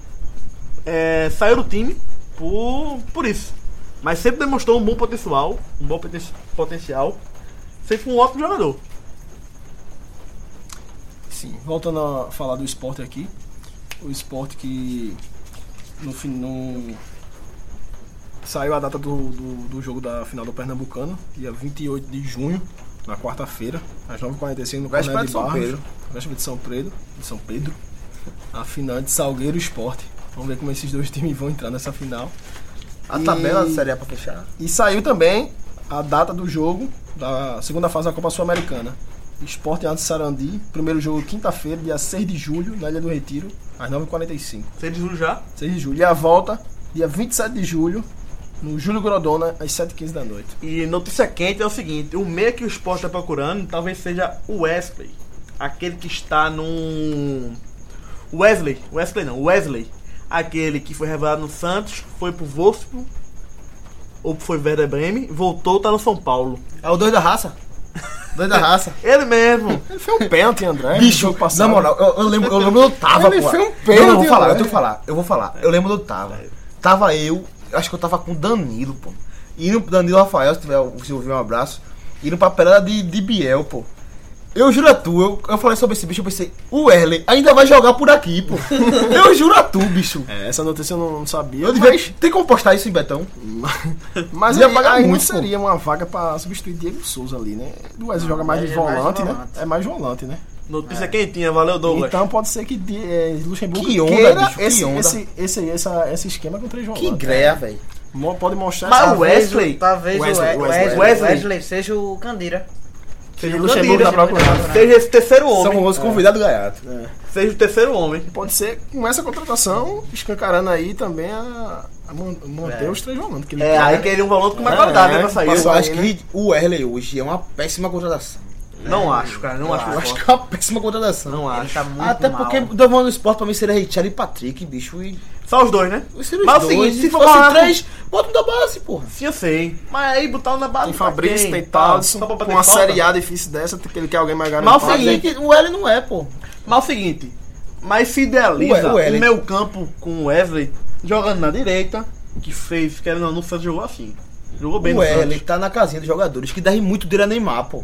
S3: é, saiu do time por, por isso. Mas sempre demonstrou um bom potencial. Um bom poten- potencial. Sempre foi um ótimo jogador.
S2: Sim, voltando a falar do esporte aqui. O esporte que no fim no- saiu a data do, do, do jogo da final do Pernambucano, dia 28 de junho, na quarta-feira, às 9h45 no
S4: Véspera de
S2: Cornélio de
S4: São
S2: Barros.
S4: Pedro.
S2: Véspera de São Pedro. De São Pedro. A final de Salgueiro Esporte. Vamos ver como esses dois times vão entrar nessa final.
S4: A
S2: E-
S4: tabela seria pra fechar.
S2: E saiu também a data do jogo da segunda fase da Copa Sul-Americana. Esporte Antes Sarandi, primeiro jogo quinta-feira, dia 6 de julho, na Ilha do Retiro, às 9h45.
S3: Você diz um já?
S2: 6 de julho. E a volta, dia 27 de julho, no Júlio Grodona, às 7h15 da noite.
S3: E notícia quente é o seguinte: o meia que o Sport está procurando talvez seja o Wesley. Aquele que está no. Wesley. Wesley não, Wesley. Aquele que foi revelado no Santos, foi pro Wolfsburg, ou foi Werder Bremen, voltou, tá no São Paulo.
S4: É o dois da raça. Dois da raça.
S3: Ele mesmo!
S2: Ele fez um pênalti, André. no jogo passado.
S4: na moral, eu, eu lembro, eu lembro onde eu tava,
S2: Ele
S4: pô.
S2: fez um
S4: Não, eu vou
S2: pênalti,
S4: falar, eu
S2: velho.
S4: tenho que falar, eu vou falar. Eu lembro onde eu tava. Tava eu, eu acho que eu tava com o Danilo, pô. Indo pro Danilo Rafael, se tiver, se ouvir um abraço. Indo pra pelada de, de Biel, pô. Eu juro a tu, eu, eu falei sobre esse bicho, eu pensei, o Erlen ainda vai jogar por aqui, pô. eu juro a tu, bicho.
S2: É, essa notícia eu não, não sabia.
S4: Eu devia, tem como postar isso em Betão?
S2: Mas
S4: Ia
S2: aí,
S4: pagar
S2: aí
S4: muito,
S2: não seria uma vaga pra substituir Diego Souza ali, né? O Wesley joga mais de
S6: ele é mais
S2: volante, né?
S6: volante.
S2: É mais volante, né?
S3: Notícia quentinha, valeu Douglas.
S2: Então pode ser que de, eh, Luxemburgo
S4: Que onda,
S2: queira
S4: bicho, que
S2: esse,
S4: onda.
S2: Esse, esse, essa, esse esquema com três
S4: Que
S2: volantes.
S4: greia, velho.
S2: Mo- Pode mostrar
S3: Mas
S2: essa-
S3: o Wesley,
S6: Talvez
S2: Ah, Wesley,
S6: o We-
S2: Wesley.
S6: Wesley,
S3: Wesley.
S6: Wesley. seja o Candira.
S3: seja o
S2: Luxemburgo
S3: Candira,
S2: tá procurando.
S3: seja esse terceiro homem.
S4: São os convidados gaiato.
S3: Seja o terceiro homem.
S2: Pode ser com essa contratação, escancarando aí também a, a man- manter
S6: É.
S2: os três volantes. Que ele
S3: É,
S2: quer,
S3: aí
S2: né?
S3: queria um volante com mais
S2: É,
S3: qualidade, né, pra
S2: é,
S3: sair.
S4: Eu
S2: passou
S4: acho
S2: aí, né?
S4: que o Erlen hoje é uma péssima contratação.
S3: Não acho, cara, não acho.
S4: Eu acho
S3: forte.
S4: que é uma péssima contratação.
S3: Não acho.
S6: Ele tá muito
S4: Até
S6: mal.
S4: porque o Domão do Esporte pra mim seria Richard e Patrick, bicho. E
S3: Só os dois, né?
S4: os seria os
S3: Mas é o
S4: dois,
S3: seguinte, se
S4: e
S3: for
S4: fosse
S3: falar-
S4: três, bota um da base, porra.
S3: Sim, eu sei. Mas aí botar o na base.
S2: Tem Um Fabrício, tem Talisson, com uma Série A difícil dessa, que ele quer alguém mais
S3: Mal
S2: garantido.
S4: Mas
S3: seguinte,
S4: que o L não é, pô.
S3: Mas é o seguinte. Mas se idealiza
S4: Ué,
S3: o,
S4: o Ellen.
S3: meu campo com o Wesley jogando na direita, que fez, querendo ou não, o Santos jogou assim. Jogou bem
S4: O
S3: no
S4: L
S3: Santos.
S4: tá na casinha dos jogadores, que deve muito dele a Neymar, pô.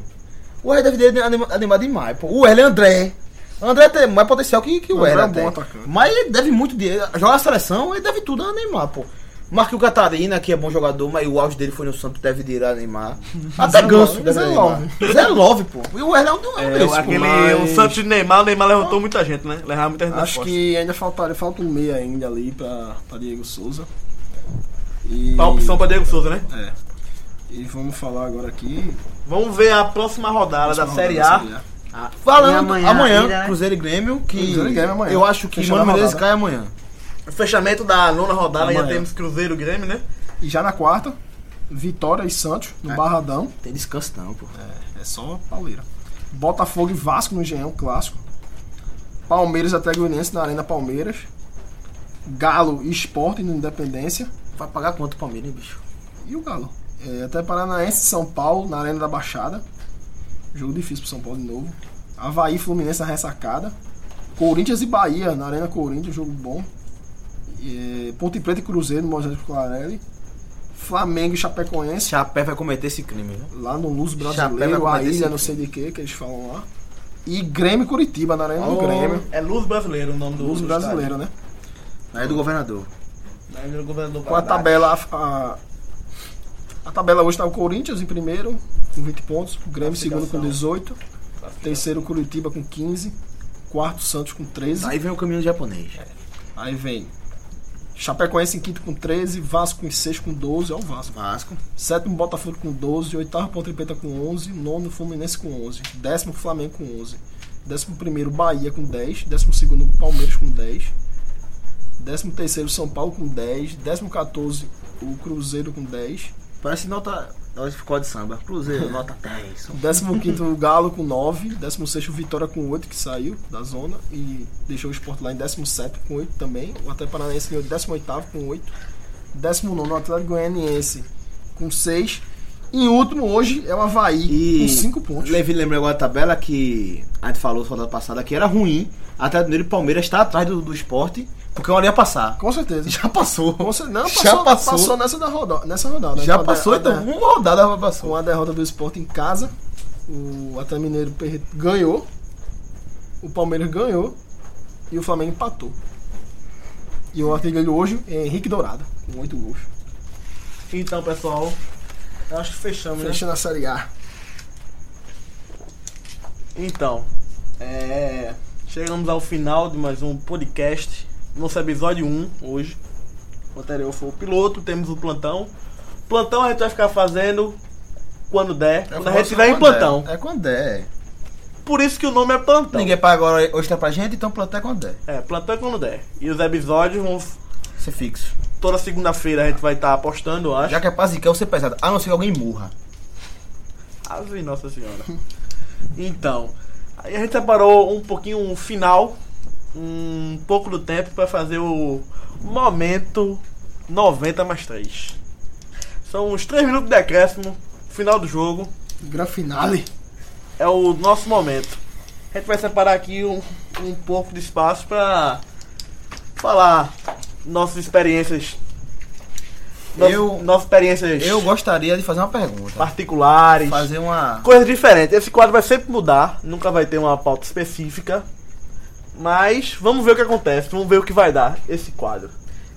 S4: O L deve dele a Neymar- a Neymar demais, pô. O L é André. André tem mais potencial que, que o
S2: André
S4: L.
S2: é
S4: até.
S2: bom atacante.
S4: Mas ele deve muito dele. Joga a seleção, ele deve tudo a Neymar, pô. Marquinhos Catarina, que é bom jogador, mas o auge dele foi no Santos, deve dele a Neymar. Até
S2: Zé
S4: Ganso,
S2: Love,
S4: deve
S2: Zé
S4: a Neymar. Zé Love, pô. E o L é um é um
S3: É,
S4: desses,
S3: o-
S4: pô.
S3: aquele,
S2: mas-
S3: O Santos de Neymar, o Neymar levantou muita gente, né? Levava muita gente nas
S2: Acho
S3: costas.
S2: que ainda faltaria, falta um meia ainda ali pra, pra Diego Souza. E,
S3: Pra Tá opção pra Diego Souza, né?
S2: É. E vamos falar agora aqui.
S3: Vamos ver a próxima rodada da
S2: Próxima
S3: Série
S2: rodada
S3: A.
S2: da Série
S4: Falando
S6: E
S4: amanhã,
S6: amanhã, ainda, né?
S4: Cruzeiro e Grêmio, que
S2: Cruzeiro e Grêmio é amanhã.
S4: eu acho que
S2: Fechando
S4: Mano
S2: a
S4: Menezes
S2: rodada.
S4: cai amanhã.
S3: O fechamento da nona rodada, ainda
S2: Amanhã.
S3: temos Cruzeiro e Grêmio, né?
S2: E já na quarta, Vitória e Santos, no Barradão.
S4: Tem descanso não, pô.
S2: É só pauleira. Botafogo e Vasco no Engenhão, clássico. Palmeiras até Goianiense na Arena Palmeiras. Galo e Sport no Independência.
S4: Vai pagar quanto o Palmeiras, hein, bicho?
S2: E o Galo. É, até Paranaense e São Paulo na Arena da Baixada. Jogo difícil pro São Paulo de novo. Havaí e Fluminense na ressacada. Corinthians e Bahia na Arena Corinthians, jogo bom. É, Ponte Preta e Cruzeiro no Moisés Clarelli. Flamengo e Chapecoense.
S4: Chapé vai cometer esse crime, né?
S2: lá no Luz
S4: Chapéu vai
S2: Brasileiro, a
S4: cometer
S2: ilha,
S4: esse
S2: não sei de que, que eles falam lá. E Grêmio e Curitiba, na Arena
S4: Oh.
S2: do Grêmio.
S3: É Luz Brasileiro o nome do
S2: Luz
S3: do
S2: brasileiro, né?
S4: Aí é do governador.
S3: estádio. Aí vira o governador
S2: Com a
S3: Valadares.
S2: tabela. A, a tabela hoje está o Corinthians em primeiro, com 20 pontos. O Grêmio em segundo com 18. Terceiro, Curitiba com 15. Quarto, Santos com 13.
S4: Aí vem o caminho do japonês.
S2: Aí vem. Chapecoense em quinto com 13, Vasco em sexto com 12, olha o Vasco.
S4: Vasco.
S2: Sétimo, Botafogo com 12, oitavo, Ponte Preta com 11, nono, Fluminense com 11, décimo, Flamengo com 11, décimo primeiro, Bahia com 10, décimo segundo, Palmeiras com 10, décimo terceiro, São Paulo com 10, décimo 14, o Cruzeiro com 10,
S4: Parece nota. Olha ficou de samba. Cruzeiro, nota 10.
S2: 15 o Galo com 9, 16 o Vitória com 8 que saiu da zona e deixou o Sport lá em 17 com 8 também. O Atlético Paranaense ganhou 18 com 8. 19 o Atlético Goianiense com 6. E o último hoje é o Havaí
S4: E-
S2: com 5 pontos.
S4: Levi lembrou agora da tabela que a gente falou na rodada passada que era ruim. Até Mineiro e Palmeiras está atrás do, do esporte, porque uma hora ia passar.
S2: Com certeza.
S4: Já passou.
S2: Com cer- Não,
S4: Já
S2: passou,
S4: passou.
S2: passou nessa, da roda, nessa rodada. é,
S4: Já
S2: Com a
S4: passou,
S2: der- a
S4: então.
S2: der-
S4: Uma rodada já passou.
S2: Com a derrota do Sport em casa, o Atlético Mineiro per- ganhou, o Palmeiras ganhou e o Flamengo empatou. E o artilheiro hoje é Henrique Dourado, com 8 gols.
S3: Então, pessoal, eu acho que fechamos, né?
S2: Fechando a Série A.
S3: Então, é, chegamos ao final de mais um podcast. Nosso episódio 1 hoje. O anterior foi o piloto, temos o plantão. Plantão a gente vai ficar fazendo quando der, É, quando a gente estiver em plantão.
S4: É quando é.
S3: Por isso que o nome é plantão.
S4: Ninguém paga agora hoje tá pra gente, então plantão é quando é.
S3: É, plantão é quando der. E os episódios vão.
S4: Isso é fixo.
S3: Toda segunda-feira a gente vai estar apostando, eu acho.
S4: Já que é pra zicar, você é pesado. A não ser que alguém morra.
S3: Ave Nossa Senhora. Então, aí a gente separou um pouquinho um final, um pouco do tempo para fazer o momento 90 mais 3. São uns 3 minutos de decréscimo, final do jogo,
S2: Gran finale.
S3: é o nosso momento. A gente vai separar aqui um, um pouco de espaço para falar nossas experiências. Nosso,
S4: Eu-
S3: nossas experiências
S4: Eu gostaria de fazer uma pergunta.
S3: particulares
S4: Fazer uma.
S3: coisas diferentes. Esse quadro vai sempre mudar, nunca vai ter uma pauta específica. Mas vamos ver o que acontece, vamos ver o que vai dar esse quadro.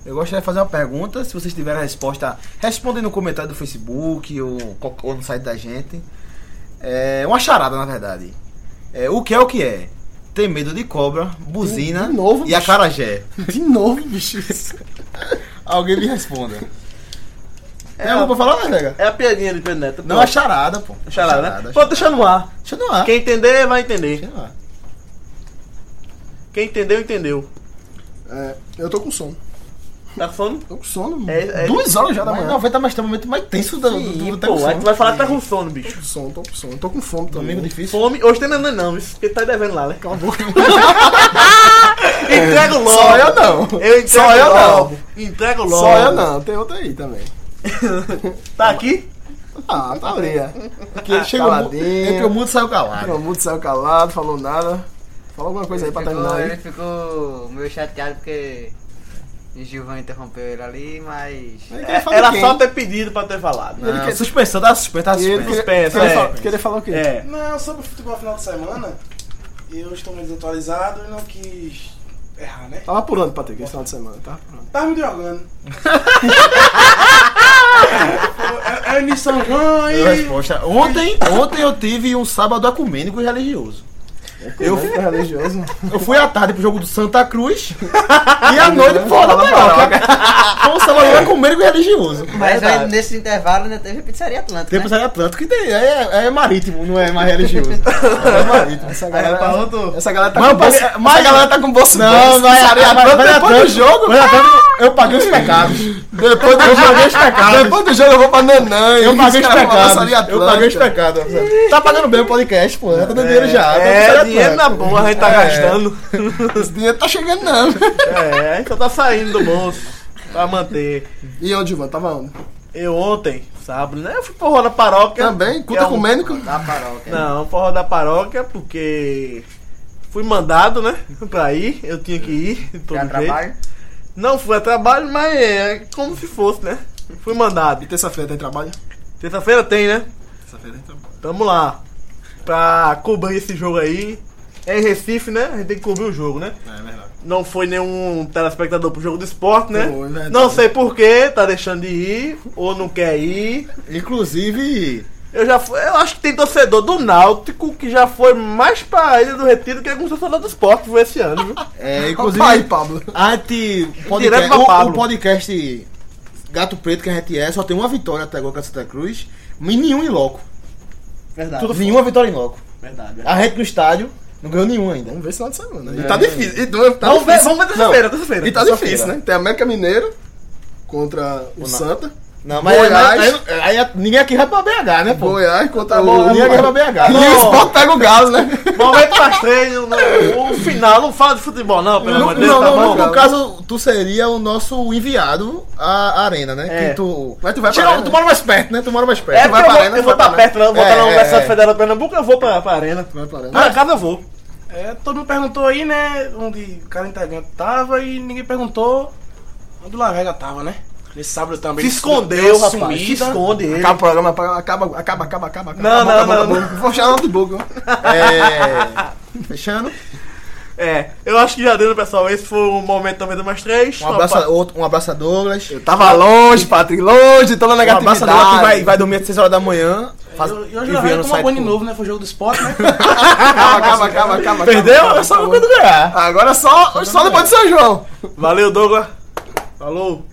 S4: Eu gostaria de fazer uma pergunta. Se vocês tiverem a resposta, respondem no comentário do Facebook ou, qual- ou no site da gente. É uma charada, na verdade. É, o que é o que é? Tem medo de cobra, buzina
S2: De novo,
S4: e
S2: bicho.
S4: acarajé.
S3: É.
S2: De novo, bicho. isso.
S4: Alguém me responda. É,
S3: a-
S4: eu vou falar, né, nega?
S3: É a piadinha de Peneta.
S4: Não, é charada, pô.
S3: charada, né?
S4: Charada,
S3: Pode deixar no ar.
S4: Deixa eu dar uma.
S3: Quem entender, vai entender.
S4: Deixa eu dar uma.
S3: Quem entendeu, entendeu.
S2: É, eu tô com sono.
S3: Tá com sono?
S2: Tô com sono.
S3: É- é-
S2: Duas horas já da
S4: Mas
S2: manhã.
S4: 90 mais tem um momento mais tenso do, do, do,
S3: Ih,
S4: do tá com
S3: pô, a
S4: sono.
S3: gente vai falar que tá com sono, bicho.
S2: Tô com sono, tô com sono. Tô com fome também. né?
S4: Domingo difícil.
S3: Fome, hoje tem neném não, isso que tá devendo lá, né? Cala a boca. Entrego logo.
S2: Só eu não.
S3: Eu entrego
S2: Só eu
S3: logo. Entrego logo.
S2: Só eu não. Tem outra aí também.
S3: Tá aqui?
S2: Ah, tá ali.
S3: Ah,
S2: Aqui chega o mu-
S4: Entre o mundo saiu calado.
S2: Todo mundo saiu calado, falou nada. Fala alguma coisa aí pra terminar
S6: Ele
S3: né?
S2: aí.
S6: ficou meio chateado porque Gilvan interrompeu ele ali, mas.
S3: Era só ter pedido pra ter falado. né?
S4: Não, Suspensão, tá suspensa, tá
S2: E ele
S4: suspensa.
S2: queria,
S3: Suspenso,
S2: queria
S3: é.
S2: falar, queria falar o quê?
S3: É.
S5: Não, sobre o futebol final de semana, eu estou meio desatualizado e não quis errar, né?
S2: Tava apurando, Patrick, esse final de semana, tá? Apurando.
S5: Tava me drogando. é, é início de São João
S4: Eu
S5: e.
S4: Resposta. Ontem, ontem eu tive um sábado ecumênico e religioso.
S2: Eu fui é religioso.
S4: Eu fui à tarde pro jogo do Santa Cruz e à noite pro Forró da Paróquia. Foi um sábado ecumênico e religioso.
S6: Mas
S3: Verdade.
S6: aí, nesse intervalo ainda teve a pizzaria Atlântica. né?
S4: Depois era tanto que tem, é, é marítimo, não é mais religioso. É marítimo.
S2: Essa galera,
S4: pra outro-
S2: essa galera tá
S4: Mas
S2: com
S4: eu paguei-
S2: bolso.
S4: mas-
S2: essa galera tá com bolso.
S4: Não, não é
S2: Areia
S4: Atlântico
S2: depois do jogo.
S4: Mas Atlântico, eu paguei os pecados.
S2: Depois do jogo, Depois do jogo eu vou pra Nanã.
S4: Eu paguei os pecados. Eu paguei os
S2: pecados.
S4: pecados. Tá pagando bem o podcast, pô. Tá dando dinheiro já.
S3: É,
S4: Atlântico.
S3: dinheiro na boa a gente tá
S4: É.
S3: gastando.
S2: Esse dinheiro tá chegando, não.
S3: É, então tá saindo do bolso pra manter.
S2: E onde, Ivan? Tava onde?
S3: Eu ontem, sábado, né? Eu fui forró da paróquia.
S2: Também?
S3: que
S2: Culta
S3: é um-
S2: ecumênico?
S6: Da paróquia.
S3: Não, forró da paróquia, porque fui mandado, né? Pra ir, eu tinha que ir. de todo
S6: Pra
S3: jeito.
S6: trabalho.
S3: Não, fui a trabalho, mas é como se fosse, né? Fui mandado.
S2: E terça-feira tem trabalho?
S3: Terça-feira tem, né?
S2: Terça-feira tem trabalho.
S3: Tamo lá. Pra cobrir esse jogo aí. É em Recife, né? A gente tem que cobrir o jogo, né?
S2: É verdade.
S3: Não foi nenhum telespectador pro jogo do esporte, né?
S2: Foi, verdade.
S3: não sei porquê, tá deixando de ir, ou não quer ir.
S4: Inclusive,
S3: Eu já fui, eu acho que tem torcedor do Náutico que já foi mais pra Ilha do Retiro que alguns torcedores do esporte foi esse ano, viu?
S4: é, inclusive,
S2: Inclusive, aí, Pablo.
S4: anti
S3: Direto
S4: podcast,
S3: pra
S4: o,
S3: Pablo.
S4: o podcast Gato Preto que a gente é, só tem uma vitória até agora com a Santa Cruz, mas nenhum em loco.
S3: Verdade.
S4: nenhuma vitória em loco.
S3: Verdade.
S4: A gente no estádio não ganhou nenhum ainda.
S2: Vamos ver esse final de semana.
S4: É.
S2: E tá difícil. E tu- tá
S3: vamos, ver,
S2: difícil. né?
S3: vamos ver terça-feira, terça-feira.
S2: E tá difícil, né? Tem América Mineiro contra o Santa.
S6: Não, mas
S2: Goiás.
S6: aí, aí- aí ninguém aqui vai pra BH, né, pô?
S2: Goiás contra
S3: Tá
S6: O- ninguém aqui vai pra BH.
S2: E o Sport pega o Galo, né?
S3: Momento mais treino, não, o final, não fala de futebol, não, pelo
S2: No,
S3: amor de Deus,
S2: não,
S3: tá
S2: não,
S3: bom?
S2: no, no
S3: Não,
S2: caso, tu seria o nosso enviado à arena, né?
S3: É.
S2: Que tu... Mas tu vai
S3: Tira-
S2: tu mora mais perto, né? Tu mora mais perto.
S3: É,
S2: tu
S3: porque eu
S2: vai pra
S3: vou,
S2: arena,
S3: eu
S2: tu
S3: vou
S2: vai
S3: pra perto, não, eu vou estar na
S2: É,
S3: Universidade
S2: é.
S3: Federal do Pernambuco, eu vou pra, pra arena.
S2: Tu vai pra arena.
S3: Pra casa eu vou.
S5: É, todo mundo perguntou aí, né? Onde cada integrante tava e ninguém perguntou onde o Lavega tava, né? Nesse sábado também.
S3: Se
S5: ele
S3: escondeu,
S5: deu uma
S3: rapaz, se
S2: né?
S5: sumida.
S3: esconde ele.
S2: Acaba o programa, acaba, acaba, acaba, acaba.
S3: Não,
S2: acaba,
S3: não,
S2: acaba,
S3: não,
S2: acaba. Vou fechar o notebook. ó. É... Fechando.
S3: É, eu acho que já deu, né, pessoal? Esse foi o momento também do mais três.
S2: Um abraço, a, outro, um abraço a Douglas.
S4: Tava longe, Patrick, longe, toda
S2: Um abraço a Douglas que vai,
S4: negatividade.
S2: vai dormir às 6 horas da manhã.
S5: E eu- E hoje o Lavega tomou banho de novo, né? Foi o jogo do esporte, né?
S2: Acaba, acaba, acaba, acaba.
S3: Perdeu?
S2: acaba,
S3: Eu só vou
S2: acaba.
S3: quando ganhar.
S2: Agora só, só depois de São João.
S3: Valeu, Douglas. Falou.